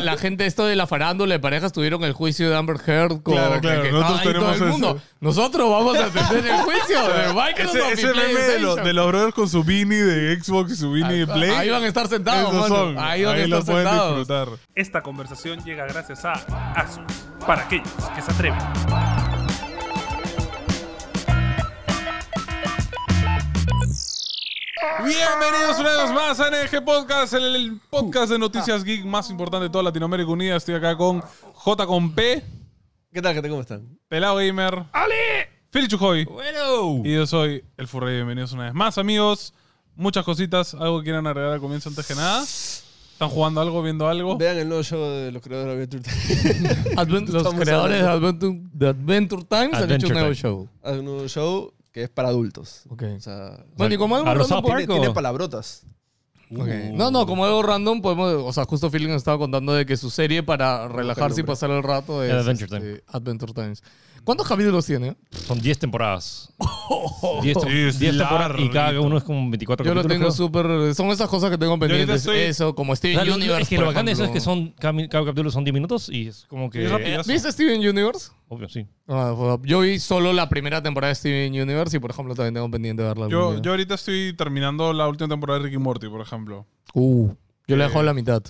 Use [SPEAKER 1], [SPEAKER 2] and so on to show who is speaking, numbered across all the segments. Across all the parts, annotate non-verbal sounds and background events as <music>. [SPEAKER 1] la gente esto de la farándula de parejas tuvieron el juicio de Amber Heard con
[SPEAKER 2] Claro, claro,
[SPEAKER 1] que estaba
[SPEAKER 2] nosotros
[SPEAKER 1] ahí todo
[SPEAKER 2] tenemos
[SPEAKER 1] el mundo.
[SPEAKER 2] eso.
[SPEAKER 1] Nosotros vamos a atender el juicio de Microsoft y
[SPEAKER 2] Ese, ese meme de, lo-
[SPEAKER 1] PlayStation.
[SPEAKER 2] de los brothers con su Vini de Xbox y su Vini de Play.
[SPEAKER 1] Ahí van a estar sentados,
[SPEAKER 2] esos
[SPEAKER 1] mano.
[SPEAKER 2] son.
[SPEAKER 1] Ahí van a
[SPEAKER 2] lo
[SPEAKER 1] estar
[SPEAKER 2] pueden
[SPEAKER 1] sentados.
[SPEAKER 2] disfrutar.
[SPEAKER 3] Esta conversación llega gracias a Asus, para aquellos que se atreven.
[SPEAKER 2] Bienvenidos una vez más a NG Podcast, el, el podcast de noticias geek más importante de toda Latinoamérica Unida. Estoy acá con J con P,
[SPEAKER 4] ¿Qué tal, gente? ¿Cómo están?
[SPEAKER 2] Pelao Gamer, ¡Ale! Fili Chujoy.
[SPEAKER 1] Bueno.
[SPEAKER 2] Y yo soy el Furrey. Bienvenidos una vez más, amigos. Muchas cositas, algo que quieran agregar al comienzo antes que nada. ¿Están jugando algo, viendo
[SPEAKER 1] Oh.
[SPEAKER 2] algo?
[SPEAKER 4] Vean el nuevo show de los creadores de Adventure <laughs> Time.
[SPEAKER 1] Advent- los
[SPEAKER 4] Estamos
[SPEAKER 1] creadores de
[SPEAKER 4] hablando.
[SPEAKER 1] Adventure, de Adventure Times han
[SPEAKER 5] Adventure
[SPEAKER 1] hecho un nuevo
[SPEAKER 5] Time.
[SPEAKER 1] show.
[SPEAKER 4] Hacen un nuevo show que es para adultos.
[SPEAKER 1] Ok.
[SPEAKER 4] O sea,
[SPEAKER 1] Bueno, y como algo
[SPEAKER 5] ¿A los
[SPEAKER 1] random,
[SPEAKER 5] South
[SPEAKER 4] tiene,
[SPEAKER 5] Park o-
[SPEAKER 4] tiene palabrotas.
[SPEAKER 1] Ok. No, no, como algo random, podemos. O sea, justo Phil nos estaba contando de que su serie para relajarse y
[SPEAKER 4] nombre.
[SPEAKER 1] pasar el rato es
[SPEAKER 5] El Adventure
[SPEAKER 1] este, Adventure Times. ¿Cuántos capítulos tiene?
[SPEAKER 5] Son 10 temporadas.
[SPEAKER 1] <laughs>
[SPEAKER 5] 10 tem-
[SPEAKER 2] es
[SPEAKER 5] 10 temporadas y
[SPEAKER 2] larguito.
[SPEAKER 5] cada uno es como 24
[SPEAKER 1] Yo lo tengo
[SPEAKER 5] capítulos. creo.
[SPEAKER 1] súper. Son esas cosas que tengo pendientes.
[SPEAKER 2] estoy-
[SPEAKER 1] Eso, como
[SPEAKER 5] O
[SPEAKER 1] Steven
[SPEAKER 5] sea, lo-
[SPEAKER 1] Universe.
[SPEAKER 5] es que
[SPEAKER 1] por
[SPEAKER 5] lo bacán de eso es
[SPEAKER 1] ejemplo.
[SPEAKER 5] que son cada, mi- cada capítulo son 10 minutos y es como que
[SPEAKER 2] Es rápido.
[SPEAKER 5] eh,
[SPEAKER 1] ¿Viste Steven Universe?
[SPEAKER 5] obvio, sí.
[SPEAKER 1] Ah, fue- yo vi solo la primera temporada de Steven Universe y, por ejemplo, también tengo pendiente de verla. algún
[SPEAKER 2] Yo,
[SPEAKER 1] día.
[SPEAKER 2] yo ahorita estoy terminando la última temporada de Ricky Morty, por ejemplo.
[SPEAKER 1] Uh, yo
[SPEAKER 2] Eh.
[SPEAKER 1] la he dejado a la mitad.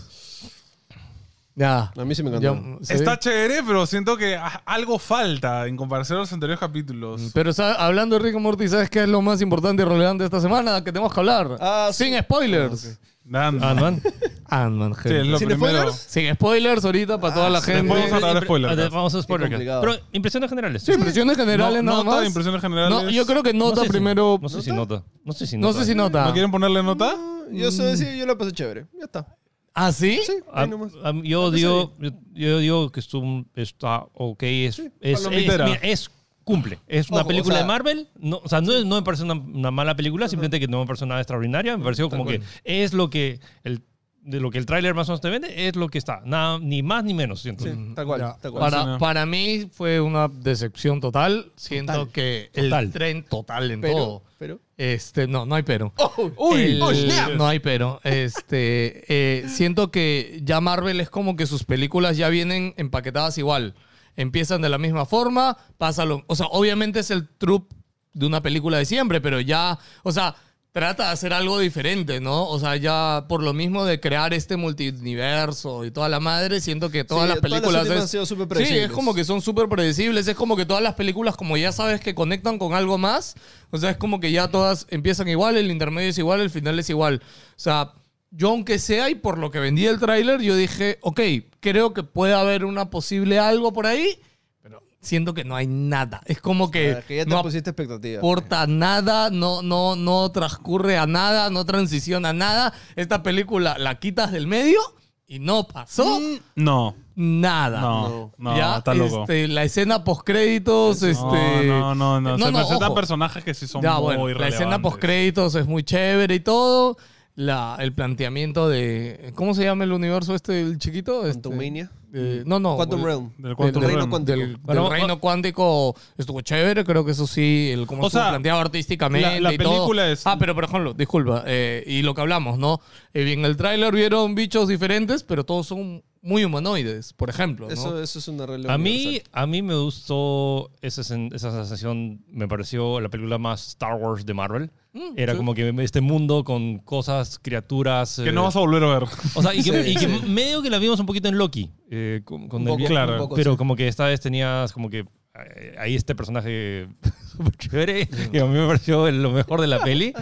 [SPEAKER 1] Ya.
[SPEAKER 4] A mí sí me
[SPEAKER 1] ya,
[SPEAKER 4] encantó.
[SPEAKER 1] sí.
[SPEAKER 2] Está chévere, pero siento que a- algo falta en comparación a los anteriores capítulos.
[SPEAKER 1] Pero ¿sabes? hablando de Rick and Morty, ¿sabes qué es lo más importante y relevante de esta semana que tenemos que hablar?
[SPEAKER 4] Ah, sí.
[SPEAKER 1] Sin spoilers.
[SPEAKER 2] Dan-
[SPEAKER 1] <laughs>
[SPEAKER 5] Ah, Ah, ¿no?
[SPEAKER 1] Ant-Man,
[SPEAKER 2] Sí, es
[SPEAKER 1] gente.
[SPEAKER 2] lo
[SPEAKER 4] ¿Sin
[SPEAKER 2] primero.
[SPEAKER 4] spoilers?
[SPEAKER 1] Sin spoilers ahorita para toda la gente.
[SPEAKER 2] Vamos a dar spoilers.
[SPEAKER 5] Ah, Vamos a spoiler.
[SPEAKER 4] Qué
[SPEAKER 5] acá.
[SPEAKER 4] complicado.
[SPEAKER 5] Pero impresiones generales.
[SPEAKER 1] Sí, impresiones generales
[SPEAKER 2] No-
[SPEAKER 1] nada
[SPEAKER 2] nota de
[SPEAKER 1] más.
[SPEAKER 2] impresiones generales.
[SPEAKER 1] No, yo creo que nota
[SPEAKER 5] sé si-
[SPEAKER 1] primero.
[SPEAKER 5] no sé si nota. No sé si
[SPEAKER 1] No
[SPEAKER 5] nota.
[SPEAKER 1] sé si nota.
[SPEAKER 2] ¿No quieren ponerle nota?
[SPEAKER 4] Yo sé decir, yo la pasé chévere. Ya está.
[SPEAKER 1] ¿Ah, sí?
[SPEAKER 4] Sí,
[SPEAKER 5] Ah,
[SPEAKER 4] ahí nomás.
[SPEAKER 5] ah, yo, digo, yo, yo digo que esto está ok. Es, es, es-
[SPEAKER 2] palomitera.
[SPEAKER 5] mira, es- cumple. Es una
[SPEAKER 4] Ojo,
[SPEAKER 5] película
[SPEAKER 4] o sea-
[SPEAKER 5] de Marvel. No, o sea, no, es- no me parece una, una mala película, simplemente que no me parece nada extraordinaria. Me pareció como que es lo que el, de lo que el tráiler más o menos te vende, es lo que está. Nada, ni más ni menos, siento.
[SPEAKER 4] Sí, tal cual.
[SPEAKER 1] mm, Ya.
[SPEAKER 4] Tal cual.
[SPEAKER 1] Para,
[SPEAKER 2] Sí, no.
[SPEAKER 1] para mí fue una decepción total. Siento que el
[SPEAKER 5] Total.
[SPEAKER 1] tren total en
[SPEAKER 4] Pero,
[SPEAKER 1] todo.
[SPEAKER 4] pero.
[SPEAKER 1] Este, no, no hay pero.
[SPEAKER 4] ¡Uy!
[SPEAKER 1] El-
[SPEAKER 4] ¡Oh, snap!
[SPEAKER 1] no hay pero. Este, eh, siento que ya Marvel es como que sus películas ya vienen empaquetadas igual. Empiezan de la misma forma, pásalo. O sea, obviamente es el trup de una película de siempre, pero ya, o sea, trata de hacer algo diferente, ¿no? O sea, ya por lo mismo de crear este multiverso y toda la madre, siento que todas
[SPEAKER 4] Sí,
[SPEAKER 1] las
[SPEAKER 4] todas las
[SPEAKER 1] películas
[SPEAKER 4] últimas
[SPEAKER 1] es-
[SPEAKER 4] han sido súper
[SPEAKER 1] Sí, es
[SPEAKER 4] predecibles.
[SPEAKER 1] como que que son súper predecibles. Es como que todas las películas, como ya sabes que conectan con algo más, o sea, es como que ya todas empiezan igual, el intermedio es igual, el final es igual. O sea, yo aunque sea y por lo que vendí el tráiler, yo dije, ok, creo que puede haber una posible algo por ahí, pero siento que no hay nada. Es como que,
[SPEAKER 4] Para que ya te
[SPEAKER 1] Eh, no
[SPEAKER 4] pusiste expectativa.
[SPEAKER 1] aporta nada, no, no, no transcurre a nada, no transiciona a nada. Esta película la quitas del medio y no pasó
[SPEAKER 4] Mm,
[SPEAKER 2] No.
[SPEAKER 1] nada.
[SPEAKER 2] No, no,
[SPEAKER 1] Ya,
[SPEAKER 2] está loco.
[SPEAKER 1] este, la escena post créditos, este
[SPEAKER 2] No, no, no, no. Se presentan
[SPEAKER 1] ojo.
[SPEAKER 2] personajes que sí son
[SPEAKER 1] Ya,
[SPEAKER 2] muy
[SPEAKER 1] bueno, la
[SPEAKER 2] relevantes.
[SPEAKER 1] escena post créditos es muy chévere y todo. La, el planteamiento de ¿cómo se llama el universo este el chiquito? Este,
[SPEAKER 4] Quantumania.
[SPEAKER 1] eh, no, no.
[SPEAKER 4] Quantum
[SPEAKER 1] el-
[SPEAKER 4] Realm.
[SPEAKER 2] Del Quantum
[SPEAKER 4] El
[SPEAKER 2] Realm.
[SPEAKER 4] reino cuántico.
[SPEAKER 1] Del, del
[SPEAKER 5] Bueno,
[SPEAKER 1] reino cuántico estuvo chévere, creo que eso sí, el cómo
[SPEAKER 2] O
[SPEAKER 1] estuvo
[SPEAKER 2] sea,
[SPEAKER 1] planteado artísticamente.
[SPEAKER 2] la- la
[SPEAKER 1] y todo.
[SPEAKER 2] película es-
[SPEAKER 1] Ah, pero por ejemplo, disculpa, eh, y lo que hablamos, ¿no? Eh, en el tráiler vieron bichos diferentes, pero todos son muy humanoides, por ejemplo. ¿no?
[SPEAKER 4] Eso, eso es una regla
[SPEAKER 5] A mí,
[SPEAKER 4] universal.
[SPEAKER 5] a mí me gustó esa, sen- esa sensación, me pareció la película más Star Wars de Marvel.
[SPEAKER 4] Mm,
[SPEAKER 5] Era como que este mundo con cosas, criaturas.
[SPEAKER 2] Que
[SPEAKER 5] eh,
[SPEAKER 2] no vas a volver a ver.
[SPEAKER 5] O sea, y que,
[SPEAKER 4] Sí,
[SPEAKER 5] y que
[SPEAKER 4] sí.
[SPEAKER 5] medio que la vimos un poquito en Loki. eh, con, con
[SPEAKER 4] Un
[SPEAKER 5] el
[SPEAKER 4] poco,
[SPEAKER 5] viaje.
[SPEAKER 2] Claro.
[SPEAKER 4] un poco,
[SPEAKER 5] Pero
[SPEAKER 4] sí.
[SPEAKER 5] como que esta vez tenías como que eh, ahí este personaje <laughs> súper chévere que a mí me pareció el- lo mejor de la peli.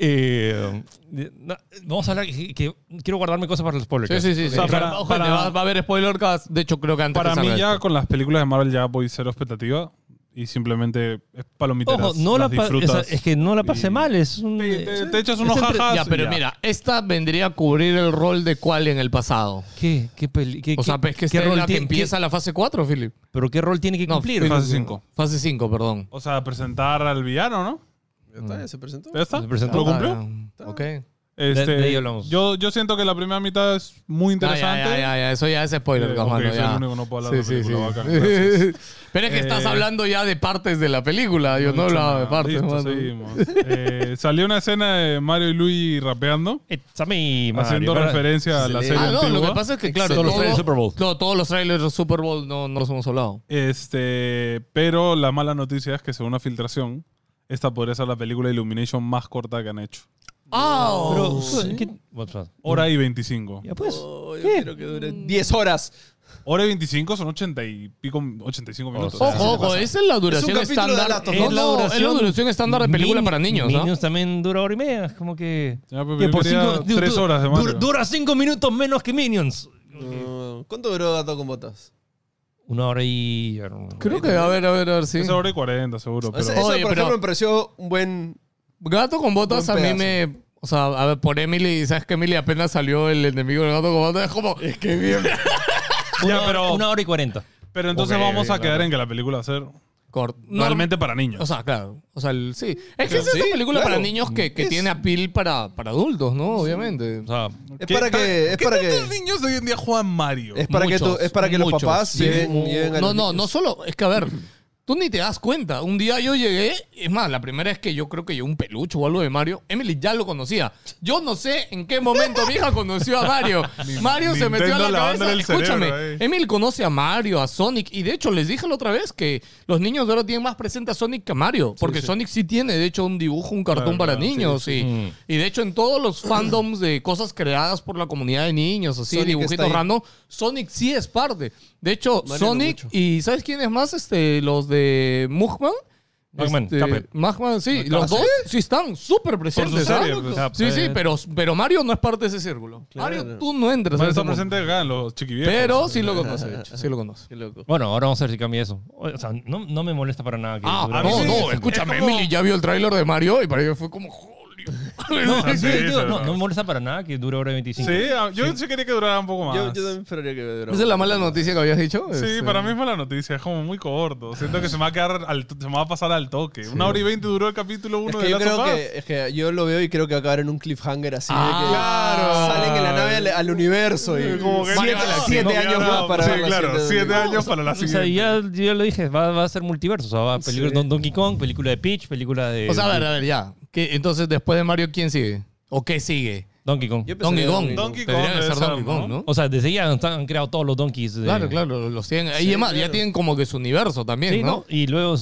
[SPEAKER 5] Eh, no, vamos a hablar que, que quiero guardarme cosas para los spoilers.
[SPEAKER 1] Sí, sí, sí.
[SPEAKER 2] O sea,
[SPEAKER 1] sí.
[SPEAKER 2] para-
[SPEAKER 1] Ojo,
[SPEAKER 2] para-
[SPEAKER 1] va, va a haber spoiler cast. De hecho, creo que antes
[SPEAKER 2] Para
[SPEAKER 1] que salga
[SPEAKER 2] mí ya
[SPEAKER 1] esto.
[SPEAKER 2] con las películas de Marvel ya voy cero expectativa y simplemente es palomiteras.
[SPEAKER 5] Ojo, no la
[SPEAKER 2] las
[SPEAKER 5] pa-
[SPEAKER 2] disfrutas.
[SPEAKER 5] o sea, es que no la pasé
[SPEAKER 2] y-
[SPEAKER 5] mal, es un
[SPEAKER 2] Te, te-
[SPEAKER 5] sí.
[SPEAKER 2] te echas unos
[SPEAKER 5] Es entre-
[SPEAKER 2] jajas.
[SPEAKER 1] Ya, pero
[SPEAKER 2] y
[SPEAKER 1] mira, esta vendría a cubrir el rol de cuál en el pasado.
[SPEAKER 5] ¿Qué, qué peli- qué-
[SPEAKER 1] O sea,
[SPEAKER 5] qué-
[SPEAKER 1] es que
[SPEAKER 5] qué
[SPEAKER 1] esta es la que
[SPEAKER 5] tiene-
[SPEAKER 1] empieza la fase 4, Philip.
[SPEAKER 5] qué- pero qué rol tiene que
[SPEAKER 1] No,
[SPEAKER 5] cumplir?
[SPEAKER 1] Philip,
[SPEAKER 2] Fase cinco.
[SPEAKER 1] Fase 5, perdón.
[SPEAKER 2] O sea, presentar al villano, ¿no?
[SPEAKER 1] mm.
[SPEAKER 4] Ya está, ya se presentó.
[SPEAKER 2] ¿Ya está?
[SPEAKER 5] Se presentó.
[SPEAKER 2] ¿Lo cumplió?
[SPEAKER 1] Ah, ok.
[SPEAKER 2] Este,
[SPEAKER 5] de ahí hablamos.
[SPEAKER 2] Yo, yo siento que la primera mitad es muy
[SPEAKER 1] Ah, ya,
[SPEAKER 2] interesante.
[SPEAKER 1] ya, ya, ya, eso ya es spoiler,
[SPEAKER 2] Eh,
[SPEAKER 1] Guzmán,
[SPEAKER 2] ok, soy
[SPEAKER 1] ya.
[SPEAKER 2] el único que no puedo hablar de la película,
[SPEAKER 1] <laughs>
[SPEAKER 2] bacán,
[SPEAKER 1] Pero es que estás
[SPEAKER 2] Eh,
[SPEAKER 1] hablando ya de partes de la película, yo no,
[SPEAKER 2] he hecho
[SPEAKER 1] hablaba de
[SPEAKER 2] nada.
[SPEAKER 1] partes. Ah,
[SPEAKER 2] Listo,
[SPEAKER 1] mano.
[SPEAKER 2] seguimos. Eh, salió una escena de Mario y Luigi rapeando,
[SPEAKER 5] It's a me, Mario.
[SPEAKER 2] haciendo
[SPEAKER 5] Para-
[SPEAKER 2] referencia a la
[SPEAKER 4] Excelente.
[SPEAKER 2] serie
[SPEAKER 1] Ah, no,
[SPEAKER 2] antigua.
[SPEAKER 1] lo que pasa es que, claro,
[SPEAKER 5] Todos los
[SPEAKER 1] todo-
[SPEAKER 5] trailers del Super Bowl.
[SPEAKER 1] No, todos los trailers del Super Bowl no, no los hemos hablado.
[SPEAKER 2] Este, pero la mala noticia es que según una filtración, esta podría ser la película Illumination más corta que han hecho.
[SPEAKER 1] ¡Ah!
[SPEAKER 5] Pero, ¿qué? What's that?
[SPEAKER 2] Hora y 25.
[SPEAKER 5] Ya pues.
[SPEAKER 4] Oh, yo quiero que dure 10 horas.
[SPEAKER 2] Hora y 25 son 80 y pico,
[SPEAKER 1] Oh,
[SPEAKER 2] 85 minutos.
[SPEAKER 5] O sea,
[SPEAKER 1] Ojo, ojo, esa es la duración
[SPEAKER 4] capítulo de
[SPEAKER 1] estándar.
[SPEAKER 4] datos,
[SPEAKER 1] es,
[SPEAKER 4] ¿no?
[SPEAKER 1] la duración, es la duración estándar de película
[SPEAKER 5] Min-
[SPEAKER 1] para niños, ¿no?
[SPEAKER 5] Minions también dura hora y media. es Como que.
[SPEAKER 2] Ya, pero
[SPEAKER 5] que
[SPEAKER 2] Ah, pues yo quería
[SPEAKER 5] du-
[SPEAKER 2] tres
[SPEAKER 5] du-
[SPEAKER 2] horas de
[SPEAKER 5] du-
[SPEAKER 2] Mario.
[SPEAKER 5] Dura cinco minutos menos que Minions.
[SPEAKER 4] No, Mm, ¿Cuánto duró Gato con Botas?
[SPEAKER 5] Una hora y.
[SPEAKER 1] Creo que, a ver, a ver, a ver, sí.
[SPEAKER 2] Es hora y 40 seguro, pero
[SPEAKER 4] Ese- eso,
[SPEAKER 1] Oye,
[SPEAKER 4] por
[SPEAKER 1] pero-
[SPEAKER 4] ejemplo, me pareció un buen...
[SPEAKER 1] Gato con botas a
[SPEAKER 4] Buen
[SPEAKER 1] mí
[SPEAKER 4] pedazo.
[SPEAKER 1] me... O sea, a ver, por Emily, ¿sabes que Emily apenas salió el enemigo del gato con botas? Es como... Es que <laughs> bien.
[SPEAKER 5] Una,
[SPEAKER 2] Ya, pero-
[SPEAKER 5] una hora y cuarenta.
[SPEAKER 2] pero entonces
[SPEAKER 1] Ok,
[SPEAKER 2] vamos a
[SPEAKER 1] claro.
[SPEAKER 2] quedar en que la película va a ser
[SPEAKER 1] Normalmente...
[SPEAKER 2] realmente para niños.
[SPEAKER 1] O sea, claro. O sea, el- sí. Es que es
[SPEAKER 4] sí,
[SPEAKER 1] una película
[SPEAKER 4] claro.
[SPEAKER 1] para niños que, que
[SPEAKER 4] Es-
[SPEAKER 1] tiene apil para, para adultos, ¿no? Obviamente.
[SPEAKER 5] O sea,
[SPEAKER 4] Es
[SPEAKER 2] ¿Qué
[SPEAKER 4] para
[SPEAKER 2] tal-
[SPEAKER 4] que... Es para
[SPEAKER 2] ¿Qué tantos
[SPEAKER 4] que...
[SPEAKER 2] niños hoy en día juegan Mario?
[SPEAKER 4] Es para que,
[SPEAKER 1] Muchos,
[SPEAKER 4] tu- es para que los
[SPEAKER 1] muchos,
[SPEAKER 4] papás
[SPEAKER 1] sí.
[SPEAKER 4] lleven, lleven a
[SPEAKER 1] No,
[SPEAKER 4] los
[SPEAKER 1] no,
[SPEAKER 4] niños.
[SPEAKER 1] no solo. Es que a ver, tú ni te das cuenta. Un día yo llegué, es más, la primera es que yo creo que llegó un peluche o algo de Mario. Emily ya lo conocía. Yo no sé en qué momento mi hija conoció a
[SPEAKER 2] <laughs>
[SPEAKER 1] Mario. Mario se metió a
[SPEAKER 2] Nintendo
[SPEAKER 1] la
[SPEAKER 2] lavándole
[SPEAKER 1] cabeza.
[SPEAKER 2] el
[SPEAKER 1] Escúchame,
[SPEAKER 2] cerebro, eh.
[SPEAKER 1] Emily conoce a Mario, a Sonic. Y de hecho, les dije la otra vez que los niños de ahora tienen más presente a Sonic que a Mario. Porque Sonic sí tiene, de hecho, un dibujo, un cartón
[SPEAKER 2] Claro,
[SPEAKER 1] para
[SPEAKER 2] claro, sí,
[SPEAKER 1] niños. y, y de hecho, en todos
[SPEAKER 2] <clears throat>
[SPEAKER 1] los fandoms de cosas creadas por la comunidad de niños, así,
[SPEAKER 4] Sonic está
[SPEAKER 1] dibujitos
[SPEAKER 4] ahí.
[SPEAKER 1] random. Sonic sí es parte. De hecho,
[SPEAKER 4] Mario no
[SPEAKER 1] Sonic
[SPEAKER 4] mucho.
[SPEAKER 1] y ¿sabes quiénes más? Este, los de Mugman. Este,
[SPEAKER 5] Mugman, Cuphead.
[SPEAKER 1] Mugman, sí. Los dos sí están súper presentes. ¿ah?
[SPEAKER 2] serie, pues.
[SPEAKER 1] Sí, sí, pero, pero Mario no es parte de ese círculo. Mario, tú no entras.
[SPEAKER 2] Mario
[SPEAKER 1] en ese
[SPEAKER 2] está
[SPEAKER 1] mundo.
[SPEAKER 2] presente acá en los chiquiviejos. <laughs>
[SPEAKER 1] Pero sí lo conoce, de hecho, sí lo conoce.
[SPEAKER 4] Qué loco.
[SPEAKER 5] Bueno, ahora vamos a ver si cambia eso. O sea, no, no me molesta para nada. Que
[SPEAKER 1] Ah,
[SPEAKER 5] dure
[SPEAKER 1] no,
[SPEAKER 5] hora y
[SPEAKER 1] no,
[SPEAKER 5] media.
[SPEAKER 1] escúchame, Emily ya vio el tráiler de Mario y para ella fue como, "Jolio".
[SPEAKER 5] No, sí,
[SPEAKER 2] sí,
[SPEAKER 5] digo,
[SPEAKER 2] sí,
[SPEAKER 5] no,
[SPEAKER 2] sí.
[SPEAKER 5] no me molesta para nada que dure hora y 25.
[SPEAKER 2] Sí, a- yo sí quería que durara un poco más.
[SPEAKER 4] Yo, yo también esperaría que durara.
[SPEAKER 1] ¿Esa es la mala noticia que habías dicho?
[SPEAKER 2] Sí,
[SPEAKER 1] Este,
[SPEAKER 2] para mí es mala noticia, es como muy corto. Siento que se me va a quedar al, se me va a pasar al toque. Una hora y veinte duró el capítulo
[SPEAKER 4] Es
[SPEAKER 2] uno
[SPEAKER 4] que
[SPEAKER 2] de
[SPEAKER 4] yo
[SPEAKER 2] la
[SPEAKER 4] creo que, es que yo lo veo y creo que va a acabar en un cliffhanger así de que salen en la nave al, al universo y
[SPEAKER 2] Como que
[SPEAKER 4] siete,
[SPEAKER 1] Galaxy,
[SPEAKER 4] siete años más para
[SPEAKER 2] Sí,
[SPEAKER 4] ver la
[SPEAKER 2] claro,
[SPEAKER 4] siguiente
[SPEAKER 2] siete
[SPEAKER 4] película.
[SPEAKER 2] años para la
[SPEAKER 5] O sea,
[SPEAKER 2] siguiente.
[SPEAKER 5] ya, ya lo dije, va, va a ser multiverso. O sea, va a película
[SPEAKER 4] Sí.
[SPEAKER 5] Don- Donkey Kong, película de Peach, película de
[SPEAKER 1] O sea, a ver, a ver, ya. ¿Qué- entonces, después de Mario, ¿quién sigue? ¿O qué sigue?
[SPEAKER 5] Donkey Kong.
[SPEAKER 4] Yo
[SPEAKER 1] Pues Donkey
[SPEAKER 4] pensaría
[SPEAKER 1] Kong.
[SPEAKER 4] en
[SPEAKER 2] Donkey Kong
[SPEAKER 1] Tendría que
[SPEAKER 2] debe
[SPEAKER 1] ser
[SPEAKER 2] ser,
[SPEAKER 1] Donkey Kong, ¿no?
[SPEAKER 5] O sea, desde ya han, han creado todos los donkeys. de-
[SPEAKER 1] Claro, claro, los tienen. y además, ya
[SPEAKER 4] claro.
[SPEAKER 1] tienen como que su universo también,
[SPEAKER 5] Sí,
[SPEAKER 1] ¿no?
[SPEAKER 5] ¿no? Y luego,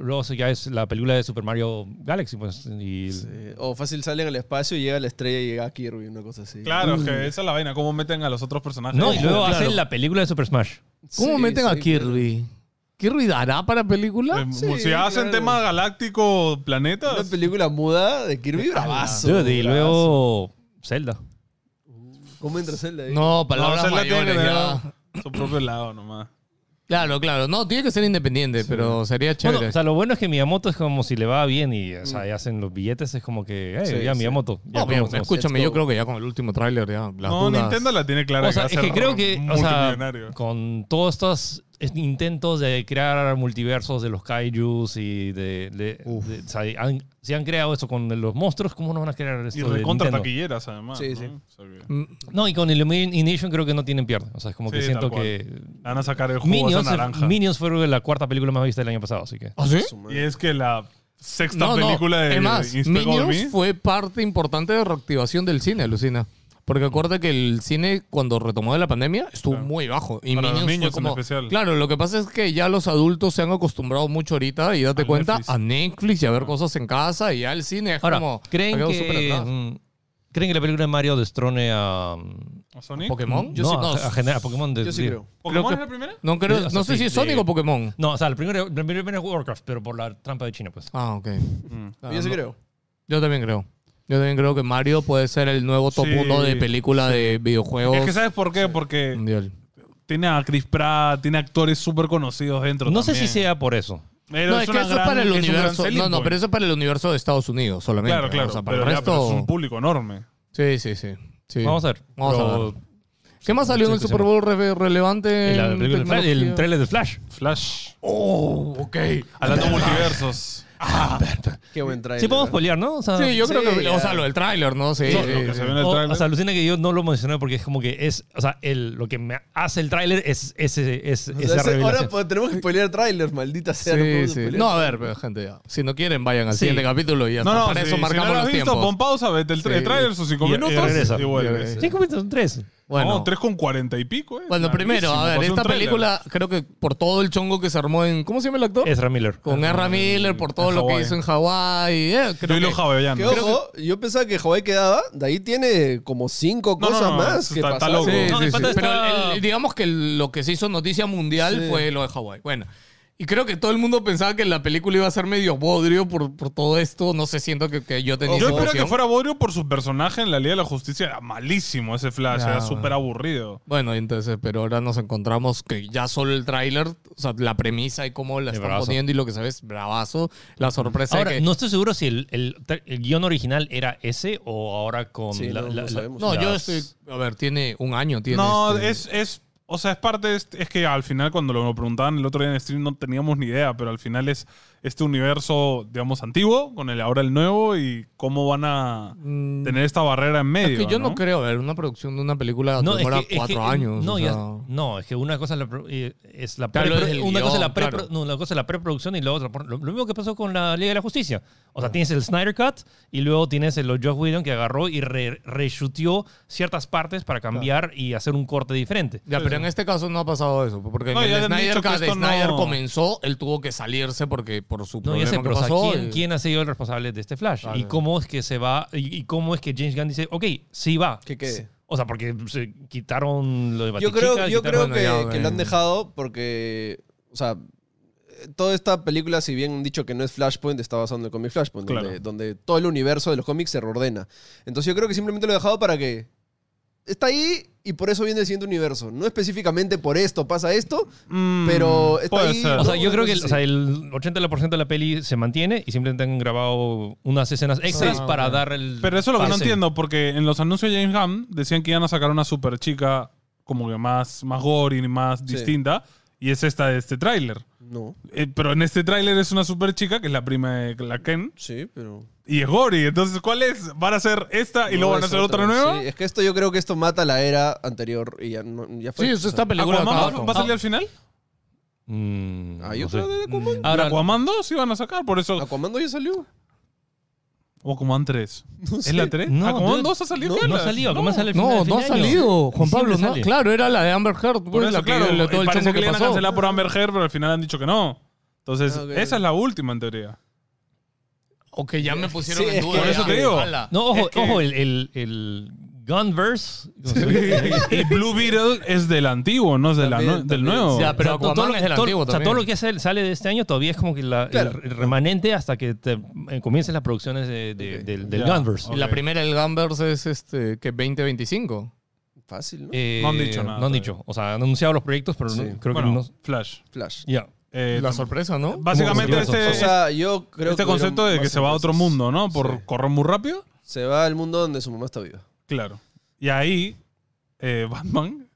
[SPEAKER 5] luego ya es la película de Super Mario Galaxy. Pues, y
[SPEAKER 4] Sí, O fácil salen al espacio y llega la estrella y llega Kirby, una cosa así.
[SPEAKER 2] Claro, es que esa es la vaina, cómo meten a los otros personajes.
[SPEAKER 5] No, y luego
[SPEAKER 4] ah,
[SPEAKER 1] claro.
[SPEAKER 5] hacen la película de Super Smash.
[SPEAKER 1] ¿Cómo
[SPEAKER 4] Sí,
[SPEAKER 1] meten a
[SPEAKER 4] sí, claro.
[SPEAKER 1] Kirby? ¿Kirby dará para película?
[SPEAKER 2] Eh,
[SPEAKER 4] Sí,
[SPEAKER 2] si hacen
[SPEAKER 4] claro.
[SPEAKER 2] tema galáctico, planetas.
[SPEAKER 4] Una película muda de Kirby bravazo.
[SPEAKER 5] Dude, y
[SPEAKER 4] bravazo.
[SPEAKER 5] luego Zelda.
[SPEAKER 4] ¿Cómo entra Zelda ahí?
[SPEAKER 1] No,
[SPEAKER 2] No, o
[SPEAKER 1] palabras
[SPEAKER 2] sea, la tienen que
[SPEAKER 1] mayores
[SPEAKER 2] tener
[SPEAKER 1] ya.
[SPEAKER 2] a Su propio lado nomás.
[SPEAKER 1] Claro, claro. No, tiene que ser independiente, pero sería
[SPEAKER 5] Bueno,
[SPEAKER 1] chévere.
[SPEAKER 5] o sea, lo bueno es que Miyamoto es como si le va bien y o sea, y hacen los billetes, es como que, eh,
[SPEAKER 4] Sí,
[SPEAKER 5] ya
[SPEAKER 4] sí.
[SPEAKER 5] Miyamoto. Ya
[SPEAKER 1] No, pero
[SPEAKER 5] conocemos.
[SPEAKER 1] escúchame,
[SPEAKER 4] let's
[SPEAKER 1] yo
[SPEAKER 4] go.
[SPEAKER 1] creo que ya con el último tráiler ya. las
[SPEAKER 2] No,
[SPEAKER 1] dudas-
[SPEAKER 2] Nintendo la tiene clara.
[SPEAKER 5] O sea, es que creo que, o sea, con todos estos es- intentos de crear multiversos de los kaijus y de... de- de- o sea, han- si han creado eso con los monstruos, ¿cómo no van a crear esto
[SPEAKER 2] Y
[SPEAKER 5] de
[SPEAKER 2] recontra
[SPEAKER 5] Nintendo?
[SPEAKER 2] taquilleras, además.
[SPEAKER 4] Sí,
[SPEAKER 2] ¿no?
[SPEAKER 4] sí.
[SPEAKER 2] O sea que-
[SPEAKER 1] Mm,
[SPEAKER 5] No, y con Illumination creo que no tienen pierde. O sea, es como que
[SPEAKER 2] Sí, tal
[SPEAKER 5] siento
[SPEAKER 2] cual.
[SPEAKER 5] que...
[SPEAKER 2] Van a sacar el jugo de
[SPEAKER 5] Minions,
[SPEAKER 2] naranja.
[SPEAKER 5] Minions fue la cuarta película más vista del año pasado, así que...
[SPEAKER 1] ¿Ah, sí?
[SPEAKER 4] Su
[SPEAKER 2] Y
[SPEAKER 4] madre.
[SPEAKER 2] es que la sexta
[SPEAKER 1] No, no.
[SPEAKER 2] película de
[SPEAKER 1] es más,
[SPEAKER 2] Inspector
[SPEAKER 1] Minions
[SPEAKER 2] Gadget.
[SPEAKER 1] fue parte importante de reactivación del cine, Lucina. Porque acuérdate que el cine, cuando retomó de la pandemia, estuvo
[SPEAKER 2] Claro.
[SPEAKER 1] muy bajo. Y
[SPEAKER 2] Para los
[SPEAKER 1] Minions
[SPEAKER 2] niños en
[SPEAKER 1] fue como...
[SPEAKER 2] especial.
[SPEAKER 1] Claro, lo que pasa es que ya los adultos se han acostumbrado mucho ahorita, y date
[SPEAKER 2] Al
[SPEAKER 1] cuenta,
[SPEAKER 2] Netflix.
[SPEAKER 1] a Netflix y a ver cosas en casa, y ya el cine es
[SPEAKER 5] Ahora,
[SPEAKER 1] como... ha
[SPEAKER 5] ¿creen
[SPEAKER 1] quedado súper
[SPEAKER 5] que,
[SPEAKER 1] atrás.
[SPEAKER 5] mm, ¿creen que la película de Mario destrone a... mm,
[SPEAKER 2] ¿A Sonic?
[SPEAKER 1] ¿Pokémon?
[SPEAKER 5] Yo
[SPEAKER 1] Yo sí-
[SPEAKER 5] no,
[SPEAKER 1] no,
[SPEAKER 5] a, a generar Pokémon de,
[SPEAKER 4] Yo sí
[SPEAKER 5] de-
[SPEAKER 4] creo.
[SPEAKER 2] ¿Pokémon
[SPEAKER 1] Creo
[SPEAKER 2] es
[SPEAKER 1] que-
[SPEAKER 2] la primera?
[SPEAKER 1] No, creo-
[SPEAKER 5] Sí, o sea,
[SPEAKER 1] no sé
[SPEAKER 5] sí,
[SPEAKER 1] si es
[SPEAKER 5] de-
[SPEAKER 1] Sonic o Pokémon.
[SPEAKER 5] No, o sea, el primero, el primero es Warcraft, pero por la trampa de China, pues.
[SPEAKER 1] Ah, ok. Ah,
[SPEAKER 4] Yo sí
[SPEAKER 1] no.
[SPEAKER 4] creo.
[SPEAKER 1] Yo también creo. Yo también creo que Mario puede ser el nuevo top
[SPEAKER 2] Sí,
[SPEAKER 1] 1 de película de videojuegos
[SPEAKER 2] Es que ¿sabes por qué? Porque
[SPEAKER 1] mundial.
[SPEAKER 2] tiene a Chris Pratt, tiene actores súper conocidos dentro
[SPEAKER 5] no sé
[SPEAKER 2] también.
[SPEAKER 5] si sea por eso.
[SPEAKER 2] Pero
[SPEAKER 1] No, es, que
[SPEAKER 2] una
[SPEAKER 1] eso
[SPEAKER 2] gran-
[SPEAKER 1] es para el
[SPEAKER 2] un gran
[SPEAKER 1] universo.
[SPEAKER 2] selling
[SPEAKER 1] No, no,
[SPEAKER 2] point.
[SPEAKER 1] pero eso es para el universo de Estados Unidos solamente.
[SPEAKER 2] Claro, claro.
[SPEAKER 1] O sea, para
[SPEAKER 2] pero
[SPEAKER 1] el
[SPEAKER 2] ya,
[SPEAKER 1] resto.
[SPEAKER 2] pero es un público enorme.
[SPEAKER 1] Sí, sí, sí. sí.
[SPEAKER 5] Vamos a ver.
[SPEAKER 1] Vamos a
[SPEAKER 5] Pero-
[SPEAKER 1] ver. ¿Qué más salió en el
[SPEAKER 5] Sí,
[SPEAKER 1] Super Bowl re- relevante?
[SPEAKER 5] y la
[SPEAKER 1] en
[SPEAKER 5] película de Flash-
[SPEAKER 1] tecnología?
[SPEAKER 5] el trailer de Flash.
[SPEAKER 2] Flash.
[SPEAKER 1] Oh, ok. <laughs>
[SPEAKER 2] Hablando de multiversos.
[SPEAKER 4] Qué buen trailer.
[SPEAKER 5] Sí podemos spoilear, ¿no? O sea,
[SPEAKER 1] Sí, yo creo
[SPEAKER 4] Sí,
[SPEAKER 1] que.
[SPEAKER 4] ya.
[SPEAKER 1] O sea, lo del tráiler, ¿no? Sí.
[SPEAKER 2] Lo que se ve en el
[SPEAKER 5] o-
[SPEAKER 2] tráiler.
[SPEAKER 5] o sea, alucina que yo no lo mencioné porque es como que es, o sea, el, lo que me hace el tráiler es, ese es,
[SPEAKER 4] O sea,
[SPEAKER 5] esa
[SPEAKER 4] ese- ahora
[SPEAKER 5] revelación.
[SPEAKER 4] pues, tenemos que spoilear trailers, maldita sea. no
[SPEAKER 1] Sí,
[SPEAKER 4] podemos
[SPEAKER 1] sí.
[SPEAKER 4] spoilear.
[SPEAKER 1] No, a ver, pero, gente, ya. Si no quieren, vayan al
[SPEAKER 5] Sí.
[SPEAKER 1] siguiente capítulo y ya
[SPEAKER 2] No,
[SPEAKER 1] está.
[SPEAKER 2] no,
[SPEAKER 1] Para
[SPEAKER 2] si-
[SPEAKER 1] eso
[SPEAKER 2] si
[SPEAKER 1] marcamos
[SPEAKER 2] no lo has
[SPEAKER 1] los
[SPEAKER 2] visto,
[SPEAKER 1] tiempo tiempos.
[SPEAKER 2] pon pausa, vete el tra-
[SPEAKER 1] Sí.
[SPEAKER 2] el trailer, sus cinco
[SPEAKER 5] Y- y
[SPEAKER 2] minutos.
[SPEAKER 5] regresa.
[SPEAKER 2] Y vuelves.
[SPEAKER 1] Sí.
[SPEAKER 5] ¿Cinco minutos? ¿Tres?
[SPEAKER 1] Bueno,
[SPEAKER 2] No, tres con cuarenta y pico, eh.
[SPEAKER 1] bueno primero, a
[SPEAKER 2] Larguísimo,
[SPEAKER 1] ver,
[SPEAKER 2] pasó un
[SPEAKER 1] esta
[SPEAKER 2] tráiler.
[SPEAKER 1] película, creo que por todo el chongo que se armó en. ¿Cómo se llama el actor?
[SPEAKER 5] Ezra Miller.
[SPEAKER 1] Con Erra Miller, por todo
[SPEAKER 2] en
[SPEAKER 1] lo que
[SPEAKER 2] Hawái.
[SPEAKER 1] hizo en Hawái. eh, creo
[SPEAKER 2] Yo
[SPEAKER 1] que-
[SPEAKER 2] y los hawaianos.
[SPEAKER 4] Que ojo, yo pensaba que Hawái quedaba, de ahí tiene como cinco
[SPEAKER 2] No, no,
[SPEAKER 4] cosas
[SPEAKER 2] no,
[SPEAKER 4] más
[SPEAKER 2] eso
[SPEAKER 4] que
[SPEAKER 2] está- está
[SPEAKER 4] pasaron.
[SPEAKER 2] loco.
[SPEAKER 1] Sí,
[SPEAKER 5] No,
[SPEAKER 1] sí,
[SPEAKER 5] el
[SPEAKER 1] sí.
[SPEAKER 5] pata está-
[SPEAKER 1] Pero el- el- digamos que el- lo que se hizo noticia mundial
[SPEAKER 4] Sí.
[SPEAKER 1] fue lo de Hawái. Bueno, y creo que todo el mundo pensaba que la película iba a ser medio bodrio por, por todo esto. No sé, siento que, que yo tenía
[SPEAKER 2] Yo
[SPEAKER 1] esa
[SPEAKER 2] espero
[SPEAKER 1] noción.
[SPEAKER 2] que fuera Borio por su personaje en la Liga de la Justicia. Era malísimo ese Flash,
[SPEAKER 1] Ya,
[SPEAKER 2] era
[SPEAKER 1] bueno.
[SPEAKER 2] súper aburrido.
[SPEAKER 1] Bueno, entonces, pero ahora nos encontramos que ya solo el tráiler, o sea, la premisa y cómo la
[SPEAKER 5] Sí,
[SPEAKER 1] están
[SPEAKER 5] bravazo.
[SPEAKER 1] poniendo y lo que sabes, bravazo. La sorpresa
[SPEAKER 5] Ahora,
[SPEAKER 1] de que...
[SPEAKER 5] no estoy seguro si el, el, el guión original era ese o ahora con
[SPEAKER 4] Sí,
[SPEAKER 5] la,
[SPEAKER 4] no,
[SPEAKER 5] la-
[SPEAKER 4] no
[SPEAKER 5] la-
[SPEAKER 4] sabemos.
[SPEAKER 1] No, yo
[SPEAKER 5] las-
[SPEAKER 1] estoy... A ver, tiene un año, tiene...
[SPEAKER 2] No,
[SPEAKER 1] este-
[SPEAKER 2] es, es. O sea, es parte. de este- es que al final, cuando lo preguntaban el otro día en stream, no teníamos ni idea, pero al final es este universo, digamos, antiguo, con el ahora el nuevo y cómo van a
[SPEAKER 1] Mm.
[SPEAKER 2] tener esta barrera en medio.
[SPEAKER 1] Es que yo no,
[SPEAKER 2] ¿no?
[SPEAKER 1] creo, a ver, una producción de una película
[SPEAKER 5] No, es
[SPEAKER 1] demora
[SPEAKER 5] que- es
[SPEAKER 1] cuatro
[SPEAKER 5] que-
[SPEAKER 1] años.
[SPEAKER 5] No,
[SPEAKER 1] o
[SPEAKER 5] ya-
[SPEAKER 1] sea.
[SPEAKER 5] no, es que una cosa es la, pro- eh, es la
[SPEAKER 1] Claro,
[SPEAKER 5] pre-
[SPEAKER 1] es el
[SPEAKER 5] una cosa es la
[SPEAKER 1] guión,
[SPEAKER 5] pre-
[SPEAKER 1] claro.
[SPEAKER 5] no, una cosa es la preproducción y la otra. por- Lo, lo mismo que pasó con la Liga de la Justicia. O sea, tienes el Snyder Cut y luego tienes el Josh Whedon que agarró y re- reshoteó ciertas partes para cambiar y hacer un corte diferente.
[SPEAKER 1] Ya, pero en este caso no ha pasado eso, porque
[SPEAKER 2] No,
[SPEAKER 1] en
[SPEAKER 2] ya
[SPEAKER 1] el
[SPEAKER 2] han
[SPEAKER 1] Snyder
[SPEAKER 2] dicho que
[SPEAKER 1] Cut de
[SPEAKER 2] esto no-
[SPEAKER 1] Snyder comenzó, él tuvo que salirse porque por su
[SPEAKER 5] No, ya
[SPEAKER 1] problema
[SPEAKER 5] sé,
[SPEAKER 1] que
[SPEAKER 5] pero o sea,
[SPEAKER 1] pasó.
[SPEAKER 5] ¿quién,
[SPEAKER 1] eh,
[SPEAKER 5] quién ha sido el responsable de este Flash?
[SPEAKER 1] Claro.
[SPEAKER 5] ¿Y cómo es que se va? Y, y cómo es que James Gunn dice, ok, sí va?
[SPEAKER 4] Que quede.
[SPEAKER 5] O sea, porque se quitaron lo de
[SPEAKER 4] Yo
[SPEAKER 5] Batichica,
[SPEAKER 4] creo, yo creo
[SPEAKER 5] quitaron-
[SPEAKER 1] bueno,
[SPEAKER 4] que,
[SPEAKER 1] ya,
[SPEAKER 4] que lo han
[SPEAKER 1] eh.
[SPEAKER 4] dejado porque, o sea, eh, toda esta película, si bien han dicho que no es Flashpoint, está basado en el cómic Flashpoint, donde,
[SPEAKER 2] Claro.
[SPEAKER 4] donde todo el universo de los cómics se reordena. Entonces yo creo que simplemente lo he dejado para que está ahí y por eso viene el siguiente universo. No específicamente por esto pasa esto,
[SPEAKER 2] Mm,
[SPEAKER 4] pero está
[SPEAKER 2] puede
[SPEAKER 4] ahí,
[SPEAKER 2] ser.
[SPEAKER 5] O sea,
[SPEAKER 4] No,
[SPEAKER 5] yo creo que el,
[SPEAKER 4] entonces
[SPEAKER 5] o sea,
[SPEAKER 4] sí.
[SPEAKER 5] el 80% de la peli se mantiene y simplemente han grabado unas escenas extras
[SPEAKER 1] Sí. Ah,
[SPEAKER 5] para dar el.
[SPEAKER 2] Pero eso es lo que no
[SPEAKER 5] pase.
[SPEAKER 2] entiendo, porque en los anuncios de James Gunn decían que iban a sacar una super chica como que más, más gory, más distinta, y es esta de este tráiler.
[SPEAKER 4] No,
[SPEAKER 2] Eh, pero en este tráiler es una super chica, que es la prima de la Ken,
[SPEAKER 4] sí, pero...
[SPEAKER 2] y es gory. Entonces, ¿cuál es? ¿Van a hacer esta y
[SPEAKER 4] no
[SPEAKER 2] luego van
[SPEAKER 4] es
[SPEAKER 2] a hacer otra, nueva?
[SPEAKER 4] Sí, es que esto yo creo que esto mata la era anterior y ya, no- ya fue.
[SPEAKER 1] Sí, es
[SPEAKER 5] Ah,
[SPEAKER 1] esta película
[SPEAKER 2] ¿Aquaman
[SPEAKER 1] acaba
[SPEAKER 2] va-
[SPEAKER 1] con-
[SPEAKER 2] va a salir al final?
[SPEAKER 5] Mm,
[SPEAKER 4] Ah, yo
[SPEAKER 5] no sé.
[SPEAKER 4] creo que Aquaman.
[SPEAKER 5] Ahora,
[SPEAKER 2] ¿Aquaman 2 sí van a sacar? Por eso...
[SPEAKER 4] <laughs> Aquaman no ya salió.
[SPEAKER 2] ¿O Aquaman 3? ¿Es
[SPEAKER 4] sé.
[SPEAKER 2] la 3?
[SPEAKER 5] No,
[SPEAKER 2] ¿Aquaman
[SPEAKER 5] dude,
[SPEAKER 2] 2 Ah, ha salido?
[SPEAKER 5] no, no ha
[SPEAKER 2] Carla.
[SPEAKER 5] salido. ¿Cómo sale el final
[SPEAKER 1] No,
[SPEAKER 5] de fin
[SPEAKER 1] no ha
[SPEAKER 5] de año?
[SPEAKER 1] salido, Juan
[SPEAKER 5] Siempre
[SPEAKER 1] Pablo. No,
[SPEAKER 5] sale.
[SPEAKER 1] claro, era la de Amber Heard.
[SPEAKER 2] Por
[SPEAKER 1] Pues,
[SPEAKER 2] eso,
[SPEAKER 1] la que,
[SPEAKER 2] claro.
[SPEAKER 1] le- todo
[SPEAKER 2] y
[SPEAKER 1] el chongo
[SPEAKER 2] parece que,
[SPEAKER 1] que
[SPEAKER 2] le iban a
[SPEAKER 1] pasó.
[SPEAKER 2] cancelar por Amber Heard, pero al final han dicho que no. Entonces,
[SPEAKER 4] Ah, ok.
[SPEAKER 2] esa es la última en teoría.
[SPEAKER 1] O que ya me pusieron
[SPEAKER 4] Sí,
[SPEAKER 1] en
[SPEAKER 4] es
[SPEAKER 1] duda.
[SPEAKER 4] que-
[SPEAKER 2] Por eso
[SPEAKER 1] ya.
[SPEAKER 2] te digo.
[SPEAKER 1] Ala.
[SPEAKER 5] No, ojo,
[SPEAKER 2] Es que-
[SPEAKER 5] ojo, el, el, el Gunverse.
[SPEAKER 1] <laughs>
[SPEAKER 2] <laughs> Y Blue Beetle es del antiguo, no es de la
[SPEAKER 4] También,
[SPEAKER 2] nue- del
[SPEAKER 4] también. ah,
[SPEAKER 2] nuevo.
[SPEAKER 1] Ya, pero
[SPEAKER 5] O sea, todo-
[SPEAKER 1] Aquaman
[SPEAKER 5] todo lo-
[SPEAKER 1] es del
[SPEAKER 5] todo-
[SPEAKER 1] antiguo
[SPEAKER 5] O sea,
[SPEAKER 1] también.
[SPEAKER 5] todo lo que sale sale de este año todavía es como que la-
[SPEAKER 4] Claro.
[SPEAKER 5] el remanente hasta que te eh, comiencen las producciones de- de-
[SPEAKER 4] Ok.
[SPEAKER 5] del, del
[SPEAKER 2] Ya.
[SPEAKER 5] Gunverse.
[SPEAKER 1] Y La
[SPEAKER 2] Ok.
[SPEAKER 1] primera del Gambers es este, que 2025.
[SPEAKER 4] Fácil, ¿no?
[SPEAKER 5] Eh,
[SPEAKER 2] No han dicho nada
[SPEAKER 5] No han
[SPEAKER 2] todavía.
[SPEAKER 5] dicho. O sea, han anunciado los proyectos, pero no-
[SPEAKER 4] Sí.
[SPEAKER 5] creo
[SPEAKER 2] Bueno,
[SPEAKER 5] que no.
[SPEAKER 2] Flash.
[SPEAKER 4] Flash.
[SPEAKER 5] Ya.
[SPEAKER 2] Eh,
[SPEAKER 1] La sorpresa, ¿no?
[SPEAKER 2] Básicamente
[SPEAKER 5] ¿Cómo?
[SPEAKER 2] este,
[SPEAKER 4] O sea, yo creo
[SPEAKER 2] este
[SPEAKER 4] que
[SPEAKER 2] concepto de
[SPEAKER 4] hubieron
[SPEAKER 2] que
[SPEAKER 4] más
[SPEAKER 2] se va a otro
[SPEAKER 4] sorpresas.
[SPEAKER 2] mundo, ¿no? Por
[SPEAKER 4] Sí.
[SPEAKER 2] correr muy rápido.
[SPEAKER 4] Se va al mundo donde su mamá está viva.
[SPEAKER 2] Claro. Y ahí, eh, Batman.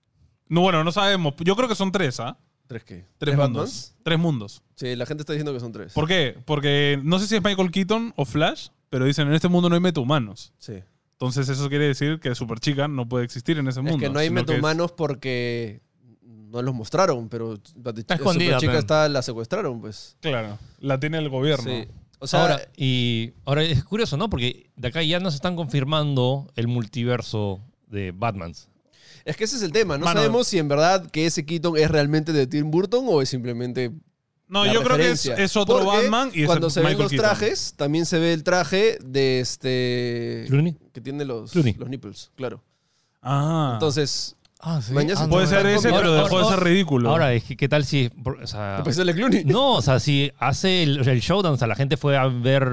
[SPEAKER 2] No, bueno, no sabemos. Yo creo que son tres, ¿ah?
[SPEAKER 4] ¿Tres qué?
[SPEAKER 2] Tres, mundos.
[SPEAKER 4] Batmans?
[SPEAKER 2] Tres mundos.
[SPEAKER 4] Sí, la gente está diciendo que son tres.
[SPEAKER 2] ¿Por qué? Porque no sé si es Michael Keaton o Flash, pero dicen en este mundo no hay metahumanos.
[SPEAKER 4] Sí.
[SPEAKER 2] Entonces eso quiere decir que Superchica no puede existir en ese mundo.
[SPEAKER 4] Es que no hay
[SPEAKER 2] sino que es-
[SPEAKER 4] metahumanos porque no los mostraron, pero
[SPEAKER 1] Está escondida,
[SPEAKER 4] La chica
[SPEAKER 1] pero-
[SPEAKER 4] está, la secuestraron, pues.
[SPEAKER 2] Claro. La tiene el gobierno.
[SPEAKER 4] Sí. O sea,
[SPEAKER 5] ahora, y ahora es curioso, ¿no? Porque de acá ya nos están confirmando el multiverso de Batman.
[SPEAKER 4] es que ese es el tema. No
[SPEAKER 2] Mano-
[SPEAKER 4] sabemos si en verdad que ese Keaton es realmente de Tim Burton o es simplemente
[SPEAKER 2] No,
[SPEAKER 4] la
[SPEAKER 2] yo creo que es,
[SPEAKER 4] referencia.
[SPEAKER 2] es otro
[SPEAKER 4] Porque
[SPEAKER 2] Batman y es
[SPEAKER 4] cuando se
[SPEAKER 2] Michael
[SPEAKER 4] ven los
[SPEAKER 2] Keaton.
[SPEAKER 4] trajes, también se ve el traje de este...
[SPEAKER 5] Clooney.
[SPEAKER 4] Que tiene los,
[SPEAKER 5] Clooney.
[SPEAKER 4] los nipples, claro.
[SPEAKER 2] Ah.
[SPEAKER 4] Entonces,
[SPEAKER 1] Ah, sí.
[SPEAKER 4] Mañana
[SPEAKER 1] Ah,
[SPEAKER 4] se
[SPEAKER 1] no,
[SPEAKER 2] Puede
[SPEAKER 1] no,
[SPEAKER 2] ser
[SPEAKER 1] no.
[SPEAKER 2] ese,
[SPEAKER 5] Ahora,
[SPEAKER 2] pero
[SPEAKER 5] ahora,
[SPEAKER 2] dejó de ser
[SPEAKER 5] ahora,
[SPEAKER 2] ridículo.
[SPEAKER 5] Ahora, es que qué tal si... por- o sea,
[SPEAKER 4] pues el de Clooney.
[SPEAKER 5] Ah, no, o sea, si hace el, el showdown, o sea, la gente fue a ver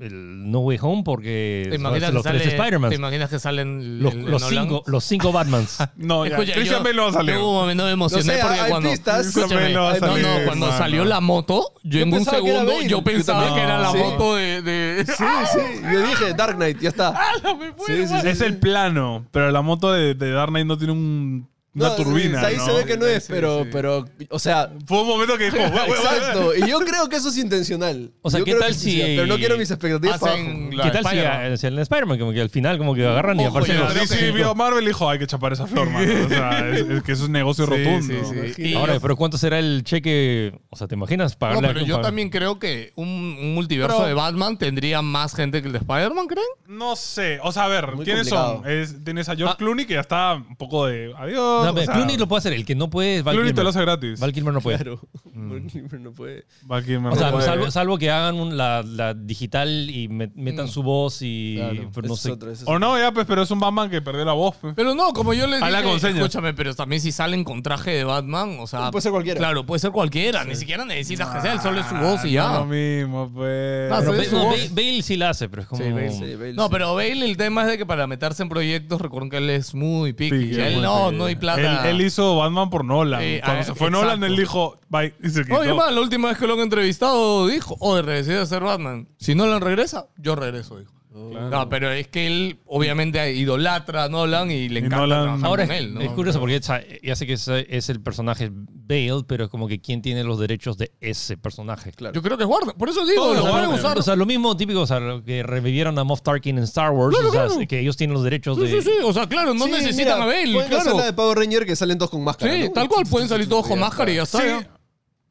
[SPEAKER 5] el No Way Home porque
[SPEAKER 1] ¿Te imaginas,
[SPEAKER 5] los
[SPEAKER 1] que sale,
[SPEAKER 5] tres Spider-Man.
[SPEAKER 1] ¿Te imaginas que salen
[SPEAKER 5] Los,
[SPEAKER 1] el- el
[SPEAKER 5] los
[SPEAKER 1] Nolan?
[SPEAKER 5] cinco, los
[SPEAKER 1] <laughs>
[SPEAKER 5] cinco Batmans.
[SPEAKER 2] no, ya,
[SPEAKER 1] Escucha,
[SPEAKER 2] Christian
[SPEAKER 1] yo-
[SPEAKER 2] Bale no va a salir.
[SPEAKER 1] yo hubo un momento me emocioné
[SPEAKER 4] No sé,
[SPEAKER 1] porque
[SPEAKER 4] hay
[SPEAKER 1] cuando,
[SPEAKER 4] pistas.
[SPEAKER 1] escúchame,
[SPEAKER 2] Christian Bale no va a
[SPEAKER 1] no, no,
[SPEAKER 2] salir,
[SPEAKER 1] cuando
[SPEAKER 2] mano.
[SPEAKER 1] salió la moto, yo,
[SPEAKER 4] Yo
[SPEAKER 1] en un
[SPEAKER 4] pensaba que era
[SPEAKER 1] segundo
[SPEAKER 4] Bale.
[SPEAKER 1] yo pensaba
[SPEAKER 2] Yo
[SPEAKER 1] que era la
[SPEAKER 2] también. Sí.
[SPEAKER 1] moto de, de-
[SPEAKER 4] <laughs> Sí, sí. Yo dije Dark Knight, ya está.
[SPEAKER 1] <laughs> ¡Ah, me muero!
[SPEAKER 4] Sí, sí, sí.
[SPEAKER 2] es el plano, pero la moto de, de Dark Knight no tiene un una
[SPEAKER 4] No,
[SPEAKER 2] turbina.
[SPEAKER 4] sí, Ahí
[SPEAKER 2] ¿no?
[SPEAKER 4] se ve que no es,
[SPEAKER 2] Sí,
[SPEAKER 4] pero,
[SPEAKER 2] sí. Ah,
[SPEAKER 4] pero, o sea,
[SPEAKER 2] Fue un momento que dijo, "Guau, guau, guau".
[SPEAKER 4] exacto. Y yo creo que eso es intencional.
[SPEAKER 5] O sea,
[SPEAKER 4] Yo
[SPEAKER 5] ¿qué
[SPEAKER 4] creo
[SPEAKER 5] tal
[SPEAKER 4] que es
[SPEAKER 5] si-
[SPEAKER 4] intencional, Pero no quiero mis expectativas para
[SPEAKER 1] Hacen
[SPEAKER 4] <laughs> abajo.
[SPEAKER 1] la
[SPEAKER 5] ¿Qué tal si
[SPEAKER 1] Spider-Man.
[SPEAKER 5] a- si en Spider-Man, como que al final, como que agarran y
[SPEAKER 1] Ojo,
[SPEAKER 5] aparte
[SPEAKER 1] ya,
[SPEAKER 5] los-
[SPEAKER 1] creo
[SPEAKER 2] DC
[SPEAKER 1] que-
[SPEAKER 2] vio a Marvel y dijo, hay que chapar esa forma. ¿no? O sea, es, es que es un negocio rotundo.
[SPEAKER 1] Sí, sí. Y
[SPEAKER 5] Ahora,
[SPEAKER 1] yo-
[SPEAKER 5] pero ¿cuánto será el cheque? O sea, ¿te imaginas
[SPEAKER 1] No,
[SPEAKER 5] pagarle a-
[SPEAKER 1] pero yo
[SPEAKER 5] pa-
[SPEAKER 1] también creo que un, un multiverso
[SPEAKER 2] Pero-
[SPEAKER 1] de Batman tendría más gente que el de Spider-Man, ¿creen?
[SPEAKER 2] No sé. O sea, a ver,
[SPEAKER 4] Muy
[SPEAKER 2] ¿quiénes
[SPEAKER 4] complicado.
[SPEAKER 2] son? Es- tienes a George
[SPEAKER 5] Ah.
[SPEAKER 2] Clooney que ya está un poco de adiós.
[SPEAKER 5] No,
[SPEAKER 2] o
[SPEAKER 5] pero
[SPEAKER 2] sea,
[SPEAKER 5] Clooney lo puede hacer, el que no puede es Val
[SPEAKER 2] Clooney te lo hace
[SPEAKER 5] Kilmer.
[SPEAKER 2] gratis.
[SPEAKER 5] Val Kilmer no puede.
[SPEAKER 4] Claro. Porque no puede.
[SPEAKER 2] Val Kilmer
[SPEAKER 5] O sea,
[SPEAKER 2] no puede.
[SPEAKER 5] salvo, salvo que hagan un- la, la digital y me- metan
[SPEAKER 1] Mm.
[SPEAKER 5] su voz y
[SPEAKER 4] Claro,
[SPEAKER 5] pero no
[SPEAKER 4] ese
[SPEAKER 5] sé.
[SPEAKER 4] es otro, ese es
[SPEAKER 2] O no, ya, pues, pero es un Batman que perdió la voz. pues.
[SPEAKER 1] Pero no, como yo les
[SPEAKER 2] Habla
[SPEAKER 1] dije,
[SPEAKER 2] con señas.
[SPEAKER 1] escúchame, pero también si salen con traje de Batman, o sea,
[SPEAKER 4] Puede ser cualquiera.
[SPEAKER 1] Claro, puede ser cualquiera, ni siquiera necesitas que sea, el solo es su voz y ya.
[SPEAKER 2] Ah, no es lo mismo, pues.
[SPEAKER 1] No,
[SPEAKER 5] Pero
[SPEAKER 1] Pero
[SPEAKER 5] Ba-
[SPEAKER 1] su
[SPEAKER 5] no,
[SPEAKER 1] voz-
[SPEAKER 5] Ba- Bale sí la hace, pero es como.
[SPEAKER 1] Sí, Bale.
[SPEAKER 4] Sí, Bale,
[SPEAKER 1] No,
[SPEAKER 4] sí.
[SPEAKER 1] pero Bale, el tema es de que para meterse en proyectos, recuerden que él es muy picky.
[SPEAKER 2] Sí,
[SPEAKER 1] y él
[SPEAKER 2] bueno,
[SPEAKER 1] no,
[SPEAKER 2] sí.
[SPEAKER 1] no hay plata.
[SPEAKER 2] Él, él hizo Batman por Nolan.
[SPEAKER 1] Sí,
[SPEAKER 2] Cuando
[SPEAKER 1] ah,
[SPEAKER 2] se fue
[SPEAKER 1] exacto.
[SPEAKER 2] Nolan, él dijo, bye, y se quitó.
[SPEAKER 1] Oye, más, la última vez que lo han entrevistado dijo, oye, regresé a ser Batman. Si no lo regresa, yo regreso, dijo. No, pero es que él obviamente idolatra a Nolan y le
[SPEAKER 2] Y
[SPEAKER 1] encanta
[SPEAKER 2] Nolan-
[SPEAKER 1] trabajar
[SPEAKER 5] Ahora es,
[SPEAKER 1] con él, ¿no?
[SPEAKER 5] Eh, es curioso porque o sea, ya sé que es, es el personaje Bale, pero es como que quién tiene los derechos de ese personaje.
[SPEAKER 4] Claro.
[SPEAKER 1] Yo creo que es Warner. Por eso digo,
[SPEAKER 2] Todo
[SPEAKER 1] lo
[SPEAKER 2] es
[SPEAKER 1] pueden
[SPEAKER 2] Warner.
[SPEAKER 1] usar.
[SPEAKER 5] O sea, lo mismo típico, o sea, lo que revivieron a Moff Tarkin en Star Wars,
[SPEAKER 1] Claro,
[SPEAKER 5] o sea,
[SPEAKER 1] claro.
[SPEAKER 5] que ellos tienen los derechos
[SPEAKER 1] Sí,
[SPEAKER 5] de...
[SPEAKER 1] sí, sí. O sea, claro, no
[SPEAKER 4] Sí,
[SPEAKER 1] necesitan
[SPEAKER 4] mira,
[SPEAKER 1] a Bale,
[SPEAKER 4] pueden hacer
[SPEAKER 1] claro.
[SPEAKER 4] la de Power Ranger que salen todos con máscara.
[SPEAKER 1] Sí,
[SPEAKER 4] ¿no?
[SPEAKER 1] tal cual. Pueden salir todos con máscara y ya está.
[SPEAKER 2] Sí,
[SPEAKER 1] ¿ya?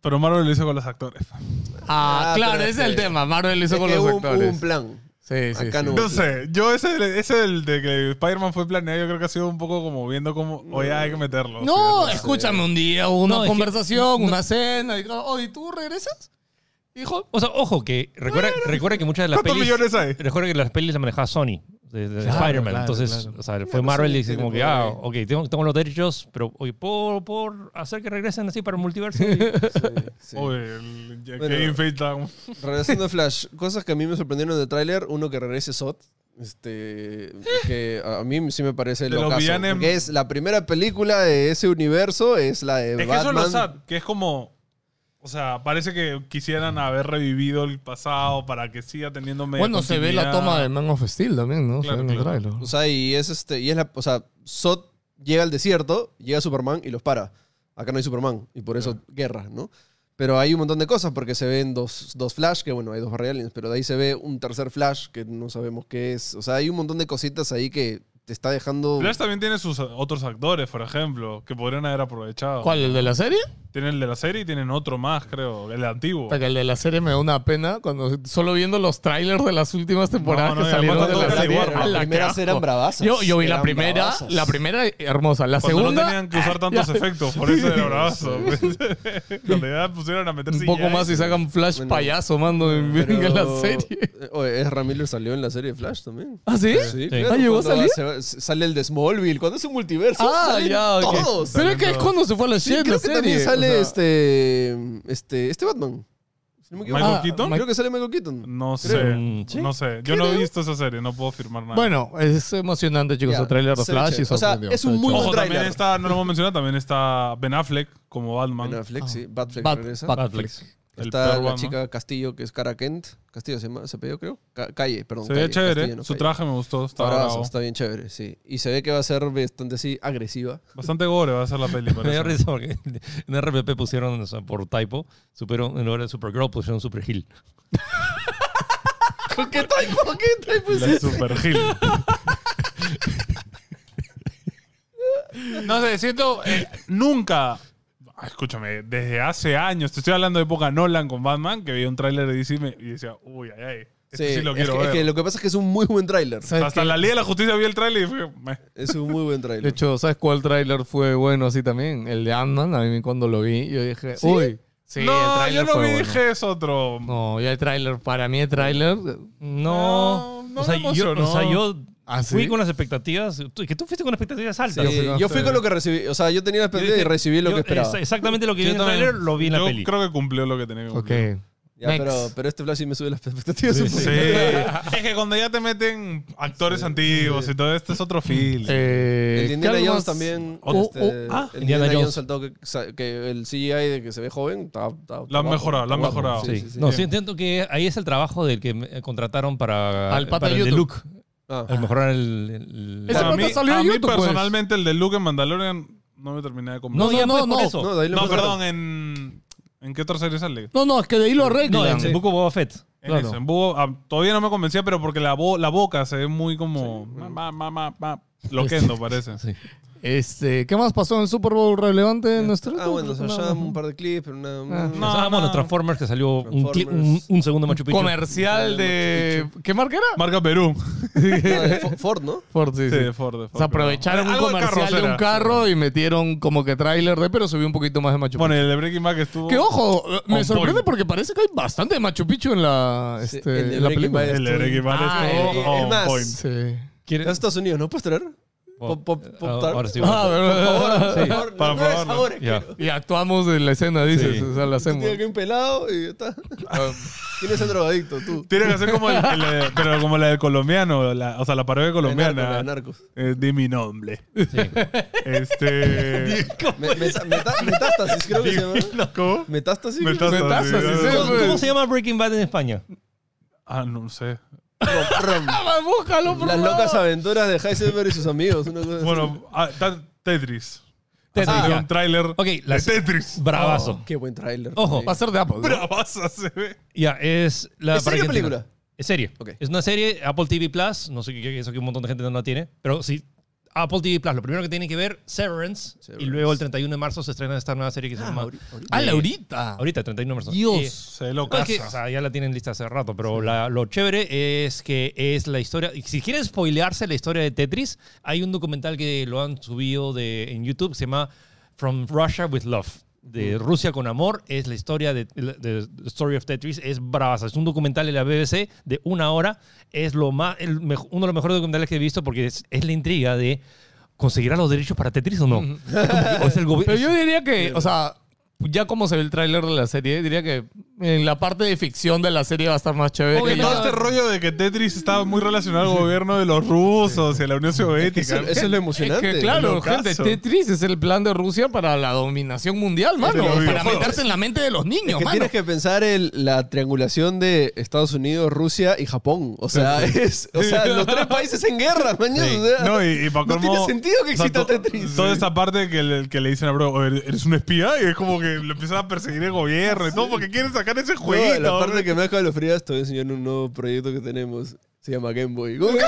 [SPEAKER 2] pero Marvel lo hizo con los actores.
[SPEAKER 1] Ah,
[SPEAKER 4] Ah,
[SPEAKER 1] claro,
[SPEAKER 4] pero
[SPEAKER 1] ese
[SPEAKER 4] es
[SPEAKER 1] es el
[SPEAKER 4] que-
[SPEAKER 1] tema. Marvel hizo
[SPEAKER 4] Es
[SPEAKER 1] con
[SPEAKER 4] que
[SPEAKER 1] los
[SPEAKER 4] hubo un-
[SPEAKER 1] actores.
[SPEAKER 4] hubo un plan.
[SPEAKER 1] Sí, sí,
[SPEAKER 4] Acá
[SPEAKER 1] sí.
[SPEAKER 4] no.
[SPEAKER 2] No sé, yo ese, ese el de que Spider-Man fue planeado, yo creo que ha sido un poco como viendo cómo, oye, hay que meterlo.
[SPEAKER 1] No, escúchame, un día hubo una
[SPEAKER 5] No, es que-
[SPEAKER 1] conversación, una cena. Y, digo, oh, ¿y tú regresas? Hijo.
[SPEAKER 5] O sea, ojo, que
[SPEAKER 1] Eh,
[SPEAKER 5] recuerda, recuerda que muchas de las
[SPEAKER 2] ¿Cuántos
[SPEAKER 5] pelis...
[SPEAKER 2] millones hay?
[SPEAKER 5] Recuerda que las pelis las manejaba Sony, de, de
[SPEAKER 1] Claro,
[SPEAKER 5] Spider-Man.
[SPEAKER 1] claro,
[SPEAKER 5] Entonces,
[SPEAKER 1] claro.
[SPEAKER 5] o sea, fue Marvel y dice
[SPEAKER 4] tiene
[SPEAKER 5] como que,
[SPEAKER 4] por
[SPEAKER 5] ah,
[SPEAKER 4] ahí.
[SPEAKER 5] ok, tengo, tengo los derechos, pero oye, ¿puedo, puedo hacer que regresen así para el multiverso? Y-
[SPEAKER 4] Sí.
[SPEAKER 2] Oye, el Kevin
[SPEAKER 4] Bueno.
[SPEAKER 2] Feige está como-
[SPEAKER 4] Regresando a Flash, cosas que a mí me sorprendieron del tráiler, uno que regrese Sot, este, que a a mí sí me parece
[SPEAKER 2] De los
[SPEAKER 4] lo
[SPEAKER 2] villanes-
[SPEAKER 4] que es la primera película de ese universo, es la de
[SPEAKER 2] Es que eso es
[SPEAKER 4] Batman.
[SPEAKER 2] lo sad, que es como. O sea, parece que quisieran haber revivido el pasado para que siga teniendo media
[SPEAKER 1] Bueno, se ve la
[SPEAKER 2] continuidad.
[SPEAKER 1] toma de Man of Steel también, ¿no? Se ve
[SPEAKER 2] Claro,
[SPEAKER 1] en el
[SPEAKER 2] claro.
[SPEAKER 1] tráiler.
[SPEAKER 4] O sea, y es este, y es la, o sea, Sot llega al desierto, llega Superman y los para. Acá no hay Superman y por eso guerra, ¿no? Pero hay un montón de cosas porque se ven dos, dos Flash, que bueno, hay dos Barry Allens, pero de ahí se ve un tercer Flash que no sabemos qué es. O sea, hay un montón de cositas ahí que te está dejando...
[SPEAKER 2] Flash también tiene sus otros actores, por ejemplo, que podrían haber aprovechado.
[SPEAKER 1] ¿Cuál? ¿El de la serie?
[SPEAKER 2] Tienen el de la serie y tienen otro más, creo, el antiguo.
[SPEAKER 1] Hasta que el de la serie me da una pena cuando solo viendo los trailers de las últimas temporadas
[SPEAKER 2] No, no,
[SPEAKER 1] que
[SPEAKER 2] y además
[SPEAKER 1] salieron de
[SPEAKER 2] cuando
[SPEAKER 1] la
[SPEAKER 2] era
[SPEAKER 1] serie.
[SPEAKER 2] igual, las
[SPEAKER 1] ¡Hala, qué
[SPEAKER 4] primeras
[SPEAKER 1] asco!
[SPEAKER 4] eran bravazas,
[SPEAKER 1] Yo, yo vi la
[SPEAKER 4] eran
[SPEAKER 1] primera,
[SPEAKER 4] bravazas.
[SPEAKER 1] la primera hermosa, la
[SPEAKER 2] Cuando
[SPEAKER 1] segunda
[SPEAKER 2] no tenían
[SPEAKER 1] <laughs>
[SPEAKER 2] que usar tantos efectos, por eso era bravazo. <laughs> Cuando ya pusieron a meter
[SPEAKER 1] un poco
[SPEAKER 2] CGI.
[SPEAKER 1] más y sacan Flash
[SPEAKER 4] Bueno,
[SPEAKER 1] payaso, mando, en
[SPEAKER 4] Pero-
[SPEAKER 1] la serie.
[SPEAKER 4] Eh, Oye, Ezra Miller salió en la serie de Flash también.
[SPEAKER 1] ¿Ah, sí?
[SPEAKER 4] Sí,
[SPEAKER 1] Ah, ¿llegó a
[SPEAKER 4] cuando
[SPEAKER 1] salir?
[SPEAKER 4] se va- se- sale el de Smallville, cuando es un multiverso.
[SPEAKER 1] Ah,
[SPEAKER 4] salen
[SPEAKER 1] ya, ok.
[SPEAKER 4] Todos.
[SPEAKER 1] Pero es que es cuando se fue a la
[SPEAKER 4] Sí,
[SPEAKER 1] shit la
[SPEAKER 4] creo que
[SPEAKER 1] serie.
[SPEAKER 4] también sale
[SPEAKER 1] o sea.
[SPEAKER 4] este, este, este Batman. Si no me equivoco.
[SPEAKER 2] ¿Michael
[SPEAKER 1] Ah,
[SPEAKER 2] Keaton?
[SPEAKER 1] Ma-
[SPEAKER 4] creo que sale Michael Keaton.
[SPEAKER 2] No sé,
[SPEAKER 5] Creo. ¿Sí?
[SPEAKER 2] no sé. Yo no he visto esa serie, no puedo afirmar nada.
[SPEAKER 1] Bueno, es emocionante, chicos,
[SPEAKER 4] Ya,
[SPEAKER 1] el tráiler de
[SPEAKER 4] se ve
[SPEAKER 1] Flash y
[SPEAKER 4] chévere. O sea,
[SPEAKER 1] sorprendió,
[SPEAKER 4] es un
[SPEAKER 1] se ve
[SPEAKER 4] muy
[SPEAKER 1] chévere.
[SPEAKER 2] Ojo,
[SPEAKER 4] buen
[SPEAKER 2] también
[SPEAKER 4] tráiler.
[SPEAKER 2] está, no lo hemos mencionado, también está Ben Affleck como Batman.
[SPEAKER 4] Ben Affleck, sí. Batfleck
[SPEAKER 1] Ah. Bat-
[SPEAKER 4] regresa.
[SPEAKER 1] Bat-
[SPEAKER 5] Batfleck.
[SPEAKER 2] el
[SPEAKER 4] Está
[SPEAKER 2] peor
[SPEAKER 4] la
[SPEAKER 2] Batman.
[SPEAKER 4] chica Castillo, que es Cara Kent. Castillo se llama, se apellidó, creo. Ca- calle, perdón.
[SPEAKER 2] Se ve
[SPEAKER 4] Calle,
[SPEAKER 2] chévere,
[SPEAKER 4] Castillo, no
[SPEAKER 2] su
[SPEAKER 4] Calle.
[SPEAKER 2] traje me gustó, está
[SPEAKER 4] Está bravazo,
[SPEAKER 2] bravo.
[SPEAKER 4] está bien chévere, sí. Y se ve que va a ser bastante así agresiva.
[SPEAKER 2] Bastante gore va a ser la
[SPEAKER 4] <laughs>
[SPEAKER 2] peli,
[SPEAKER 5] Me dio
[SPEAKER 2] parece.
[SPEAKER 5] risa porque <laughs> en RPP pusieron, o sea, por typo, supero- en lugar de Supergirl pusieron Super Hill.
[SPEAKER 4] ¿Con qué typo? ¿Con qué typo es
[SPEAKER 2] La Super
[SPEAKER 4] <laughs>
[SPEAKER 2] Hill. no sé, siento. eh, nunca. ah, Escúchame, desde hace años, te estoy hablando de época Nolan con Batman, que veía un tráiler de DC y me- y decía, uy, ay, ay. esto
[SPEAKER 1] Este
[SPEAKER 2] sí, lo
[SPEAKER 4] es
[SPEAKER 2] quiero
[SPEAKER 4] que-
[SPEAKER 2] ver.
[SPEAKER 4] es que lo que pasa es que es un muy buen tráiler.
[SPEAKER 1] ¿Sabes
[SPEAKER 2] Hasta
[SPEAKER 1] qué?
[SPEAKER 2] la Liga de la Justicia vi el tráiler y fue. meh.
[SPEAKER 4] Es un muy buen
[SPEAKER 1] De
[SPEAKER 4] tráiler.
[SPEAKER 1] hecho, ¿sabes cuál tráiler fue bueno así también? El de Ant-Man, a mí cuando lo vi, yo dije, uy. Sí, el
[SPEAKER 2] no, yo
[SPEAKER 1] tráiler
[SPEAKER 2] no
[SPEAKER 1] fue
[SPEAKER 2] vi,
[SPEAKER 1] bueno.
[SPEAKER 2] dije, es otro.
[SPEAKER 1] No, ya el tráiler, para mí el tráiler,
[SPEAKER 2] Ah. No,
[SPEAKER 5] No,
[SPEAKER 2] no
[SPEAKER 5] o, sea,
[SPEAKER 2] me
[SPEAKER 5] yo, o sea,
[SPEAKER 2] emocionó.
[SPEAKER 5] yo
[SPEAKER 1] ¿Ah, sí?
[SPEAKER 5] fui con las expectativas, tú- que tú fuiste con expectativas
[SPEAKER 4] Sí,
[SPEAKER 5] altas.
[SPEAKER 1] Yo fui con-
[SPEAKER 4] yo fui con lo que recibí. O sea, yo tenía la
[SPEAKER 5] Yo
[SPEAKER 4] expectativa y
[SPEAKER 5] dije,
[SPEAKER 4] recibí lo
[SPEAKER 5] yo-
[SPEAKER 4] que esperaba.
[SPEAKER 5] exa- Exactamente lo que vi
[SPEAKER 2] Yo
[SPEAKER 5] en el
[SPEAKER 2] también-
[SPEAKER 5] trailer lo vi en la
[SPEAKER 2] yo
[SPEAKER 5] peli.
[SPEAKER 2] creo que cumplió lo que tenía que
[SPEAKER 1] ok.
[SPEAKER 2] cumplir.
[SPEAKER 4] Ya,
[SPEAKER 1] Next.
[SPEAKER 4] pero, pero este Flash sí me sube las expectativas un
[SPEAKER 2] Sí. <laughs>
[SPEAKER 4] poco.
[SPEAKER 2] es que cuando ya te meten actores antiguos y todo esto es otro film.
[SPEAKER 1] Eh,
[SPEAKER 4] El de Indiana
[SPEAKER 1] ¿qué algo
[SPEAKER 4] Jones
[SPEAKER 1] más?
[SPEAKER 4] también.
[SPEAKER 1] Oh,
[SPEAKER 4] este,
[SPEAKER 1] oh,
[SPEAKER 5] ah,
[SPEAKER 4] el Indiana
[SPEAKER 5] Indiana
[SPEAKER 4] Jones
[SPEAKER 5] Jones.
[SPEAKER 4] saltó que, sa- que el CGI de que se ve joven. está- está- está
[SPEAKER 2] Lo han
[SPEAKER 4] guapo,
[SPEAKER 2] mejorado, lo
[SPEAKER 4] está
[SPEAKER 2] han
[SPEAKER 4] guapo.
[SPEAKER 2] mejorado.
[SPEAKER 5] Sí,
[SPEAKER 4] sí, sí.
[SPEAKER 5] no, sí, entiendo que ahí es el trabajo del que me- contrataron para,
[SPEAKER 1] Al pata
[SPEAKER 5] para
[SPEAKER 1] de
[SPEAKER 5] el de
[SPEAKER 1] YouTube.
[SPEAKER 5] Luke,
[SPEAKER 4] Ah.
[SPEAKER 5] al mejorar el... el-
[SPEAKER 1] Ese
[SPEAKER 2] a
[SPEAKER 1] pata
[SPEAKER 2] mí,
[SPEAKER 1] salió
[SPEAKER 2] a
[SPEAKER 1] en
[SPEAKER 2] mí
[SPEAKER 1] YouTube, pues.
[SPEAKER 2] personalmente el de Luke en Mandalorian no me terminé de
[SPEAKER 5] No,
[SPEAKER 2] convencer.
[SPEAKER 5] ya,
[SPEAKER 1] no,
[SPEAKER 5] pues,
[SPEAKER 1] no,
[SPEAKER 5] por
[SPEAKER 1] no.
[SPEAKER 5] eso.
[SPEAKER 4] No, de ahí lo
[SPEAKER 2] No,
[SPEAKER 4] empezaron.
[SPEAKER 2] perdón, en. ¿En qué otra serie sale?
[SPEAKER 1] No, no, es que de ahí lo
[SPEAKER 5] No,
[SPEAKER 1] arreglan.
[SPEAKER 5] en el Buco Boba Fett.
[SPEAKER 2] En
[SPEAKER 1] Claro.
[SPEAKER 2] eso, en Búho, ah, todavía no me convencía, pero porque la, bo- la boca se ve muy como. ma, ma, ma, ma, loquendo, parece.
[SPEAKER 5] Sí.
[SPEAKER 1] Este, ¿Qué más pasó en el Super Bowl relevante en nuestro?
[SPEAKER 4] Ah, bueno, o sea,
[SPEAKER 1] No,
[SPEAKER 4] ya
[SPEAKER 1] no.
[SPEAKER 4] un par de clips, pero una...
[SPEAKER 1] Ah.
[SPEAKER 5] No, ah,
[SPEAKER 2] no.
[SPEAKER 5] bueno, Transformers que salió un, cli- un,
[SPEAKER 4] Transformers.
[SPEAKER 5] un segundo Machu Picchu.
[SPEAKER 1] Comercial de. ¿Qué marca era?
[SPEAKER 2] Marca Perú.
[SPEAKER 4] No, de Fo- Ford, ¿no?
[SPEAKER 1] Ford, sí,
[SPEAKER 2] Sí,
[SPEAKER 1] sí.
[SPEAKER 2] de Ford, de Ford,
[SPEAKER 1] O sea, aprovecharon un
[SPEAKER 2] Algo de
[SPEAKER 1] comercial de,
[SPEAKER 2] carros
[SPEAKER 1] un
[SPEAKER 2] era.
[SPEAKER 1] carro y metieron como que tráiler de, pero subió un poquito más de Machu Picchu.
[SPEAKER 2] Bueno, el de Breaking Bad que estuvo.
[SPEAKER 1] que ojo, eh, me
[SPEAKER 5] on
[SPEAKER 1] sorprende
[SPEAKER 5] point.
[SPEAKER 1] porque parece que hay bastante de Machu Picchu en la,
[SPEAKER 4] Sí,
[SPEAKER 1] este,
[SPEAKER 4] el de
[SPEAKER 1] en la
[SPEAKER 4] Breaking
[SPEAKER 1] película.
[SPEAKER 4] Bad.
[SPEAKER 2] El de Breaking Bad
[SPEAKER 1] Ah,
[SPEAKER 2] estuvo.
[SPEAKER 5] eh,
[SPEAKER 1] el- el
[SPEAKER 2] on
[SPEAKER 4] más.
[SPEAKER 2] point.
[SPEAKER 1] Sí.
[SPEAKER 4] Estás en Estados Unidos, ¿no? ¿Puedes traer? Pop, pop, pop tart.
[SPEAKER 5] Ahora sí.
[SPEAKER 1] Ah,
[SPEAKER 5] bueno.
[SPEAKER 1] bueno,
[SPEAKER 4] Por
[SPEAKER 5] Sí.
[SPEAKER 4] favor,
[SPEAKER 2] Para
[SPEAKER 4] no,
[SPEAKER 2] favor, no.
[SPEAKER 4] favor,
[SPEAKER 5] Ya.
[SPEAKER 1] Y actuamos de la escena, dices.
[SPEAKER 5] Sí.
[SPEAKER 1] O sea, la hacemos.
[SPEAKER 4] Tiene que un pelado y ya está. ¿Quién es el drogadicto? Tú.
[SPEAKER 2] Tiene que hacer como, el, el de- pero como la del colombiano, la- o sea, la parodia
[SPEAKER 4] La
[SPEAKER 2] colombiana.
[SPEAKER 4] de narcos,
[SPEAKER 2] Eh, di mi nombre.
[SPEAKER 5] Sí.
[SPEAKER 2] <laughs> Este.
[SPEAKER 4] Me- meta- meta- metástasis, creo que se llama.
[SPEAKER 2] ¿Cómo?
[SPEAKER 4] Metástasis.
[SPEAKER 2] Metástasis.
[SPEAKER 1] Metástasis, sí.
[SPEAKER 5] ¿Cómo, cómo se llama Breaking Bad en España?
[SPEAKER 2] Ah, no sé.
[SPEAKER 4] Rom, rom.
[SPEAKER 1] Ah, búscalo, por
[SPEAKER 4] Las
[SPEAKER 1] favor.
[SPEAKER 4] locas aventuras de Heisenberg y sus amigos. Una cosa así.
[SPEAKER 2] Bueno, ah, ta- Tetris.
[SPEAKER 5] Tetris,
[SPEAKER 2] Ah,
[SPEAKER 5] ya.
[SPEAKER 2] un tráiler
[SPEAKER 5] Ok,
[SPEAKER 2] de
[SPEAKER 5] las-
[SPEAKER 2] Tetris.
[SPEAKER 5] Bravazo.
[SPEAKER 4] Oh, Qué buen tráiler.
[SPEAKER 5] Ojo,
[SPEAKER 1] Va a ser de Apple. ¿no?
[SPEAKER 2] Bravazo se ve.
[SPEAKER 5] Ya, es la.
[SPEAKER 4] ¿Es
[SPEAKER 5] para
[SPEAKER 4] serie
[SPEAKER 5] que
[SPEAKER 4] o
[SPEAKER 5] entiendan.
[SPEAKER 4] película?
[SPEAKER 5] Es serie.
[SPEAKER 4] Ok.
[SPEAKER 5] Es una serie, Apple TV Plus. No sé qué qué- eso que un montón de gente no la tiene. Pero sí, Apple TV Plus. Lo primero que tienen que ver, Severance.
[SPEAKER 4] Severance.
[SPEAKER 5] Y luego el 31 de marzo se estrena esta nueva serie que se llama.
[SPEAKER 4] ahori- ahorita.
[SPEAKER 1] Ah, Laurita.
[SPEAKER 5] Ahorita, 31 de marzo.
[SPEAKER 1] Dios.
[SPEAKER 2] Se lo
[SPEAKER 5] Eh, que- o sea, ya la tienen lista hace rato, pero la- lo chévere es que es la historia. y Si quieren spoilearse la historia de Tetris, hay un documental que lo han subido de, en YouTube, se llama From Russia with Love.
[SPEAKER 1] Mm.
[SPEAKER 5] De Rusia con amor, es la historia de, de The Story of Tetris, es bravaza. Es un documental de la BBC de una hora, es lo más, el mejo- uno de los mejores documentales que he visto porque es, es la intriga de conseguirá los derechos para Tetris o no. Es como que- o es el gobierno.
[SPEAKER 1] Pero yo diría que, o sea, ya como se ve el tráiler de la serie, diría que en la parte de ficción de la serie va a estar más chévere.
[SPEAKER 2] Porque
[SPEAKER 1] que
[SPEAKER 2] todo
[SPEAKER 1] la-
[SPEAKER 2] este rollo de que Tetris estaba muy relacionado al gobierno de los rusos y a la Unión
[SPEAKER 4] Eso,
[SPEAKER 2] Soviética.
[SPEAKER 4] eso es lo
[SPEAKER 1] Es
[SPEAKER 4] emocionante.
[SPEAKER 1] que claro,
[SPEAKER 2] locazo.
[SPEAKER 1] gente, Tetris es el plan de Rusia para la dominación mundial, mano.
[SPEAKER 2] Pero,
[SPEAKER 1] para
[SPEAKER 2] pero-
[SPEAKER 1] meterse en la mente de los niños,
[SPEAKER 4] Es que
[SPEAKER 1] mano.
[SPEAKER 4] tienes que pensar en la triangulación de Estados Unidos, Rusia y Japón. O sea, <laughs> es, o sea los tres países en guerra, mañana.
[SPEAKER 5] Sí.
[SPEAKER 4] o sea,
[SPEAKER 2] No, y, y pa'
[SPEAKER 4] no
[SPEAKER 2] colmo-
[SPEAKER 4] tiene sentido que
[SPEAKER 2] o sea, to-
[SPEAKER 4] exista Tetris.
[SPEAKER 2] Toda esta parte que le, que le dicen a Bro, "Oye, eres un espía, y es como que lo empiezan a perseguir el gobierno y todo, porque quieren sacar ese
[SPEAKER 4] No,
[SPEAKER 2] jueguito.
[SPEAKER 4] la
[SPEAKER 2] bro.
[SPEAKER 4] parte que me deja los frías, te voy a enseñar un nuevo proyecto que tenemos. Se llama Game Boy. ¿Cómo que?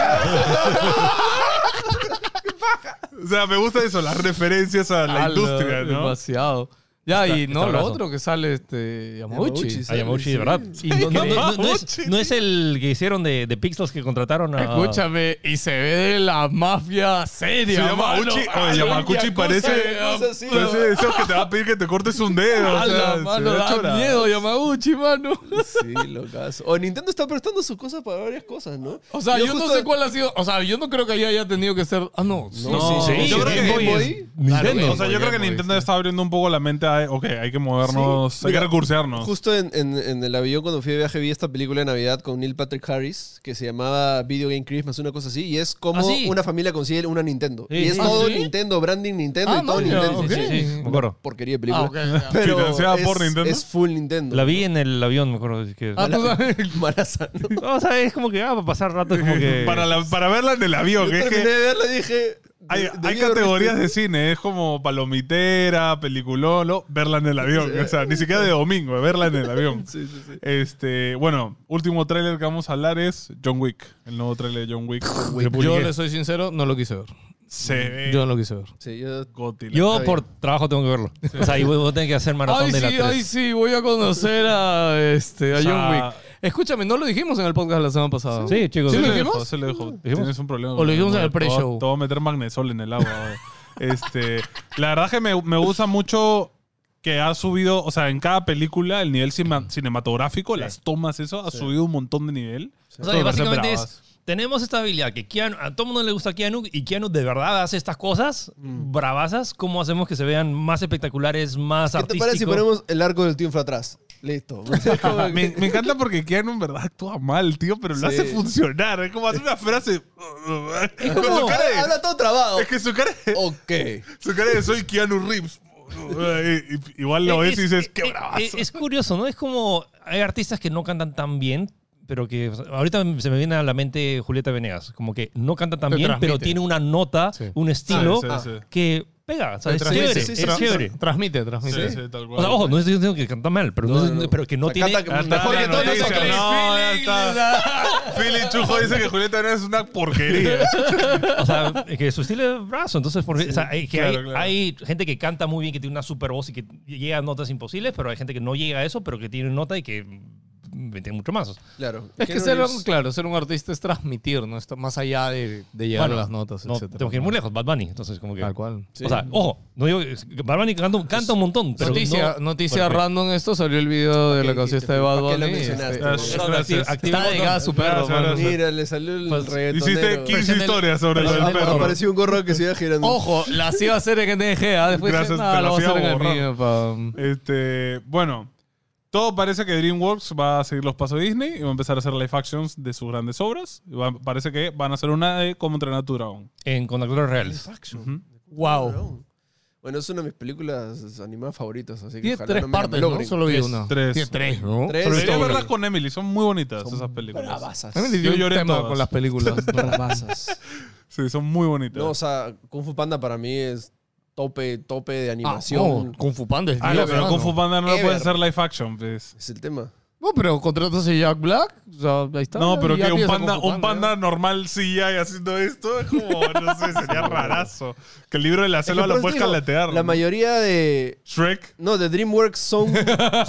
[SPEAKER 2] O sea, me gusta eso, las referencias a la
[SPEAKER 1] Ah,
[SPEAKER 2] industria, ¿no?
[SPEAKER 1] Demasiado. Ya, y
[SPEAKER 5] está
[SPEAKER 1] no, lo
[SPEAKER 5] brazo.
[SPEAKER 1] otro que sale, este, Yamauchi.
[SPEAKER 4] Yamauchi, sí.
[SPEAKER 5] A Yamauchi, Ah, de verdad.
[SPEAKER 4] Sí.
[SPEAKER 5] Y no, no- no- no
[SPEAKER 2] Yamauchi,
[SPEAKER 5] es, no es el que hicieron de, de Pixels que contrataron a.
[SPEAKER 1] Escúchame, y se ve de la mafia seria.
[SPEAKER 2] Se llama
[SPEAKER 1] mano.
[SPEAKER 2] Uchi. eh,
[SPEAKER 1] Ah,
[SPEAKER 2] Oye, Yamaguchi
[SPEAKER 1] Yakuza,
[SPEAKER 2] parece.
[SPEAKER 4] Yakuza, sí,
[SPEAKER 2] parece
[SPEAKER 4] ¿no?
[SPEAKER 2] de esos que te va a pedir que te cortes un <laughs> dedo. o
[SPEAKER 1] A ah,
[SPEAKER 2] sea,
[SPEAKER 1] la
[SPEAKER 2] se
[SPEAKER 1] mano,
[SPEAKER 2] ve
[SPEAKER 1] da
[SPEAKER 2] chorado.
[SPEAKER 1] miedo Yamaguchi, mano.
[SPEAKER 4] Sí, locazo. O Nintendo está prestando sus cosas para varias cosas, ¿no?
[SPEAKER 1] O sea, yo, no
[SPEAKER 4] justo-
[SPEAKER 1] sé cuál ha sido. O sea, yo no creo que ella haya tenido que ser. Ah, no. sí,
[SPEAKER 2] No,
[SPEAKER 5] sí,
[SPEAKER 2] yo
[SPEAKER 5] sí,
[SPEAKER 2] creo
[SPEAKER 5] Game
[SPEAKER 2] que
[SPEAKER 5] Boy es- Nintendo.
[SPEAKER 2] O sea, yo creo que Nintendo está abriendo un poco la mente a, ok, hay que movernos,
[SPEAKER 4] Sí.
[SPEAKER 2] hay
[SPEAKER 4] Mira,
[SPEAKER 2] que recursearnos.
[SPEAKER 4] Justo en, en- en el avión cuando fui de viaje vi esta película de Navidad con Neil Patrick Harris que se llamaba Video Game Christmas, una cosa así, y es como
[SPEAKER 5] Ah, sí.
[SPEAKER 4] una familia consigue una Nintendo.
[SPEAKER 5] Sí,
[SPEAKER 4] y es
[SPEAKER 5] sí.
[SPEAKER 4] todo
[SPEAKER 1] ¿Ah, sí?
[SPEAKER 4] Nintendo, branding Nintendo
[SPEAKER 1] Ah,
[SPEAKER 4] y todo
[SPEAKER 1] manja,
[SPEAKER 4] Nintendo.
[SPEAKER 1] ok.
[SPEAKER 5] Sí, sí, sí, me acuerdo.
[SPEAKER 4] Porquería de
[SPEAKER 1] Ah,
[SPEAKER 4] película.
[SPEAKER 1] ok, ya.
[SPEAKER 4] <laughs> Pero
[SPEAKER 2] Financiada
[SPEAKER 4] es,
[SPEAKER 2] por Nintendo.
[SPEAKER 4] es full Nintendo. <laughs>
[SPEAKER 5] La vi en el avión, me acuerdo. Que,
[SPEAKER 1] Ah, tú sabes.
[SPEAKER 4] Malaza, ¿no?
[SPEAKER 5] o sea, es como que ah, va a pasar rato
[SPEAKER 1] <laughs>
[SPEAKER 5] como que.
[SPEAKER 2] para, la- para verla en el avión, que es
[SPEAKER 4] Terminé
[SPEAKER 2] que
[SPEAKER 4] de verla y dije...
[SPEAKER 2] hay,
[SPEAKER 4] de-
[SPEAKER 2] hay
[SPEAKER 4] debí haber
[SPEAKER 2] categorías
[SPEAKER 4] visto-
[SPEAKER 2] de cine, es como palomitera, peliculón, lo- verla en el avión. O sea, ni siquiera de domingo, verla en el avión.
[SPEAKER 4] <laughs> Sí, sí, sí.
[SPEAKER 2] Este, bueno, último tráiler que vamos a hablar es John Wick, el nuevo tráiler de John Wick.
[SPEAKER 5] Lo publiqué.
[SPEAKER 1] Yo le soy sincero, no lo quise ver.
[SPEAKER 2] Se ve
[SPEAKER 1] Yo no lo quise ver.
[SPEAKER 4] Sí, yo...
[SPEAKER 2] goti, la
[SPEAKER 5] Yo por trabajo tengo que verlo. O sea, y voy voy a tener que hacer maratón
[SPEAKER 1] Ay,
[SPEAKER 5] de la
[SPEAKER 1] sí,
[SPEAKER 5] 3.
[SPEAKER 1] ay, sí, voy a conocer a, este, a
[SPEAKER 2] O sea-
[SPEAKER 1] John Wick. Escúchame, no lo dijimos en el podcast la semana pasada.
[SPEAKER 5] Sí, chicos.
[SPEAKER 1] ¿Sí
[SPEAKER 5] sí.
[SPEAKER 1] lo
[SPEAKER 2] Se
[SPEAKER 1] dijimos? Mm.
[SPEAKER 2] dejó, se lo dejó.
[SPEAKER 5] ¿Dijimos?
[SPEAKER 2] Tienes un problema.
[SPEAKER 1] O
[SPEAKER 2] con
[SPEAKER 1] lo dijimos
[SPEAKER 2] el
[SPEAKER 1] en el
[SPEAKER 2] agua.
[SPEAKER 1] pre-show.
[SPEAKER 2] Te voy- Te voy a meter magnesol en el agua. este, la verdad es que me, me gusta mucho que ha subido, o sea, en cada película el nivel cima- cinematográfico, las tomas, eso, ha subido un montón de nivel.
[SPEAKER 5] O sea,
[SPEAKER 2] Eso
[SPEAKER 5] que
[SPEAKER 2] me parece
[SPEAKER 5] básicamente es,
[SPEAKER 2] bravas.
[SPEAKER 5] tenemos esta habilidad que Keanu- a todo mundo le gusta Keanu y Keanu de verdad hace estas cosas
[SPEAKER 4] Mm.
[SPEAKER 5] bravazas. ¿Cómo hacemos que se vean más espectaculares, más
[SPEAKER 4] ¿Qué te parece si
[SPEAKER 5] artísticos?
[SPEAKER 4] ponemos el arco del triunfo atrás?
[SPEAKER 1] <laughs>
[SPEAKER 4] Listo.
[SPEAKER 2] Me, me encanta porque Keanu en verdad actúa mal, tío, pero lo
[SPEAKER 4] Sí.
[SPEAKER 2] hace funcionar. Es como hace una frase.
[SPEAKER 5] Es
[SPEAKER 2] con su
[SPEAKER 5] como-
[SPEAKER 2] cara de-
[SPEAKER 4] Habla todo trabado.
[SPEAKER 2] es que su cara, de-
[SPEAKER 4] Ok.
[SPEAKER 2] su cara de soy Keanu Reeves. Y- y- Igual lo ves y dices, qué
[SPEAKER 5] Eh, es- eh,
[SPEAKER 2] bravazo.
[SPEAKER 5] es- es curioso, ¿no? Es como hay artistas que no cantan tan bien, pero que o sea, ahorita se me viene a la mente Julieta Venegas, como que no canta tan
[SPEAKER 1] Te
[SPEAKER 5] bien,
[SPEAKER 1] transmite.
[SPEAKER 5] pero tiene una nota, un estilo
[SPEAKER 2] Ah, Sí, sí, sí.
[SPEAKER 5] que pega. O sea,
[SPEAKER 1] Te
[SPEAKER 5] es
[SPEAKER 1] transmite,
[SPEAKER 5] chévere,
[SPEAKER 1] sí,
[SPEAKER 5] es
[SPEAKER 1] sí, sí.
[SPEAKER 5] chévere.
[SPEAKER 1] Transmite, transmite.
[SPEAKER 2] Sí, sí, tal cual.
[SPEAKER 5] O sea, ojo, no estoy diciendo que canta mal, pero,
[SPEAKER 4] No,
[SPEAKER 5] no-
[SPEAKER 4] no, no.
[SPEAKER 5] pero que no
[SPEAKER 4] O sea,
[SPEAKER 5] tiene...
[SPEAKER 4] canta como-
[SPEAKER 5] hasta-
[SPEAKER 4] mejor que
[SPEAKER 5] no,
[SPEAKER 4] todos
[SPEAKER 5] no,
[SPEAKER 4] los
[SPEAKER 5] no,
[SPEAKER 4] actores.
[SPEAKER 2] No, ya está. Philly Chujo dice que Julieta no es una porquería.
[SPEAKER 5] O sea, es que su estilo es brazo. Entonces, porque, o sea, hay, que
[SPEAKER 2] claro,
[SPEAKER 5] hay,
[SPEAKER 2] claro.
[SPEAKER 5] hay gente que canta muy bien, que tiene una super voz y que llega a notas imposibles, pero hay gente que no llega a eso, pero que tiene nota y que mm, tiene mucho más.
[SPEAKER 4] Claro.
[SPEAKER 1] Es que
[SPEAKER 4] Keanu
[SPEAKER 1] ser
[SPEAKER 4] Reeves-
[SPEAKER 1] un, claro, ser un artista es transmitir, ¿no? Está más allá de, de llegar
[SPEAKER 5] Bueno,
[SPEAKER 1] a las notas,
[SPEAKER 5] No,
[SPEAKER 1] etcétera.
[SPEAKER 5] tengo que ir muy lejos, Bad Bunny. Entonces, como que...
[SPEAKER 1] Tal cual.
[SPEAKER 4] Sí.
[SPEAKER 5] O sea, ojo, no digo que- Bad Bunny canta, canta un montón, pero
[SPEAKER 1] noticia
[SPEAKER 5] no-
[SPEAKER 1] noticia
[SPEAKER 5] bueno,
[SPEAKER 1] random esto, salió el video de la
[SPEAKER 4] Ok,
[SPEAKER 1] canción esta de
[SPEAKER 4] ¿para
[SPEAKER 1] Bad
[SPEAKER 4] qué lo
[SPEAKER 1] Bunny.
[SPEAKER 4] mencionaste?
[SPEAKER 1] este,
[SPEAKER 4] Gracias.
[SPEAKER 5] pero- activa- activa
[SPEAKER 1] Está
[SPEAKER 5] el
[SPEAKER 1] de gas
[SPEAKER 5] botón.
[SPEAKER 1] su perro,
[SPEAKER 2] Gracias,
[SPEAKER 1] mano.
[SPEAKER 2] gracias.
[SPEAKER 4] Mira, le salió el
[SPEAKER 5] Pues,
[SPEAKER 2] Hiciste
[SPEAKER 4] reggaetonero. ah,
[SPEAKER 2] 15
[SPEAKER 1] Presionel-
[SPEAKER 2] historias sobre lo del
[SPEAKER 1] presionel-
[SPEAKER 2] perro.
[SPEAKER 4] Apareció un gorro que se iba girando.
[SPEAKER 1] Ojo, las iba a hacer en NG, ¿ah? después
[SPEAKER 2] Gracias,
[SPEAKER 1] dije,
[SPEAKER 2] te
[SPEAKER 1] "Nah, lo
[SPEAKER 2] las
[SPEAKER 1] voy a
[SPEAKER 2] iba
[SPEAKER 1] hacer
[SPEAKER 2] a
[SPEAKER 1] en el
[SPEAKER 2] borrar".
[SPEAKER 1] mío. pa".
[SPEAKER 2] Este, bueno, todo parece que DreamWorks va a seguir los pasos de Disney y va a empezar a hacer live actions de sus grandes obras. Y va- parece que van a hacer una de Cómo entrenar a tu dragón.
[SPEAKER 5] En, con actores reales.
[SPEAKER 4] Action.
[SPEAKER 1] Wow.
[SPEAKER 4] Cabrón. Bueno, es una de mis películas animadas favoritas, así que
[SPEAKER 1] Tiene
[SPEAKER 4] ojalá
[SPEAKER 1] tres
[SPEAKER 4] no me la
[SPEAKER 1] partes, ¿no?
[SPEAKER 4] logren.
[SPEAKER 1] Solo vi una.
[SPEAKER 2] tres.
[SPEAKER 1] Tiene tres, ¿no?
[SPEAKER 4] Tres.
[SPEAKER 2] Pero
[SPEAKER 4] Sobre
[SPEAKER 2] debería
[SPEAKER 4] todo.
[SPEAKER 2] verlas con Emily, son muy bonitas esas películas.
[SPEAKER 4] Bravasas.
[SPEAKER 1] Emily
[SPEAKER 2] Yo
[SPEAKER 1] tiene un
[SPEAKER 2] lloré en
[SPEAKER 1] tema
[SPEAKER 2] todas.
[SPEAKER 1] con las
[SPEAKER 4] <laughs>
[SPEAKER 1] películas. Ah, <laughs>
[SPEAKER 4] Bravasas.
[SPEAKER 2] Sí, son muy bonitas.
[SPEAKER 4] No, o sea, Kung Fu Panda para mí es tope, tope de
[SPEAKER 1] Ah,
[SPEAKER 4] animación.
[SPEAKER 1] no, Kung Fu Panda es
[SPEAKER 2] ah, no,
[SPEAKER 1] Dios,
[SPEAKER 2] pero
[SPEAKER 1] hermano.
[SPEAKER 2] Kung Fu Panda no lo
[SPEAKER 4] Ever.
[SPEAKER 2] pueden hacer live action, pues.
[SPEAKER 4] Es el tema.
[SPEAKER 1] No, pero contratas a Jack Black. O sea, ahí está.
[SPEAKER 2] No, pero
[SPEAKER 1] y ya
[SPEAKER 2] que un
[SPEAKER 1] tienes a
[SPEAKER 2] panda,
[SPEAKER 1] Kung Fu
[SPEAKER 2] un panda normal CGI haciendo esto es como, no sé, sería rarazo. Que el libro de la
[SPEAKER 4] Es que
[SPEAKER 2] selva
[SPEAKER 4] por
[SPEAKER 2] lo
[SPEAKER 4] eso
[SPEAKER 2] puedes
[SPEAKER 4] digo,
[SPEAKER 2] calatear.
[SPEAKER 4] La mayoría de.
[SPEAKER 2] Shrek.
[SPEAKER 4] No, de
[SPEAKER 1] <laughs>
[SPEAKER 4] DreamWorks son,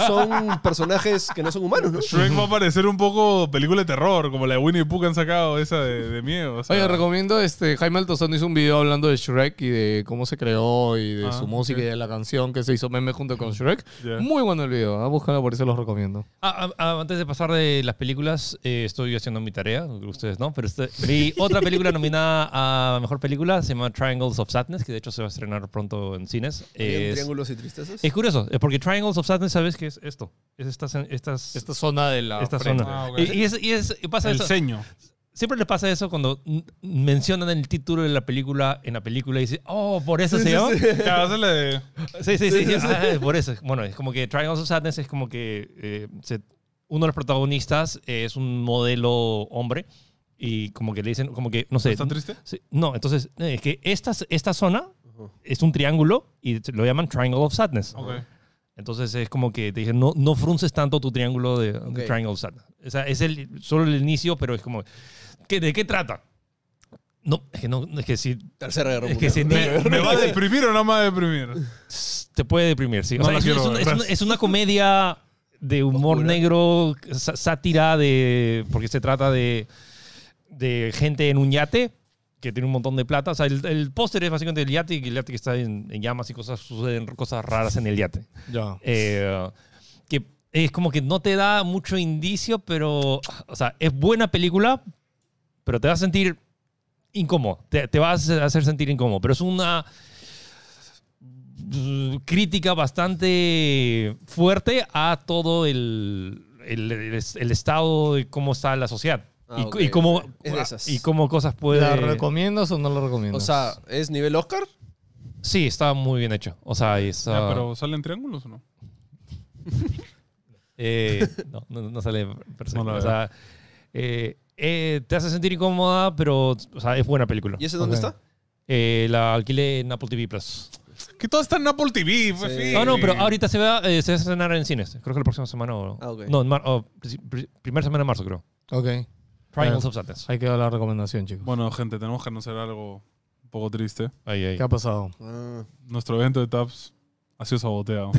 [SPEAKER 4] son personajes que no son humanos, ¿no?
[SPEAKER 2] Shrek va a parecer un poco película de terror, como la de Winnie the Pooh que han sacado, esa de, de miedo. o sea.
[SPEAKER 1] Oye, recomiendo, este, Jaime Altozano hizo un video hablando de Shrek y de cómo se creó y de
[SPEAKER 2] Ah,
[SPEAKER 1] su música
[SPEAKER 2] ok.
[SPEAKER 1] y de la canción que se hizo meme junto con Shrek.
[SPEAKER 2] Ya.
[SPEAKER 1] Muy bueno el video, ¿ah? búscalo, por eso los recomiendo.
[SPEAKER 5] Ah, ah, ah, antes de pasar de las películas, eh, estoy haciendo mi tarea, ustedes no, pero este- vi otra película nominada a Mejor Película, se llama Triangles of Sadness, que de hecho se va a estrenar pronto en cines.
[SPEAKER 4] Bien,
[SPEAKER 5] Es,
[SPEAKER 4] Triángulos y tristezas.
[SPEAKER 5] es curioso, eh, porque Triangles of Sadness, ¿sabes qué es esto? Es estas... estas
[SPEAKER 1] Esta zona de la
[SPEAKER 5] esta
[SPEAKER 1] frente.
[SPEAKER 5] zona.
[SPEAKER 2] Ah, ok.
[SPEAKER 5] Y, y es, y es- y pasa
[SPEAKER 2] el
[SPEAKER 5] eso.
[SPEAKER 2] ceño.
[SPEAKER 5] Siempre le pasa eso cuando n- mencionan el título de la película en la película y dice, oh, por eso se <laughs> llama.
[SPEAKER 2] Claro, hazle Ah, de-
[SPEAKER 5] Sí, sí, sí. Ah, es por eso. Bueno, es como que Triangles of Sadness es como que eh, se- uno de los protagonistas eh, es un modelo hombre y como que le dicen, como que, no sé.
[SPEAKER 2] ¿Está triste?
[SPEAKER 5] Sí, no, entonces, eh, es que esta, esta zona es un triángulo y lo llaman Triangle of Sadness.
[SPEAKER 2] Ok.
[SPEAKER 5] Entonces es como que te dicen, no, no frunces tanto tu triángulo de, de
[SPEAKER 4] Ok.
[SPEAKER 5] Triangle of Sadness. O sea, es el, solo el inicio, pero es como, ¿qué- ¿de qué trata? No, es que no, es que sí,
[SPEAKER 4] Tercera guerra
[SPEAKER 5] es
[SPEAKER 4] mundial.
[SPEAKER 5] que sí,
[SPEAKER 4] <laughs>
[SPEAKER 5] me-
[SPEAKER 2] ¿Me va a deprimir o no me va a deprimir?
[SPEAKER 5] te puede deprimir, sí. O
[SPEAKER 2] No
[SPEAKER 5] sea,
[SPEAKER 2] la
[SPEAKER 5] es,
[SPEAKER 2] quiero
[SPEAKER 5] es una,
[SPEAKER 2] ver,
[SPEAKER 5] es una-
[SPEAKER 2] gracias.
[SPEAKER 5] es una comedia de humor
[SPEAKER 4] Oscura.
[SPEAKER 5] negro, sa- sátira de. porque se trata de, de gente en un yate que tiene un montón de plata. O sea, el, el póster es básicamente el yate y el yate que está en, en llamas y cosas suceden cosas raras en el yate.
[SPEAKER 1] Ya.
[SPEAKER 5] Eh, que es como que no te da mucho indicio, pero. O sea, es buena película, pero te va a sentir incómodo. Te, te vas a hacer sentir incómodo. Pero es una mm, crítica bastante fuerte a todo el, el, el- el estado de cómo está la sociedad.
[SPEAKER 4] Ah,
[SPEAKER 5] y,
[SPEAKER 4] ok,
[SPEAKER 5] y cómo, ah,
[SPEAKER 4] ok. Es de esas.
[SPEAKER 5] y cómo cosas puede...
[SPEAKER 1] ¿La recomiendas o no la recomiendas?
[SPEAKER 4] Eh, O sea, ¿es nivel Oscar?
[SPEAKER 5] Sí, está muy bien hecho. O sea, es,
[SPEAKER 2] Ya,
[SPEAKER 5] ah,
[SPEAKER 2] pero ¿salen triángulos o no?
[SPEAKER 5] Eh, no, no, no sale persona.
[SPEAKER 2] No la
[SPEAKER 5] o sea, eh, eh, te hace sentir incómoda, pero o sea, es buena película.
[SPEAKER 4] ¿Y ese dónde
[SPEAKER 1] Ok.
[SPEAKER 4] está?
[SPEAKER 5] Eh, la alquilé en Apple TV Plus. Ah,
[SPEAKER 2] Que todo está en Apple TV. pues,
[SPEAKER 4] Sí.
[SPEAKER 2] sí.
[SPEAKER 5] No, no, pero ahorita se va, eh, se va a estrenar en cines. Creo que la próxima semana o.
[SPEAKER 4] Ah, ok.
[SPEAKER 5] No, en mar- o pri- pri- primera semana de marzo, creo.
[SPEAKER 1] ok,
[SPEAKER 5] Triangles
[SPEAKER 1] Ah.
[SPEAKER 5] of Sadness.
[SPEAKER 1] ahí quedó la recomendación, chicos.
[SPEAKER 2] Bueno, gente, tenemos que anunciar algo un poco triste.
[SPEAKER 5] Ahí, ahí.
[SPEAKER 1] ¿Qué ha pasado?
[SPEAKER 4] Ah,
[SPEAKER 2] Nuestro evento de TAPS ha sido saboteado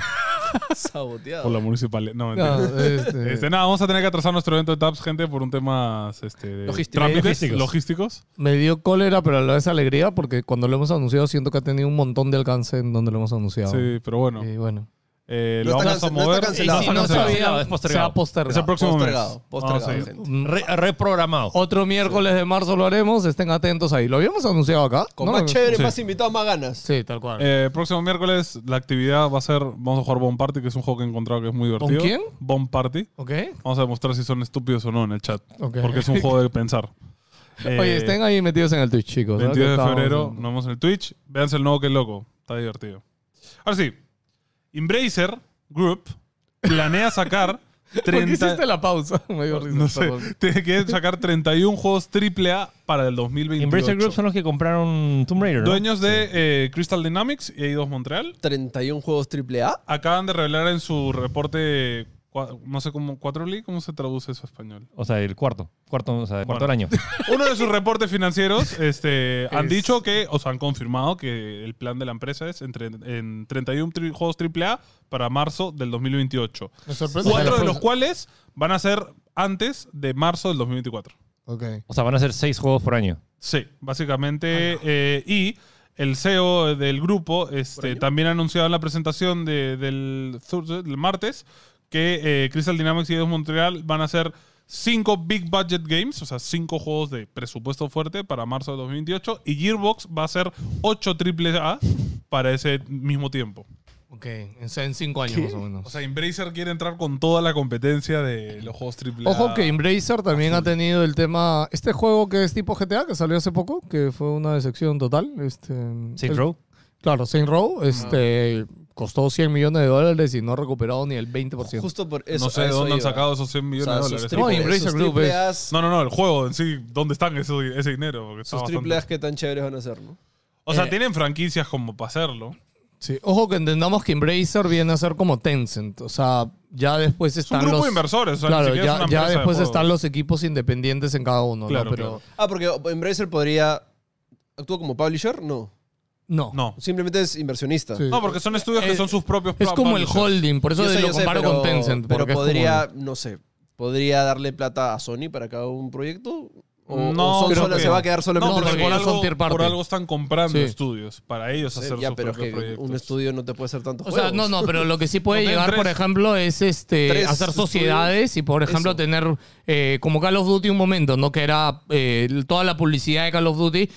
[SPEAKER 2] por
[SPEAKER 4] saboteado.
[SPEAKER 2] la municipalidad. No, mentira.
[SPEAKER 1] No, este,
[SPEAKER 2] Este, nada, vamos a tener que atrasar nuestro evento de TAPS, gente, por un tema este, de
[SPEAKER 4] Logística.
[SPEAKER 2] trámites
[SPEAKER 5] Logísticos.
[SPEAKER 2] logísticos.
[SPEAKER 1] me dio cólera, pero a la vez alegría, porque cuando lo hemos anunciado siento que ha tenido un montón de alcance en donde lo hemos anunciado.
[SPEAKER 2] Sí, pero bueno.
[SPEAKER 1] Y bueno.
[SPEAKER 2] eh,
[SPEAKER 4] No
[SPEAKER 2] lo vamos
[SPEAKER 4] está
[SPEAKER 2] a
[SPEAKER 4] cance- no está
[SPEAKER 2] mover.
[SPEAKER 5] Y si
[SPEAKER 4] cancelado.
[SPEAKER 5] no
[SPEAKER 4] No,
[SPEAKER 5] está
[SPEAKER 1] no
[SPEAKER 4] cancelado.
[SPEAKER 1] sabía,
[SPEAKER 5] olvidado, es
[SPEAKER 1] se ha
[SPEAKER 5] postergado.
[SPEAKER 2] Es
[SPEAKER 1] postergado. Mm,
[SPEAKER 2] el próximo
[SPEAKER 4] Postergado,
[SPEAKER 2] mes. Ah,
[SPEAKER 4] postergado,
[SPEAKER 2] Vamos a
[SPEAKER 4] gente.
[SPEAKER 5] Re- reprogramado.
[SPEAKER 1] Otro miércoles de marzo lo haremos, estén atentos ahí. ¿Lo habíamos anunciado acá?
[SPEAKER 4] Con
[SPEAKER 1] No,
[SPEAKER 4] más
[SPEAKER 1] no.
[SPEAKER 4] chévere,
[SPEAKER 2] sí.
[SPEAKER 4] más invitados, más ganas.
[SPEAKER 1] Sí, tal cual.
[SPEAKER 2] Eh, próximo miércoles la actividad va a ser, vamos a jugar Bomb Party, que es un juego que he encontrado que es muy divertido.
[SPEAKER 1] quién?
[SPEAKER 2] Bomb Party.
[SPEAKER 1] ¿Ok?
[SPEAKER 2] Vamos a demostrar si son estúpidos o no en el chat.
[SPEAKER 1] Ok.
[SPEAKER 2] Porque es
[SPEAKER 1] <laughs>
[SPEAKER 2] un juego de pensar. Eh,
[SPEAKER 1] Oye, estén ahí metidos en el Twitch, chicos. ¿verdad?
[SPEAKER 2] 22 de
[SPEAKER 1] Que
[SPEAKER 2] febrero,
[SPEAKER 1] estábamos en-
[SPEAKER 2] nos vemos en el Twitch. Véanse el nuevo que loco. Está divertido. Ahora sí. Embracer Group planea sacar
[SPEAKER 1] <laughs> ¿Por qué
[SPEAKER 2] 30
[SPEAKER 1] hiciste la pausa? <laughs> Me dio risa,
[SPEAKER 2] No sé.
[SPEAKER 1] perdón.
[SPEAKER 2] <laughs> Tiene que sacar 31 juegos AAA para el 2028.
[SPEAKER 5] Embracer Group son los que compraron Tomb Raider. ¿no?
[SPEAKER 2] Dueños de eh, Crystal Dynamics y A2 Montreal.
[SPEAKER 4] 31 juegos AAA.
[SPEAKER 2] Acaban de revelar en su reporte, cua- no sé cómo, 4 League, ¿cómo se traduce eso a español?
[SPEAKER 5] O sea, el cuarto. Cuarto, o sea, el cuarto del año.
[SPEAKER 2] Uno de sus reportes financieros este, han
[SPEAKER 1] Es-
[SPEAKER 2] dicho que, o sea, han confirmado que el plan de la empresa es entre, en 31 tri- juegos AAA para marzo del 2028.
[SPEAKER 1] Me sorprende.
[SPEAKER 2] Cuatro de los cuales van a ser antes de marzo del 2024.
[SPEAKER 1] Ok.
[SPEAKER 5] O sea, van a ser seis juegos por año.
[SPEAKER 2] Sí, básicamente. eh, y el CEO del grupo este, también ha anunciado en la presentación de- del, Thursday- del martes que eh, Crystal Dynamics y Eidos Montreal van a hacer cinco big budget games, o sea, cinco juegos de presupuesto fuerte para marzo de 2028 y Gearbox va a hacer ocho triple A para ese mismo tiempo.
[SPEAKER 1] Ok, o sea, en cinco años más o menos.
[SPEAKER 2] O sea, Embracer quiere entrar con toda la competencia de los juegos triple A.
[SPEAKER 1] Ojo que Embracer también ha tenido el tema. Este juego que es tipo GTA, que salió hace poco, que fue una decepción total. Este,
[SPEAKER 5] Saints
[SPEAKER 1] el-
[SPEAKER 5] Row.
[SPEAKER 1] Claro, Saint Row. Este, Costó 100 millones de dólares y no ha recuperado ni el 20%.
[SPEAKER 4] Justo por eso.
[SPEAKER 2] no sé
[SPEAKER 4] a
[SPEAKER 2] de
[SPEAKER 4] eso
[SPEAKER 2] dónde han
[SPEAKER 4] iba.
[SPEAKER 2] sacado esos 100
[SPEAKER 4] O
[SPEAKER 2] millones
[SPEAKER 4] sea,
[SPEAKER 2] de
[SPEAKER 4] sus
[SPEAKER 2] dólares.
[SPEAKER 1] No,
[SPEAKER 4] triple-
[SPEAKER 1] Embracer
[SPEAKER 4] sus
[SPEAKER 1] Group es-
[SPEAKER 4] triple As-
[SPEAKER 2] No, no, no, el juego en sí, ¿dónde están ese, ese dinero? Porque está
[SPEAKER 4] Sus
[SPEAKER 2] bastante-
[SPEAKER 4] triple As que tan chéveres van a ser, ¿no?
[SPEAKER 2] O sea,
[SPEAKER 1] Eh.
[SPEAKER 2] tienen franquicias como para hacerlo.
[SPEAKER 1] Sí, ojo que entendamos que Embracer viene a ser como Tencent. O sea, ya después
[SPEAKER 2] Es un
[SPEAKER 1] están
[SPEAKER 2] grupo
[SPEAKER 1] los.
[SPEAKER 2] de inversores. O sea, ni
[SPEAKER 1] claro,
[SPEAKER 2] siquiera es
[SPEAKER 1] ya,
[SPEAKER 2] una
[SPEAKER 1] ya
[SPEAKER 2] empresa de
[SPEAKER 1] después
[SPEAKER 2] juegos.
[SPEAKER 1] están los equipos independientes en cada uno,
[SPEAKER 2] Claro,
[SPEAKER 1] ¿no? Pero.
[SPEAKER 2] claro.
[SPEAKER 4] Ah, porque Embracer podría. ¿Actúa como publisher? No.
[SPEAKER 1] No.
[SPEAKER 2] No.
[SPEAKER 4] Simplemente es inversionista.
[SPEAKER 1] Sí.
[SPEAKER 2] No, porque son estudios que
[SPEAKER 1] Eh,
[SPEAKER 2] son sus propios
[SPEAKER 1] Es como el
[SPEAKER 2] publishers.
[SPEAKER 1] holding, por eso
[SPEAKER 4] Yo sé,
[SPEAKER 1] lo
[SPEAKER 4] yo sé,
[SPEAKER 1] comparo
[SPEAKER 4] pero-
[SPEAKER 1] con Tencent.
[SPEAKER 4] Pero
[SPEAKER 1] porque es como-
[SPEAKER 4] podría, no sé, podría darle plata a Sony para cada un proyecto. O,
[SPEAKER 2] No,
[SPEAKER 4] o son
[SPEAKER 2] creo
[SPEAKER 4] solo-
[SPEAKER 2] que
[SPEAKER 4] se va a quedar solo
[SPEAKER 2] No,
[SPEAKER 1] porque
[SPEAKER 2] porque por
[SPEAKER 1] ellos
[SPEAKER 2] algo,
[SPEAKER 1] son tier party.
[SPEAKER 2] por algo están comprando
[SPEAKER 1] Sí.
[SPEAKER 2] estudios para ellos hacer
[SPEAKER 4] Ya,
[SPEAKER 2] sus
[SPEAKER 4] pero es
[SPEAKER 2] propios
[SPEAKER 4] que
[SPEAKER 2] proyectos.
[SPEAKER 4] un estudio no te puede hacer tantos
[SPEAKER 1] O sea, no,
[SPEAKER 4] <laughs> juegos.
[SPEAKER 1] no, pero lo que sí puede
[SPEAKER 2] <laughs> No tienen
[SPEAKER 1] llegar, por
[SPEAKER 2] tres-
[SPEAKER 1] ejemplo, es este
[SPEAKER 4] tres
[SPEAKER 1] hacer
[SPEAKER 4] estudios.
[SPEAKER 1] sociedades y, por ejemplo,
[SPEAKER 4] Eso.
[SPEAKER 1] tener eh, como Call of Duty un momento, ¿no? Que era eh, toda la publicidad de Call of Duty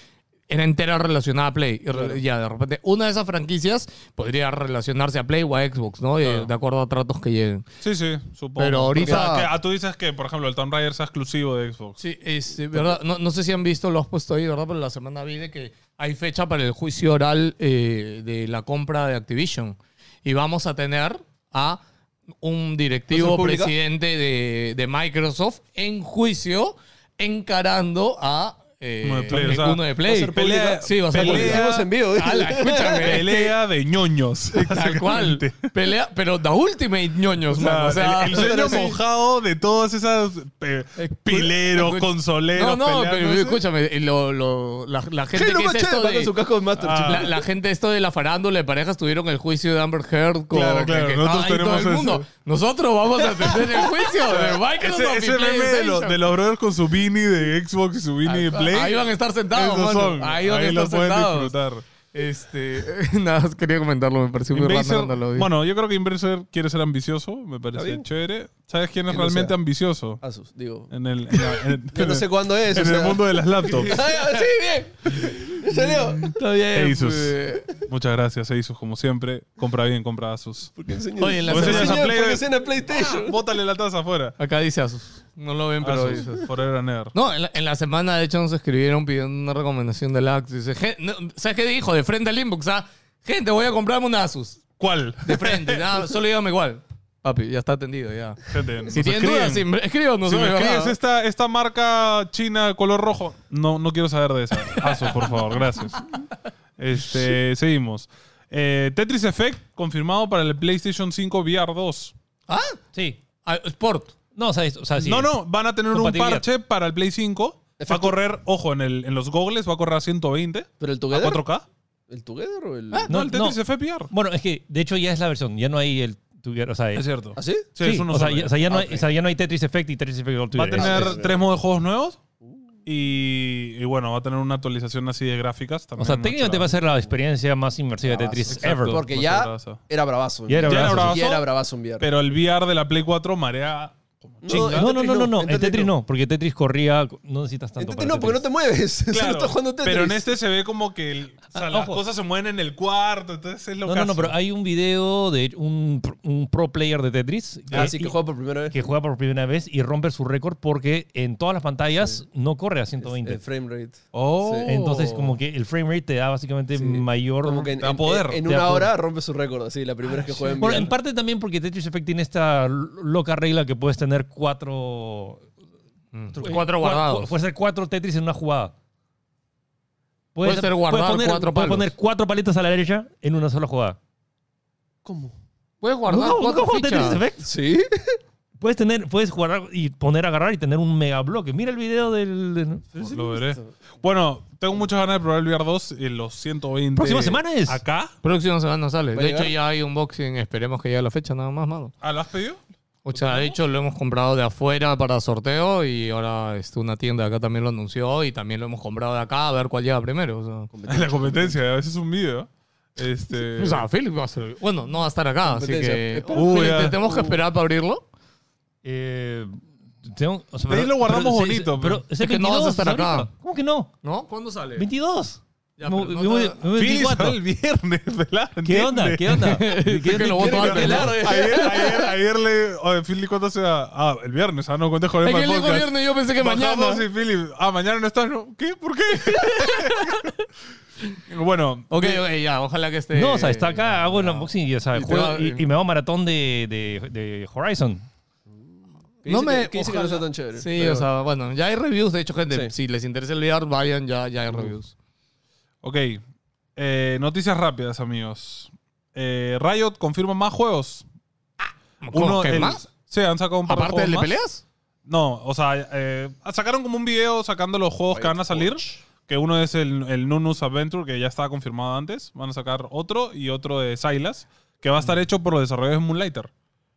[SPEAKER 1] era entera relacionada a Play. Y re- Ya, de repente, una de esas franquicias podría relacionarse a Play o a Xbox, ¿no? Eh,
[SPEAKER 2] Claro.
[SPEAKER 1] de acuerdo a tratos que lleguen.
[SPEAKER 2] Sí, sí, supongo.
[SPEAKER 1] Pero ahorita-
[SPEAKER 2] O sea, que- ah, tú dices que, por ejemplo, el Tomb Raider sea exclusivo
[SPEAKER 1] <laughs>
[SPEAKER 2] de Xbox.
[SPEAKER 1] Sí, es eh, verdad. No, no sé si han visto, lo has puesto ahí, ¿verdad? Pero la semana vi de que hay fecha para el juicio oral eh, de la compra de Activision. Y vamos a tener a un directivo
[SPEAKER 4] ¿Cosa pública?
[SPEAKER 1] presidente de, de Microsoft en juicio encarando a eh,
[SPEAKER 2] Uno de Play, o sea,
[SPEAKER 1] uno de Play.
[SPEAKER 4] ¿va a ser
[SPEAKER 2] pelea-
[SPEAKER 4] pública?
[SPEAKER 1] Sí, va a ser
[SPEAKER 4] Porque
[SPEAKER 2] pelea-
[SPEAKER 1] pública.
[SPEAKER 4] hicimos en vivo. ¿eh?
[SPEAKER 2] <laughs>
[SPEAKER 1] Ala,
[SPEAKER 4] <laughs>
[SPEAKER 1] escúchame.
[SPEAKER 2] Pelea de ñoños.
[SPEAKER 1] Tal cual. Pelea, pero The Ultimate ñoños,
[SPEAKER 2] O
[SPEAKER 1] mano.
[SPEAKER 2] sea,
[SPEAKER 1] O sea,
[SPEAKER 2] el, el sueño mojado de todas esas eh,
[SPEAKER 1] Escu-
[SPEAKER 2] pileros,
[SPEAKER 1] escu-
[SPEAKER 2] consoleros.
[SPEAKER 1] No, no, pero
[SPEAKER 2] peleándose.
[SPEAKER 1] escúchame, lo- lo- la, la gente
[SPEAKER 4] Hello,
[SPEAKER 1] que es
[SPEAKER 4] Machete,
[SPEAKER 1] esto eh?
[SPEAKER 4] manda
[SPEAKER 1] de,
[SPEAKER 4] su casco de Master
[SPEAKER 2] Ah.
[SPEAKER 4] Chief.
[SPEAKER 1] la, la gente esto de la farándula de parejas tuvieron el juicio de Amber Heard con
[SPEAKER 2] Claro,
[SPEAKER 1] que-
[SPEAKER 2] claro,
[SPEAKER 1] que estaba
[SPEAKER 2] nosotros
[SPEAKER 1] ahí todo
[SPEAKER 2] tenemos
[SPEAKER 1] el mundo.
[SPEAKER 2] eso.
[SPEAKER 1] Nosotros vamos a atender el juicio de Microsoft
[SPEAKER 2] Ese,
[SPEAKER 1] y
[SPEAKER 2] ese meme de, lo-
[SPEAKER 1] PlayStation.
[SPEAKER 2] de los brothers con su Vini de Xbox y su Vini de Play.
[SPEAKER 1] Ahí van a estar sentados,
[SPEAKER 2] esos
[SPEAKER 1] mano.
[SPEAKER 2] son.
[SPEAKER 1] Ahí van a
[SPEAKER 2] lo
[SPEAKER 1] estar
[SPEAKER 2] pueden
[SPEAKER 1] sentados.
[SPEAKER 2] disfrutar.
[SPEAKER 1] Este, <laughs> nada, más quería comentarlo, me pareció muy raro
[SPEAKER 2] Invaser-
[SPEAKER 1] cuando lo vi.
[SPEAKER 2] bueno, yo creo que Inverser quiere ser ambicioso, me parece
[SPEAKER 4] bien.
[SPEAKER 2] chévere. ¿Sabes quién es
[SPEAKER 4] Que lo
[SPEAKER 2] realmente
[SPEAKER 4] sea.
[SPEAKER 2] ambicioso?
[SPEAKER 4] Asus, digo.
[SPEAKER 2] En el, en la- en-
[SPEAKER 4] Yo no sé cuándo es.
[SPEAKER 2] en
[SPEAKER 4] o
[SPEAKER 2] el
[SPEAKER 4] sea.
[SPEAKER 2] mundo de las
[SPEAKER 4] <laughs>
[SPEAKER 2] laptops.
[SPEAKER 4] Ah, sí, bien.
[SPEAKER 2] <laughs>
[SPEAKER 4] Salió.
[SPEAKER 1] está bien.
[SPEAKER 2] Asus.
[SPEAKER 1] pues.
[SPEAKER 2] Muchas gracias, Asus, como siempre. Compra bien, compra Asus.
[SPEAKER 4] ¿Por qué enseñas?
[SPEAKER 1] Oye, en la
[SPEAKER 4] ¿Por qué
[SPEAKER 1] semana-
[SPEAKER 4] enseñas?
[SPEAKER 2] Play- Ah,
[SPEAKER 4] ¿Por qué enseñas PlayStation?
[SPEAKER 2] Bótale la taza afuera.
[SPEAKER 1] Pues Acá dice Asus. No lo ven, pero dice
[SPEAKER 2] Asus, forever and ever.
[SPEAKER 1] No, en la, en la semana de hecho nos escribieron pidiendo una recomendación del Axis. Dice, "Gen- no, ¿Sabes qué dijo? De frente al inbox, ah, gente, voy a comprarme un Asus.
[SPEAKER 2] ¿Cuál?
[SPEAKER 1] De frente, <laughs> nada, solo dígame igual. Papi, ya está atendido, ya.
[SPEAKER 2] Gente, Pues nos
[SPEAKER 1] Si tienen
[SPEAKER 2] escriben.
[SPEAKER 1] dudas, sí, escríbanos.
[SPEAKER 2] Si me
[SPEAKER 1] ¿verdad?
[SPEAKER 2] escribes esta, esta marca china de color rojo, no, no quiero saber de esa. Asus, por favor, gracias. Este, seguimos. Eh, Tetris Effect confirmado para el PlayStation 5 VR 2.
[SPEAKER 1] ¿Ah?
[SPEAKER 5] Sí.
[SPEAKER 1] ah, Sport.
[SPEAKER 5] No, o sea, es- o sea, sí.
[SPEAKER 2] no, no, van a tener un
[SPEAKER 5] Compatibilidad.
[SPEAKER 2] parche para el Play 5. Va a correr, ojo, en, el, en los gogles va a correr a 120,
[SPEAKER 4] ¿Pero
[SPEAKER 2] a
[SPEAKER 4] el
[SPEAKER 2] Ah.
[SPEAKER 4] Together?
[SPEAKER 2] 4K.
[SPEAKER 4] ¿El Together o el...?
[SPEAKER 2] No,
[SPEAKER 5] Ah, No,
[SPEAKER 2] el Tetris
[SPEAKER 5] no.
[SPEAKER 2] Effect VR.
[SPEAKER 5] Bueno, es que de hecho ya es la versión. Ya no hay el. Together, O sea,
[SPEAKER 2] Es cierto.
[SPEAKER 4] ¿Ah, sí?
[SPEAKER 2] Sí,
[SPEAKER 5] sí,
[SPEAKER 2] es uno
[SPEAKER 5] o sea,
[SPEAKER 2] solo.
[SPEAKER 5] ya, o sea, ya no
[SPEAKER 4] Ah,
[SPEAKER 5] hay,
[SPEAKER 4] ok.
[SPEAKER 5] o sea, ya no hay Tetris Effect y Tetris Effect All
[SPEAKER 2] Va a
[SPEAKER 5] Together.
[SPEAKER 2] tener
[SPEAKER 4] Ah, sí, sí.
[SPEAKER 2] tres modos de juegos nuevos. Y, y bueno, va a tener una actualización así de gráficas.
[SPEAKER 5] O
[SPEAKER 2] también
[SPEAKER 5] sea,
[SPEAKER 2] una
[SPEAKER 5] técnicamente
[SPEAKER 2] chulada.
[SPEAKER 5] va a ser la experiencia más inmersiva
[SPEAKER 4] Ah,
[SPEAKER 5] de Tetris
[SPEAKER 2] Exacto.
[SPEAKER 5] ever.
[SPEAKER 4] Porque
[SPEAKER 2] Mucho
[SPEAKER 4] ya
[SPEAKER 2] abrazo.
[SPEAKER 4] era bravazo.
[SPEAKER 5] Ya era
[SPEAKER 2] Ya era
[SPEAKER 5] bravazo,
[SPEAKER 2] bravazo,
[SPEAKER 4] Ya era bravazo en VR.
[SPEAKER 2] pero el VR de la Play 4 marea como
[SPEAKER 4] No,
[SPEAKER 5] Chinga.
[SPEAKER 4] en
[SPEAKER 5] No, no,
[SPEAKER 4] Tetris
[SPEAKER 5] no, no,
[SPEAKER 4] no,
[SPEAKER 5] no.
[SPEAKER 4] en
[SPEAKER 5] En Tetris
[SPEAKER 4] Tetris
[SPEAKER 5] no, porque Tetris corría, no necesitas tanto
[SPEAKER 4] En
[SPEAKER 5] para
[SPEAKER 4] Tetris no, porque no te mueves. <laughs> Solo
[SPEAKER 2] Claro,
[SPEAKER 4] estás jugando Tetris.
[SPEAKER 2] Pero en este se ve como que el- o sea,
[SPEAKER 5] Ah,
[SPEAKER 2] las
[SPEAKER 5] ojo.
[SPEAKER 2] cosas se mueven en el cuarto, entonces es lo
[SPEAKER 5] No, no, no, pero ah, hay un video de un, pro- un pro player de Tetris que,
[SPEAKER 4] Ah, sí, que juega por primera vez.
[SPEAKER 5] este que juega por primera vez y rompe su récord porque en todas las pantallas no corre a 120.
[SPEAKER 4] El Eh, frame rate.
[SPEAKER 2] Oh.
[SPEAKER 5] Entonces, como que el frame rate te da básicamente
[SPEAKER 4] Sí.
[SPEAKER 5] mayor.
[SPEAKER 4] Como que en,
[SPEAKER 2] Te da
[SPEAKER 4] en-
[SPEAKER 2] poder.
[SPEAKER 4] en
[SPEAKER 5] Te da
[SPEAKER 4] una
[SPEAKER 5] poder.
[SPEAKER 4] hora rompe su récord, así, la primera vez que juega en
[SPEAKER 5] Bueno,
[SPEAKER 4] VR.
[SPEAKER 5] en parte también porque Tetris Effect tiene esta loca regla que puedes tener cuatro.
[SPEAKER 2] Mm.
[SPEAKER 5] eh,
[SPEAKER 1] Cuatro
[SPEAKER 5] cua-
[SPEAKER 1] guardados.
[SPEAKER 5] Puedes hacer cuatro Tetris en una jugada.
[SPEAKER 1] Puedes hacer guardar
[SPEAKER 5] poner,
[SPEAKER 1] cuatro
[SPEAKER 5] puedes
[SPEAKER 1] palos.
[SPEAKER 5] poner cuatro paletas a la derecha en una sola jugada.
[SPEAKER 4] ¿Cómo?
[SPEAKER 1] Puedes guardar
[SPEAKER 5] ¿Nunca-
[SPEAKER 1] cuatro
[SPEAKER 5] nunca jugó Tetris
[SPEAKER 1] fichas.
[SPEAKER 5] Effect?
[SPEAKER 4] ¿Sí?
[SPEAKER 5] Puedes tener, puedes jugar y poner, agarrar y tener un mega bloque. Mira el video del. del-
[SPEAKER 2] Lo veré. Bueno, tengo muchas ganas de probar el VR 2 en eh, los 120.
[SPEAKER 5] Próxima semana es.
[SPEAKER 2] ¿Acá?
[SPEAKER 1] Próxima semana sale.
[SPEAKER 4] ¿Va a
[SPEAKER 1] De hecho,
[SPEAKER 4] llegar?
[SPEAKER 1] ya hay un boxing. Esperemos que llegue a la fecha nada más, mano.
[SPEAKER 2] ¿Ah, lo has pedido?
[SPEAKER 1] O sea, de hecho, lo hemos comprado de afuera para sorteo y ahora este, una tienda de acá también lo anunció y también lo hemos comprado de acá a ver cuál llega primero. O
[SPEAKER 2] En la competencia, a veces es un video. Este,
[SPEAKER 1] sea, o sea Philip va a ser... Bueno, no va a estar acá, así
[SPEAKER 4] Competencia.
[SPEAKER 1] que...
[SPEAKER 4] Espera.
[SPEAKER 1] Uh, Philip,
[SPEAKER 2] ya.
[SPEAKER 1] ¿te tenemos que esperar para abrirlo?
[SPEAKER 5] Eh, tengo- o sea,
[SPEAKER 2] De ahí
[SPEAKER 5] pero-
[SPEAKER 2] lo guardamos
[SPEAKER 5] pero-
[SPEAKER 2] bonito, pero-
[SPEAKER 5] pero el
[SPEAKER 1] Es que no vas a
[SPEAKER 5] 22,
[SPEAKER 1] estar acá.
[SPEAKER 5] ahorita. ¿Cómo que no?
[SPEAKER 1] ¿No? ¿Cuándo sale?
[SPEAKER 5] 22.
[SPEAKER 1] Ya, pero no
[SPEAKER 5] Me voy-
[SPEAKER 1] te-
[SPEAKER 5] me voy
[SPEAKER 2] Philly
[SPEAKER 5] 24.
[SPEAKER 2] sale el viernes, <laughs> ¿verdad?
[SPEAKER 5] ¿Qué onda?
[SPEAKER 1] <laughs>
[SPEAKER 5] ¿Qué onda? ¿Qué
[SPEAKER 1] que
[SPEAKER 5] onda?
[SPEAKER 1] lo voto
[SPEAKER 5] ¿Qué-
[SPEAKER 1] antes, ¿no?
[SPEAKER 5] qué largo?
[SPEAKER 2] Ayer, ayer, ayer le. Oye, Philly, ¿cuándo se va? Ah, el viernes. Ah, no, conté joder
[SPEAKER 1] Es
[SPEAKER 2] para
[SPEAKER 1] que
[SPEAKER 2] el
[SPEAKER 1] el único
[SPEAKER 2] podcast.
[SPEAKER 1] viernes yo pensé que mañana...
[SPEAKER 2] Bajamos y Philip. Ah, mañana no estás. ¿no? ¿Qué? <laughs> ¿Por qué? bueno,
[SPEAKER 1] Ok, ok, ya, ojalá que esté...
[SPEAKER 5] No, o sea, está acá, hago el unboxing y, o sea,
[SPEAKER 1] este, Y te
[SPEAKER 5] juego
[SPEAKER 1] va-
[SPEAKER 5] y, y me hago maratón de, de- de Horizon.
[SPEAKER 4] ¿Qué
[SPEAKER 1] No
[SPEAKER 4] dice
[SPEAKER 1] me-
[SPEAKER 4] que- qué dice que no
[SPEAKER 1] ojalá.
[SPEAKER 4] está tan chévere?
[SPEAKER 1] Sí,
[SPEAKER 4] Pero-
[SPEAKER 1] o sea, bueno, ya hay reviews, de hecho, gente.
[SPEAKER 4] Sí.
[SPEAKER 1] Si les interesa el VR, vayan, ya, ya hay reviews.
[SPEAKER 2] ok. Eh, noticias rápidas, amigos. Eh, Riot confirma más juegos.
[SPEAKER 1] ¿Qué
[SPEAKER 2] el-
[SPEAKER 1] más?
[SPEAKER 2] Sí, han sacado un par
[SPEAKER 1] ¿Aparte
[SPEAKER 2] de
[SPEAKER 1] del de
[SPEAKER 2] juegos más.
[SPEAKER 1] peleas?
[SPEAKER 2] No, o sea, eh, sacaron como un video sacando los juegos que van a salir. Que uno es el, el Nunus Adventure, que ya estaba confirmado antes. Van a sacar otro y otro de Silas, que va a estar hecho por los desarrolladores de Moonlighter.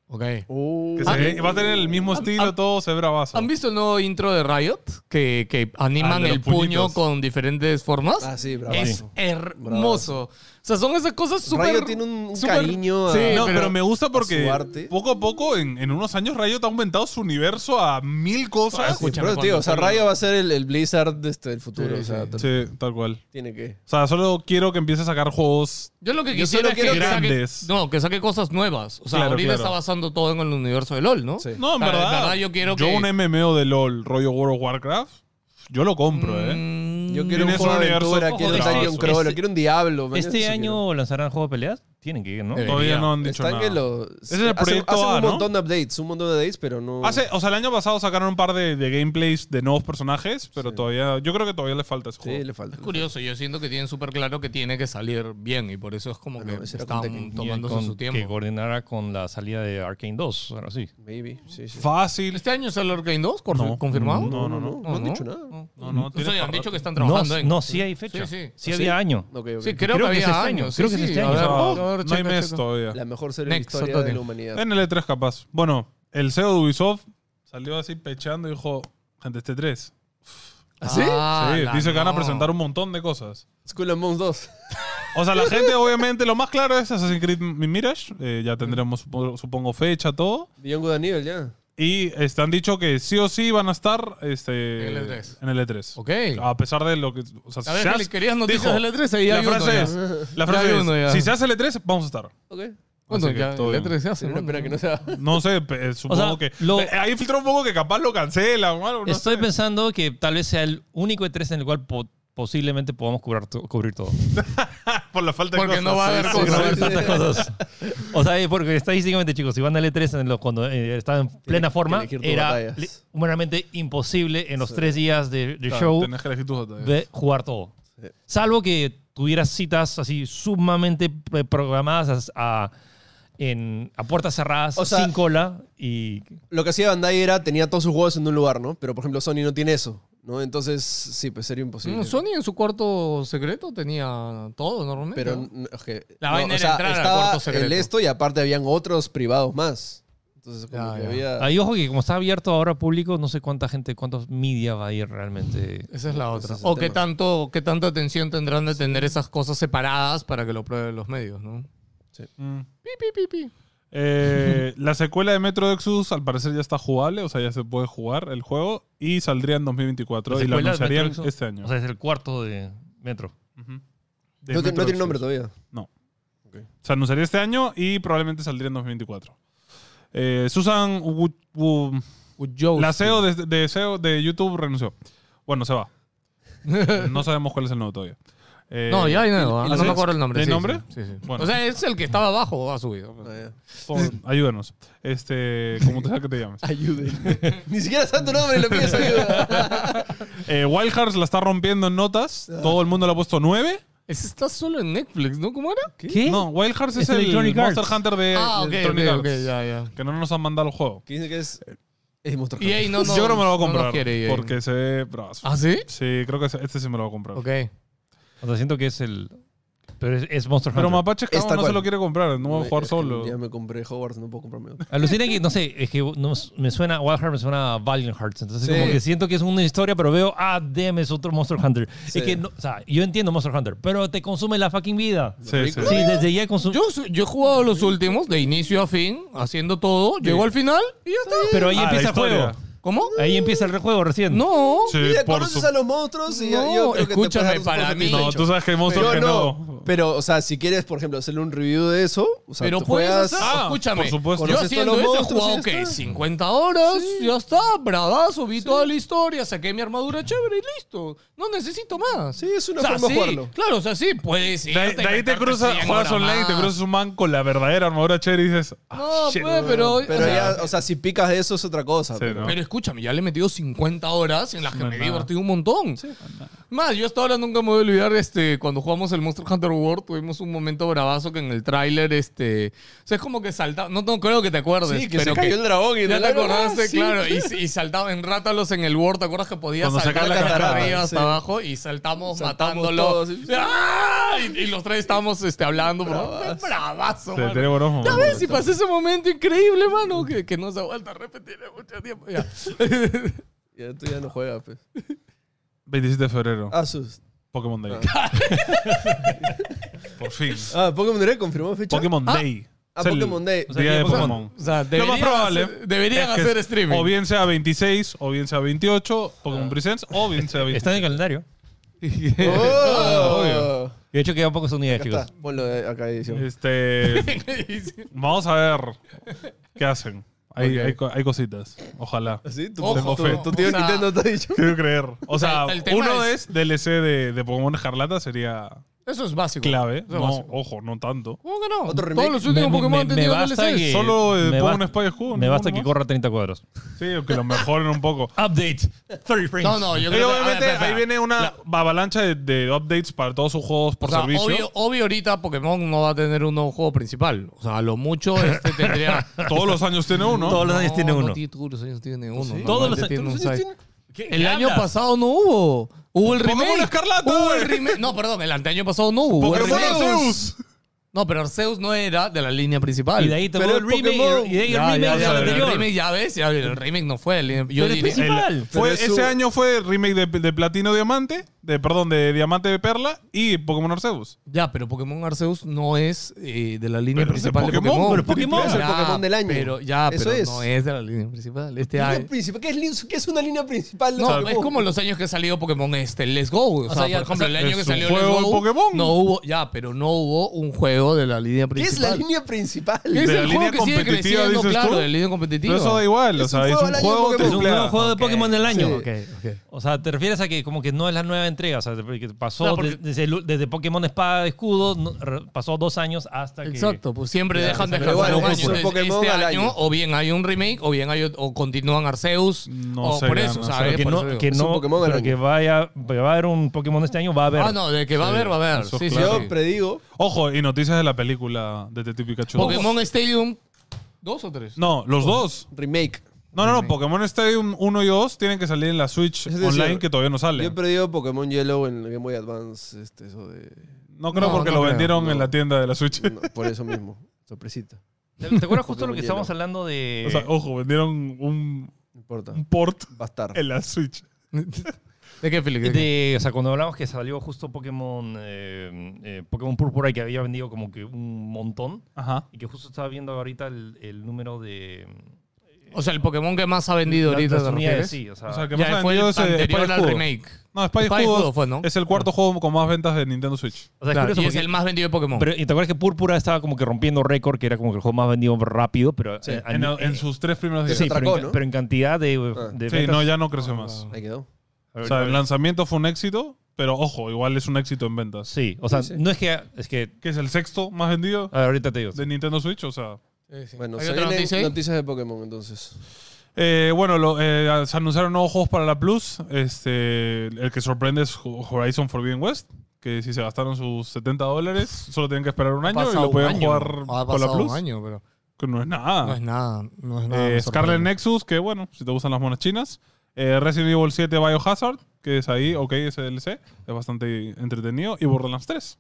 [SPEAKER 1] Ok.
[SPEAKER 4] Oh.
[SPEAKER 2] Que se
[SPEAKER 1] Mm. Ah,
[SPEAKER 2] ve- va a tener el mismo estilo,
[SPEAKER 1] ah,
[SPEAKER 2] todo se ve bravazo.
[SPEAKER 1] ¿Han visto el nuevo intro de Riot? Que, que animan
[SPEAKER 2] Ah, de los
[SPEAKER 1] el puño
[SPEAKER 2] puñitos.
[SPEAKER 1] con diferentes formas.
[SPEAKER 4] Ah, sí, bravo.
[SPEAKER 1] es hermoso. O sea, son esas cosas súper...
[SPEAKER 4] Rayo tiene un, un
[SPEAKER 1] súper-
[SPEAKER 4] cariño a...
[SPEAKER 1] Sí,
[SPEAKER 2] No, pero,
[SPEAKER 1] pero
[SPEAKER 2] me gusta porque
[SPEAKER 4] su arte.
[SPEAKER 2] poco a poco, en, en unos años, Riot ha aumentado su universo a mil
[SPEAKER 1] Ah,
[SPEAKER 2] cosas.
[SPEAKER 1] escucha.
[SPEAKER 4] Pero,
[SPEAKER 1] cuando
[SPEAKER 4] tío, o sea,
[SPEAKER 1] salga.
[SPEAKER 4] Rayo va a ser el, el Blizzard de este, del futuro.
[SPEAKER 1] Sí,
[SPEAKER 4] o sea,
[SPEAKER 1] sí.
[SPEAKER 4] t-
[SPEAKER 2] Sí, tal cual.
[SPEAKER 4] tiene que...
[SPEAKER 2] O sea, solo quiero que empiece a sacar juegos.
[SPEAKER 1] Yo lo que
[SPEAKER 4] Yo
[SPEAKER 1] quisiera
[SPEAKER 4] solo
[SPEAKER 1] es que,
[SPEAKER 4] quiero
[SPEAKER 2] que-
[SPEAKER 1] saque-
[SPEAKER 2] Grandes.
[SPEAKER 1] no, que saque cosas nuevas. O sea,
[SPEAKER 2] Claro,
[SPEAKER 1] ahorita
[SPEAKER 2] claro.
[SPEAKER 1] está basando todo en el universo de LOL, ¿no?
[SPEAKER 4] Sí.
[SPEAKER 2] No, en
[SPEAKER 1] O sea, de
[SPEAKER 2] verdad.
[SPEAKER 1] verdad yo quiero que-
[SPEAKER 2] un MMO de LOL, rollo World of Warcraft, yo lo compro, ¿eh?
[SPEAKER 1] Mm,
[SPEAKER 4] Yo quiero un
[SPEAKER 2] Tienes
[SPEAKER 4] juego
[SPEAKER 2] un
[SPEAKER 4] de
[SPEAKER 2] universo
[SPEAKER 4] aventura,
[SPEAKER 2] ojo,
[SPEAKER 4] quiero un
[SPEAKER 2] este-
[SPEAKER 4] Dungeon
[SPEAKER 2] este-
[SPEAKER 4] Crawler, quiero un Diablo. man,
[SPEAKER 5] ¿Este
[SPEAKER 4] eso
[SPEAKER 5] año lanzarán juego de peleas? Tienen que ir, ¿no?
[SPEAKER 1] Eh,
[SPEAKER 2] Todavía
[SPEAKER 1] Debería.
[SPEAKER 2] no han
[SPEAKER 4] quiero.
[SPEAKER 2] dicho
[SPEAKER 4] Están
[SPEAKER 2] nada.
[SPEAKER 4] que lo...
[SPEAKER 2] Ese es el
[SPEAKER 4] hacen-
[SPEAKER 2] proyecto
[SPEAKER 4] hacen
[SPEAKER 2] A,
[SPEAKER 4] un
[SPEAKER 2] ¿no?
[SPEAKER 4] montón de updates, un montón de updates, pero no...
[SPEAKER 2] Hace, o sea, el año pasado sacaron un par de, de gameplays de nuevos personajes, pero todavía. Yo creo que todavía le falta ese
[SPEAKER 4] Sí,
[SPEAKER 2] juego.
[SPEAKER 4] le falta.
[SPEAKER 1] Es curioso, yo siento que tienen súper claro que tiene que salir bien y por eso es como
[SPEAKER 4] Bueno,
[SPEAKER 1] que
[SPEAKER 4] ese era
[SPEAKER 1] están
[SPEAKER 4] con Tekken.
[SPEAKER 1] tomándose
[SPEAKER 5] Con-
[SPEAKER 1] su
[SPEAKER 5] Que
[SPEAKER 1] tiempo.
[SPEAKER 5] coordinara con la salida de Arkane 2, ahora sí.
[SPEAKER 4] Maybe, sí, sí.
[SPEAKER 2] Fácil.
[SPEAKER 1] ¿Este año sale Arkane 2? Confi-
[SPEAKER 2] No.
[SPEAKER 1] ¿Confirmado?
[SPEAKER 2] No, no, no.
[SPEAKER 4] No han dicho nada.
[SPEAKER 2] No, no,
[SPEAKER 1] O
[SPEAKER 2] tiene
[SPEAKER 1] sea, han
[SPEAKER 2] para
[SPEAKER 1] dicho
[SPEAKER 2] rato.
[SPEAKER 1] que están
[SPEAKER 5] No,
[SPEAKER 1] trabajando en.
[SPEAKER 5] no, sí hay fecha.
[SPEAKER 1] Sí, sí.
[SPEAKER 5] Sí, había año.
[SPEAKER 4] Ok, ok.
[SPEAKER 1] Sí, creo
[SPEAKER 5] Creo
[SPEAKER 1] que
[SPEAKER 5] que es
[SPEAKER 1] había
[SPEAKER 5] este año.
[SPEAKER 1] años.
[SPEAKER 5] Creo
[SPEAKER 1] sí,
[SPEAKER 5] que es
[SPEAKER 1] sí.
[SPEAKER 5] este
[SPEAKER 1] A
[SPEAKER 5] año.
[SPEAKER 1] ver,
[SPEAKER 5] No,
[SPEAKER 1] vamos a ver,
[SPEAKER 2] No hay
[SPEAKER 1] checa,
[SPEAKER 2] mes
[SPEAKER 1] checa.
[SPEAKER 2] todavía.
[SPEAKER 4] La mejor serie de
[SPEAKER 1] Next,
[SPEAKER 4] historia
[SPEAKER 1] Antonio.
[SPEAKER 4] de la humanidad.
[SPEAKER 2] En el E3 capaz. Bueno, el CEO de Ubisoft salió así pechando y dijo, gente, este 3.
[SPEAKER 4] ¿Ah, sí?
[SPEAKER 1] Ah,
[SPEAKER 2] sí,
[SPEAKER 1] la
[SPEAKER 2] dice que van a
[SPEAKER 1] no.
[SPEAKER 2] presentar un montón de cosas.
[SPEAKER 4] School of
[SPEAKER 2] <laughs>
[SPEAKER 4] Mons 2.
[SPEAKER 2] O sea, la
[SPEAKER 1] <laughs>
[SPEAKER 2] gente obviamente lo más claro es Assassin's Creed Mirage. Eh, ya tendremos, supongo, supongo, fecha, todo.
[SPEAKER 4] Beyond Good and Evil, ya.
[SPEAKER 2] Y este, han dicho que sí o sí van a estar este,
[SPEAKER 1] En el E E3.
[SPEAKER 2] en el E3.
[SPEAKER 1] Ok.
[SPEAKER 2] A pesar de lo que... O sea,
[SPEAKER 1] A ver,
[SPEAKER 2] si se
[SPEAKER 1] Félix,
[SPEAKER 2] hace-
[SPEAKER 1] querías noticias
[SPEAKER 2] dijo,
[SPEAKER 1] del E3, ahí
[SPEAKER 2] la
[SPEAKER 1] hay uno ya.
[SPEAKER 2] frase es, la
[SPEAKER 1] Ya
[SPEAKER 2] frase
[SPEAKER 1] hay
[SPEAKER 2] es,
[SPEAKER 1] uno ya.
[SPEAKER 2] si se hace el E3, vamos a estar.
[SPEAKER 4] Ok.
[SPEAKER 1] Bueno,
[SPEAKER 2] Así que
[SPEAKER 1] ya
[SPEAKER 2] todo
[SPEAKER 1] el E3 se hace.
[SPEAKER 4] Pero
[SPEAKER 1] ¿no?
[SPEAKER 4] espera que no sea...
[SPEAKER 2] No sé, pe- eh, supongo
[SPEAKER 5] sea,
[SPEAKER 2] que...
[SPEAKER 5] lo-
[SPEAKER 2] eh, ahí filtró un poco que capaz lo cancelan. o algo, no
[SPEAKER 5] Estoy
[SPEAKER 2] sé.
[SPEAKER 5] pensando que tal vez sea el único E3 en el cual po- posiblemente podamos cubrir, to- cubrir todo.
[SPEAKER 2] Por la falta de
[SPEAKER 1] Porque
[SPEAKER 2] cosas.
[SPEAKER 1] no va a haber
[SPEAKER 4] sí,
[SPEAKER 5] Porque no va a
[SPEAKER 1] cosas.
[SPEAKER 5] haber tantas cosas. O sea, eh, porque estadísticamente, chicos, si van al E3 en los- cuando eh, estaba en plena forma,
[SPEAKER 4] elegir tus
[SPEAKER 5] era
[SPEAKER 4] batallas.
[SPEAKER 5] li- humanamente imposible en los tres días de, de
[SPEAKER 2] Claro,
[SPEAKER 5] show
[SPEAKER 2] Tenés que elegir tus batallas.
[SPEAKER 5] de jugar todo.
[SPEAKER 4] Pues, Sí.
[SPEAKER 5] Salvo que tuvieras citas así sumamente pre- programadas a, a- en, a puertas cerradas,
[SPEAKER 4] O sea,
[SPEAKER 5] sin cola y...
[SPEAKER 4] Lo que hacía Bandai era, tenía todos sus juegos en un lugar, ¿no? Pero, por ejemplo, Sony no tiene eso, ¿no? Entonces, sí, pues sería imposible.
[SPEAKER 1] Mm, Sony en su cuarto secreto tenía todo normalmente.
[SPEAKER 4] Pero,
[SPEAKER 1] ¿no?
[SPEAKER 4] n- es que-
[SPEAKER 1] La
[SPEAKER 4] no,
[SPEAKER 1] vaina
[SPEAKER 4] o
[SPEAKER 1] era
[SPEAKER 4] sea,
[SPEAKER 1] entrar al
[SPEAKER 4] estaba
[SPEAKER 1] cuarto secreto.
[SPEAKER 4] el esto y aparte habían otros privados más. Entonces,
[SPEAKER 1] Ya,
[SPEAKER 4] como que
[SPEAKER 1] ya.
[SPEAKER 4] había...
[SPEAKER 5] Ahí ojo que como está abierto ahora al público, no sé cuánta gente, cuántos media va a ir realmente.
[SPEAKER 1] Esa es la otra.
[SPEAKER 4] es el
[SPEAKER 1] O qué
[SPEAKER 4] tema.
[SPEAKER 1] tanto, qué tanta atención tendrán de tener esas cosas separadas para que lo prueben los medios, ¿no?
[SPEAKER 2] Mm.
[SPEAKER 1] Pi, pi, pi, pi.
[SPEAKER 2] Eh, la secuela de Metro Exodus al parecer ya está jugable, o sea, ya se puede jugar el juego y saldría en 2024 y la
[SPEAKER 5] secuela de
[SPEAKER 2] anunciarían
[SPEAKER 5] Metro Exodus?
[SPEAKER 2] este año.
[SPEAKER 5] O sea, es el cuarto de Metro.
[SPEAKER 2] Ujú. De
[SPEAKER 4] No, te-
[SPEAKER 2] Metro
[SPEAKER 4] no tiene nombre
[SPEAKER 2] Exodus.
[SPEAKER 4] todavía.
[SPEAKER 2] No.
[SPEAKER 4] Ok.
[SPEAKER 2] Se anunciaría este año y probablemente saldría en 2024. Eh, Susan Wu- Wu-
[SPEAKER 1] Oh,
[SPEAKER 2] la CEO de, de CEO de YouTube renunció. Bueno,
[SPEAKER 1] <laughs>
[SPEAKER 2] se va. No sabemos cuál es el nuevo todavía. Eh,
[SPEAKER 1] No, ya hay
[SPEAKER 2] ¿y
[SPEAKER 1] nuevo. ¿ah?
[SPEAKER 2] la
[SPEAKER 1] No me
[SPEAKER 2] CEO?
[SPEAKER 1] acuerdo el nombre.
[SPEAKER 2] ¿Hay
[SPEAKER 1] sí,
[SPEAKER 2] nombre?
[SPEAKER 1] Sí, sí.
[SPEAKER 2] Bueno.
[SPEAKER 1] O sea, es el que estaba abajo, ha subido.
[SPEAKER 4] Ah, ya.
[SPEAKER 2] Por- ayúdanos. Este, como te sea que te llames.
[SPEAKER 4] Ayúdenme. Ni siquiera sabe tu nombre y lo pides ayuda.
[SPEAKER 2] Eh, Wild Hearts la está rompiendo en notas. Todo el mundo le ha puesto 9.
[SPEAKER 1] Ese está solo en Netflix, ¿no? ¿Cómo era?
[SPEAKER 5] ¿Qué?
[SPEAKER 2] No, Wild Hearts es,
[SPEAKER 5] Es
[SPEAKER 2] el
[SPEAKER 5] Electronic
[SPEAKER 2] Monster
[SPEAKER 5] Arts.
[SPEAKER 2] Hunter de
[SPEAKER 1] Ah, ok,
[SPEAKER 2] Electronic
[SPEAKER 1] ok,
[SPEAKER 2] Arts,
[SPEAKER 1] ok, ya, ya.
[SPEAKER 2] Que no nos han mandado el juego.
[SPEAKER 4] Que dice que es. Es Monster
[SPEAKER 1] Y
[SPEAKER 4] Hunter.
[SPEAKER 1] ahí no, no.
[SPEAKER 2] Yo creo que me lo voy a
[SPEAKER 1] no
[SPEAKER 2] comprar.
[SPEAKER 1] nos quiere EA.
[SPEAKER 2] porque se ve bravazo.
[SPEAKER 1] eh. ¿Ah, sí?
[SPEAKER 2] Sí, creo que este sí me lo voy a comprar.
[SPEAKER 1] Ok.
[SPEAKER 5] O sea, siento que es el. Pero es, es Monster Hunter.
[SPEAKER 2] Pero Mapache
[SPEAKER 4] Esta
[SPEAKER 2] cabrón, no se
[SPEAKER 4] cual.
[SPEAKER 2] lo quiere comprar, no va a
[SPEAKER 4] Me-
[SPEAKER 2] jugar
[SPEAKER 4] es que
[SPEAKER 2] solo.
[SPEAKER 4] Ya me compré Hogwarts, no puedo comprarme otro.
[SPEAKER 5] Alucina que, no sé, es que no- me suena, Wild Hearts me suena a Valiant Hearts. Entonces,
[SPEAKER 4] Sí.
[SPEAKER 5] como que siento que es una historia, pero veo, ah, damn, es otro Monster Hunter.
[SPEAKER 4] Sí.
[SPEAKER 5] Es que, no- o sea, yo entiendo Monster Hunter, pero te consume la fucking vida.
[SPEAKER 2] Sí, sí.
[SPEAKER 5] Sí, desde ya consume.
[SPEAKER 1] Yo, su- yo he jugado los últimos, de inicio a fin, haciendo todo. Llego al final y ya está.
[SPEAKER 5] Pero ahí
[SPEAKER 2] Ah, la
[SPEAKER 5] empieza el
[SPEAKER 2] historia.
[SPEAKER 5] juego.
[SPEAKER 1] ¿Cómo?
[SPEAKER 5] Ahí empieza el rejuego recién.
[SPEAKER 1] No.
[SPEAKER 2] Sí,
[SPEAKER 4] Mira,
[SPEAKER 2] Eh, por
[SPEAKER 4] conoces
[SPEAKER 2] su-
[SPEAKER 4] a los monstruos y ya-
[SPEAKER 1] No,
[SPEAKER 4] yo creo que te
[SPEAKER 1] escúchame,
[SPEAKER 4] puedes dar tus
[SPEAKER 1] para
[SPEAKER 4] cosas
[SPEAKER 1] mí-
[SPEAKER 2] No,
[SPEAKER 4] satisfecho.
[SPEAKER 2] tú sabes que hay monstruos que
[SPEAKER 4] Pero
[SPEAKER 2] no.
[SPEAKER 4] no. Pero, o sea, si quieres, por ejemplo, hacerle un review de eso, o sea,
[SPEAKER 1] pero
[SPEAKER 4] tú
[SPEAKER 1] puedes
[SPEAKER 4] juegas.
[SPEAKER 1] hacer,
[SPEAKER 2] Ah,
[SPEAKER 1] escúchame,
[SPEAKER 2] por supuesto.
[SPEAKER 1] yo
[SPEAKER 4] Conoces
[SPEAKER 1] haciendo
[SPEAKER 4] todos los
[SPEAKER 1] eso he
[SPEAKER 4] monstruos y
[SPEAKER 1] jugado,
[SPEAKER 4] ya
[SPEAKER 1] ¿qué?
[SPEAKER 4] está.
[SPEAKER 1] 50 horas, ya está, bravazo, vi toda la historia, saqué mi armadura chévere y listo. No necesito más.
[SPEAKER 4] Sí, es una
[SPEAKER 1] O sea,
[SPEAKER 4] forma de
[SPEAKER 1] sí,
[SPEAKER 4] jugarlo.
[SPEAKER 1] Claro, o sea, sí, puedes ir.
[SPEAKER 2] De ahí, de ahí te cruzas, juegas online, te cruzas un man con la verdadera armadura chévere y dices, ah,
[SPEAKER 1] No,
[SPEAKER 2] shit.
[SPEAKER 1] pues, pero... o
[SPEAKER 4] Pero
[SPEAKER 1] sea,
[SPEAKER 4] ya, o sea, si picas de eso es otra cosa.
[SPEAKER 2] Sí,
[SPEAKER 4] pero-
[SPEAKER 2] ¿no?
[SPEAKER 1] Pero escúchame, ya le he metido 50 horas en las que
[SPEAKER 2] No
[SPEAKER 1] me
[SPEAKER 2] es
[SPEAKER 1] he
[SPEAKER 2] nada.
[SPEAKER 1] divertido un montón. Más, yo hasta ahora nunca me voy a olvidar, este, cuando jugamos el Monster Hunter World, tuvimos un momento bravazo que en el tráiler, este... O sea, es como que saltaba... No, no creo que te acuerdes,
[SPEAKER 4] Sí, que
[SPEAKER 1] Pues,
[SPEAKER 4] se
[SPEAKER 1] pero
[SPEAKER 4] cayó el dragón y
[SPEAKER 1] Ya
[SPEAKER 4] no
[SPEAKER 1] te
[SPEAKER 4] la-
[SPEAKER 1] acordaste,
[SPEAKER 4] Ah, sí.
[SPEAKER 1] claro.
[SPEAKER 4] <laughs>
[SPEAKER 1] Y, y saltaba en rátalos en el Word. ¿Te acuerdas que podías
[SPEAKER 2] Cuando
[SPEAKER 1] saltar
[SPEAKER 2] sacaban la
[SPEAKER 1] hasta
[SPEAKER 4] catarata,
[SPEAKER 1] arriba hasta
[SPEAKER 4] sí.
[SPEAKER 1] abajo? Y saltamos,
[SPEAKER 4] Saltamos
[SPEAKER 1] matándolo.
[SPEAKER 4] todos, sí.
[SPEAKER 1] ¡Ah! y, y los tres estábamos este, hablando. Bravazo, pero, bravazo
[SPEAKER 2] Se
[SPEAKER 1] mano.
[SPEAKER 2] tiene buenos
[SPEAKER 1] Ya
[SPEAKER 2] momentos.
[SPEAKER 1] ves, y pasé ese momento increíble, mano, que, que no se ha vuelto a repetir en mucho tiempo. Ya. <laughs>
[SPEAKER 4] Ya, tú ya no juegas, pues.
[SPEAKER 2] 27 de febrero,
[SPEAKER 4] Ah, sus.
[SPEAKER 2] Pokémon Day.
[SPEAKER 1] Ah.
[SPEAKER 2] <laughs> Por fin.
[SPEAKER 4] Ah, Pokémon Direct confirmó fecha.
[SPEAKER 2] Pokémon Day.
[SPEAKER 4] Ah,
[SPEAKER 2] Es el
[SPEAKER 4] Pokémon Day.
[SPEAKER 5] o sea,
[SPEAKER 2] Día de
[SPEAKER 5] ya Pokémon.
[SPEAKER 2] Pokémon.
[SPEAKER 1] O sea,
[SPEAKER 2] Lo
[SPEAKER 1] deberían,
[SPEAKER 2] más probable
[SPEAKER 1] hacer, deberían
[SPEAKER 2] es que
[SPEAKER 1] hacer streaming. Ah.
[SPEAKER 2] O bien sea 26, o bien sea 28, Pokémon Presents, o bien sea 20.
[SPEAKER 5] Está en el calendario.
[SPEAKER 4] Oh.
[SPEAKER 2] obvio.
[SPEAKER 5] Y De hecho, quedan pocas unidades,
[SPEAKER 4] Acá
[SPEAKER 5] chicos.
[SPEAKER 4] está. Ponlo de- acá edición.
[SPEAKER 2] Este,
[SPEAKER 1] <laughs>
[SPEAKER 2] vamos a ver qué hacen. Hay,
[SPEAKER 1] Ok.
[SPEAKER 2] hay co- hay cositas. Ojalá.
[SPEAKER 4] ¿Sí? ¿Tu,
[SPEAKER 1] Ojo,
[SPEAKER 4] tu-
[SPEAKER 1] fe.
[SPEAKER 4] tu tío
[SPEAKER 1] o sea-
[SPEAKER 4] Nintendo te ha dicho?
[SPEAKER 2] Quiero creer. O sea,
[SPEAKER 1] El- el tema
[SPEAKER 2] uno
[SPEAKER 1] es-
[SPEAKER 2] es, DLC de, de Pokémon Escarlata sería
[SPEAKER 1] <laughs> Eso es básico.
[SPEAKER 2] clave.
[SPEAKER 1] Eso es
[SPEAKER 2] No,
[SPEAKER 1] básico.
[SPEAKER 2] ojo, no tanto.
[SPEAKER 1] ¿Cómo que no?
[SPEAKER 4] Otro remake.
[SPEAKER 1] Todos los últimos
[SPEAKER 5] Me- me-
[SPEAKER 1] Pokémon han
[SPEAKER 5] me-
[SPEAKER 1] tenido
[SPEAKER 5] me basta
[SPEAKER 1] DLCs.
[SPEAKER 5] Eh,
[SPEAKER 2] Solo eh,
[SPEAKER 5] me
[SPEAKER 2] Pokémon
[SPEAKER 5] basta-
[SPEAKER 2] Spy Escudo.
[SPEAKER 5] Me
[SPEAKER 2] ¿no?
[SPEAKER 5] basta
[SPEAKER 2] ¿No
[SPEAKER 5] que
[SPEAKER 2] más?
[SPEAKER 5] corra 30 cuadros.
[SPEAKER 2] Sí, o que lo mejoren un poco.
[SPEAKER 5] Update. 30 frames.
[SPEAKER 1] No, no, yo creo
[SPEAKER 2] Y
[SPEAKER 1] que. a ver,
[SPEAKER 2] obviamente
[SPEAKER 1] espera, espera.
[SPEAKER 2] ahí viene una avalancha de, de updates para todos sus juegos por
[SPEAKER 1] O sea,
[SPEAKER 2] servicio.
[SPEAKER 1] obvio, obvio ahorita Pokémon no va a tener un nuevo juego principal. O sea, a lo mucho este
[SPEAKER 2] <laughs>
[SPEAKER 1] tendría...
[SPEAKER 2] Todos los años tiene uno.
[SPEAKER 5] Todos los años tiene
[SPEAKER 1] No,
[SPEAKER 5] uno.
[SPEAKER 1] no tiene- todos los años tiene uno.
[SPEAKER 4] sí?
[SPEAKER 5] Todos los-
[SPEAKER 1] Normalmente tiene
[SPEAKER 5] todos
[SPEAKER 1] un
[SPEAKER 5] los
[SPEAKER 1] side.
[SPEAKER 4] años
[SPEAKER 5] ¿Qué-
[SPEAKER 1] El
[SPEAKER 5] qué
[SPEAKER 1] año
[SPEAKER 5] hablas?
[SPEAKER 1] pasado no hubo. Hubo el
[SPEAKER 2] Pokémon
[SPEAKER 1] remake.
[SPEAKER 2] Escarlata,
[SPEAKER 1] Hubo
[SPEAKER 2] güey.
[SPEAKER 1] el remake. No, perdón, el anteaño pasado no hubo. el
[SPEAKER 2] Pokémon
[SPEAKER 1] remake.
[SPEAKER 2] Arceus.
[SPEAKER 1] No, pero Arceus no era de la línea principal.
[SPEAKER 5] Y de ahí te
[SPEAKER 4] Pero
[SPEAKER 5] veo
[SPEAKER 4] el
[SPEAKER 5] el remake.
[SPEAKER 4] Pokémon-
[SPEAKER 5] Y de ahí el
[SPEAKER 1] Ya, ya,
[SPEAKER 5] remake
[SPEAKER 1] ya,
[SPEAKER 5] del
[SPEAKER 1] el
[SPEAKER 5] anterior.
[SPEAKER 1] remake, ya ves, ya, el remake no fue. el- yo
[SPEAKER 5] Pero es
[SPEAKER 1] diría-
[SPEAKER 5] principal.
[SPEAKER 2] El- fue,
[SPEAKER 4] Pero es su-
[SPEAKER 2] Ese año fue remake de, de Platino Diamante, de, perdón, de Diamante de Perla y Pokémon Arceus.
[SPEAKER 1] Ya, pero Pokémon Arceus no es eh, de la línea
[SPEAKER 2] Pero es de
[SPEAKER 1] principal de
[SPEAKER 2] Pokémon,
[SPEAKER 1] Pokémon.
[SPEAKER 5] pero Pokémon.
[SPEAKER 4] Es el Pokémon del año.
[SPEAKER 1] Pero ya,
[SPEAKER 4] Eso
[SPEAKER 1] pero
[SPEAKER 4] es.
[SPEAKER 1] no es de la línea principal. Este
[SPEAKER 4] Línea
[SPEAKER 1] año.
[SPEAKER 4] principal. ¿Qué es, lin- qué es una línea principal? de
[SPEAKER 1] No,
[SPEAKER 4] Pokémon?
[SPEAKER 1] es como los años que ha salido Pokémon este, Let's Go. O, sea,
[SPEAKER 5] sea, ya-
[SPEAKER 1] por ejemplo, el
[SPEAKER 2] es
[SPEAKER 1] año que
[SPEAKER 2] un
[SPEAKER 1] salió
[SPEAKER 2] juego
[SPEAKER 1] Let's
[SPEAKER 2] de
[SPEAKER 1] Go.
[SPEAKER 2] Pokémon.
[SPEAKER 1] No hubo, ya, pero no hubo un juego de la línea
[SPEAKER 4] ¿Qué es la
[SPEAKER 1] principal.
[SPEAKER 4] línea principal?
[SPEAKER 1] ¿Qué es
[SPEAKER 2] ¿De
[SPEAKER 1] el
[SPEAKER 2] la
[SPEAKER 1] juego
[SPEAKER 2] línea
[SPEAKER 1] que sigue
[SPEAKER 2] competitiva,
[SPEAKER 1] creciendo,
[SPEAKER 2] dices
[SPEAKER 1] claro,
[SPEAKER 2] tú?
[SPEAKER 1] de la línea
[SPEAKER 2] Pero
[SPEAKER 1] competitiva.
[SPEAKER 2] eso da igual, o
[SPEAKER 4] Es
[SPEAKER 2] sea,
[SPEAKER 4] un
[SPEAKER 2] es
[SPEAKER 4] juego
[SPEAKER 2] un
[SPEAKER 4] al año
[SPEAKER 2] juego
[SPEAKER 4] Pokémon.
[SPEAKER 5] Es un nuevo
[SPEAKER 2] triple
[SPEAKER 5] juego de
[SPEAKER 1] Ok,
[SPEAKER 5] Pokémon del año.
[SPEAKER 4] sí.
[SPEAKER 1] Ok, ok.
[SPEAKER 5] O sea, te refieres a que como que no es la nueva entrega, o sea, que pasó
[SPEAKER 1] No, porque-
[SPEAKER 5] de- desde, el- desde Pokémon Espada y Escudo, no- re- pasó dos años hasta que...
[SPEAKER 1] Exacto, pues siempre dejan
[SPEAKER 4] pero
[SPEAKER 1] descansar
[SPEAKER 4] igual,
[SPEAKER 1] un año.
[SPEAKER 4] es un
[SPEAKER 1] Entonces,
[SPEAKER 4] Pokémon
[SPEAKER 1] este
[SPEAKER 4] al
[SPEAKER 1] año,
[SPEAKER 4] año.
[SPEAKER 1] o bien hay un remake, o bien hay ot- o continúan Arceus,
[SPEAKER 2] No
[SPEAKER 1] o
[SPEAKER 2] sé,
[SPEAKER 1] por
[SPEAKER 2] ya,
[SPEAKER 1] eso,
[SPEAKER 2] no sé.
[SPEAKER 1] ¿sabes?
[SPEAKER 5] Pero que
[SPEAKER 1] Por eso
[SPEAKER 5] no,
[SPEAKER 1] digo.
[SPEAKER 5] que
[SPEAKER 4] Es un
[SPEAKER 5] no,
[SPEAKER 4] Pokémon del
[SPEAKER 5] pero que
[SPEAKER 4] año.
[SPEAKER 5] vaya, que va a haber un Pokémon este año, va a haber. <laughs>
[SPEAKER 1] Ah, no, de que va a haber, va a haber.
[SPEAKER 2] eso es
[SPEAKER 1] Sí, sí,
[SPEAKER 2] claro.
[SPEAKER 1] sí.
[SPEAKER 4] Yo predigo.
[SPEAKER 2] Ojo, y noticias de la película de Detective Pikachu.
[SPEAKER 1] Pokémon Stadium, ¿dos o tres?
[SPEAKER 2] No, los dos.
[SPEAKER 4] Remake.
[SPEAKER 2] No, no, no, Pokémon Stadium 1 y 2 tienen que salir en la Switch
[SPEAKER 4] Es decir,
[SPEAKER 2] online que todavía no sale.
[SPEAKER 4] Yo he perdido Pokémon Yellow en el Game Boy Advance. Este, eso de.
[SPEAKER 2] No creo
[SPEAKER 1] No,
[SPEAKER 2] porque
[SPEAKER 1] no creo,
[SPEAKER 2] lo vendieron
[SPEAKER 4] no.
[SPEAKER 2] en la tienda de la Switch.
[SPEAKER 4] no, por eso mismo. Sorpresita.
[SPEAKER 5] ¿Te te acuerdas justo lo
[SPEAKER 4] Pokémon
[SPEAKER 5] que
[SPEAKER 4] Yellow.
[SPEAKER 5] estábamos hablando de.
[SPEAKER 1] Eh,
[SPEAKER 2] O sea, ojo, vendieron un,
[SPEAKER 4] No importa.
[SPEAKER 2] un port
[SPEAKER 4] Va a estar.
[SPEAKER 2] en la Switch.
[SPEAKER 1] <laughs> ¿De qué, Félix? ¿De qué?
[SPEAKER 5] De- o sea, cuando hablamos que salió justo Pokémon, eh, eh, Pokémon Púrpura y que había vendido como que un montón,
[SPEAKER 2] Ajá.
[SPEAKER 5] y que justo estaba viendo ahorita el, el número de...
[SPEAKER 1] O sea, el Pokémon que más ha vendido
[SPEAKER 5] las-
[SPEAKER 1] ahorita,
[SPEAKER 5] las
[SPEAKER 1] ¿te
[SPEAKER 5] unidades,
[SPEAKER 1] refieres?
[SPEAKER 5] sí, o sea,
[SPEAKER 2] O sea, que más
[SPEAKER 1] Ya fue el
[SPEAKER 2] vendido es eh, Spy
[SPEAKER 1] anterior al
[SPEAKER 2] Escudo.
[SPEAKER 1] remake.
[SPEAKER 2] No, Spy
[SPEAKER 1] Spy
[SPEAKER 2] Escudo
[SPEAKER 1] Escudo fue, ¿no? Ah.
[SPEAKER 2] es el cuarto juego con más ventas de Nintendo Switch.
[SPEAKER 5] o sea, es
[SPEAKER 1] Claro,
[SPEAKER 5] curioso
[SPEAKER 1] y es
[SPEAKER 5] porque-
[SPEAKER 1] el más vendido de
[SPEAKER 4] Oh.
[SPEAKER 1] Pokémon.
[SPEAKER 5] pero- y te acuerdas que Púrpura estaba como que rompiendo récord, que era como que el juego más vendido rápido, pero... eh,
[SPEAKER 1] Ah,
[SPEAKER 5] a-
[SPEAKER 2] En,
[SPEAKER 5] eh,
[SPEAKER 2] en sus tres primeros
[SPEAKER 4] Sí,
[SPEAKER 2] días.
[SPEAKER 5] sí,
[SPEAKER 2] Sí,
[SPEAKER 5] pero,
[SPEAKER 4] atracó,
[SPEAKER 5] en,
[SPEAKER 4] ¿no?
[SPEAKER 5] pero en cantidad de...
[SPEAKER 4] Ah.
[SPEAKER 5] de ventas-
[SPEAKER 2] no, ya no creció más.
[SPEAKER 4] Ahí quedó.
[SPEAKER 2] O sea, el lanzamiento fue un éxito, pero ojo, igual es un éxito en ventas.
[SPEAKER 5] Sí, o sea,
[SPEAKER 4] Sí, sí.
[SPEAKER 5] no es que... Es que
[SPEAKER 2] Que es el sexto más
[SPEAKER 1] Ah,
[SPEAKER 2] vendido
[SPEAKER 5] a ver, ahorita
[SPEAKER 1] pues
[SPEAKER 5] te digo.
[SPEAKER 2] de Nintendo Switch, o sea.
[SPEAKER 4] Bueno,
[SPEAKER 1] ¿Hay
[SPEAKER 4] se
[SPEAKER 1] otra
[SPEAKER 4] vienen
[SPEAKER 1] noticia ahí?
[SPEAKER 4] noticias de Pokémon entonces.
[SPEAKER 2] Eh, bueno, lo- eh, se anunciaron nuevos juegos para la Plus. Este, el que sorprende es Ho- Horizon Forbidden West, que si se gastaron sus 70 dólares, solo tienen que esperar un
[SPEAKER 1] Ha
[SPEAKER 2] este año y
[SPEAKER 1] pasado
[SPEAKER 2] lo
[SPEAKER 1] un
[SPEAKER 2] pueden
[SPEAKER 1] año.
[SPEAKER 2] jugar
[SPEAKER 1] Ha
[SPEAKER 2] con la
[SPEAKER 1] pasado
[SPEAKER 2] Plus.
[SPEAKER 1] un año, pero
[SPEAKER 2] Que no es nada.
[SPEAKER 1] no es nada. No es nada.
[SPEAKER 2] Eh,
[SPEAKER 1] me
[SPEAKER 2] Scarlet
[SPEAKER 1] sorprende.
[SPEAKER 2] Nexus, que bueno, si te gustan las monas chinas. Eh, Resident Evil 7 Biohazard, que es ahí, ok, ese DLC. Es bastante entretenido. Y Borderlands 3.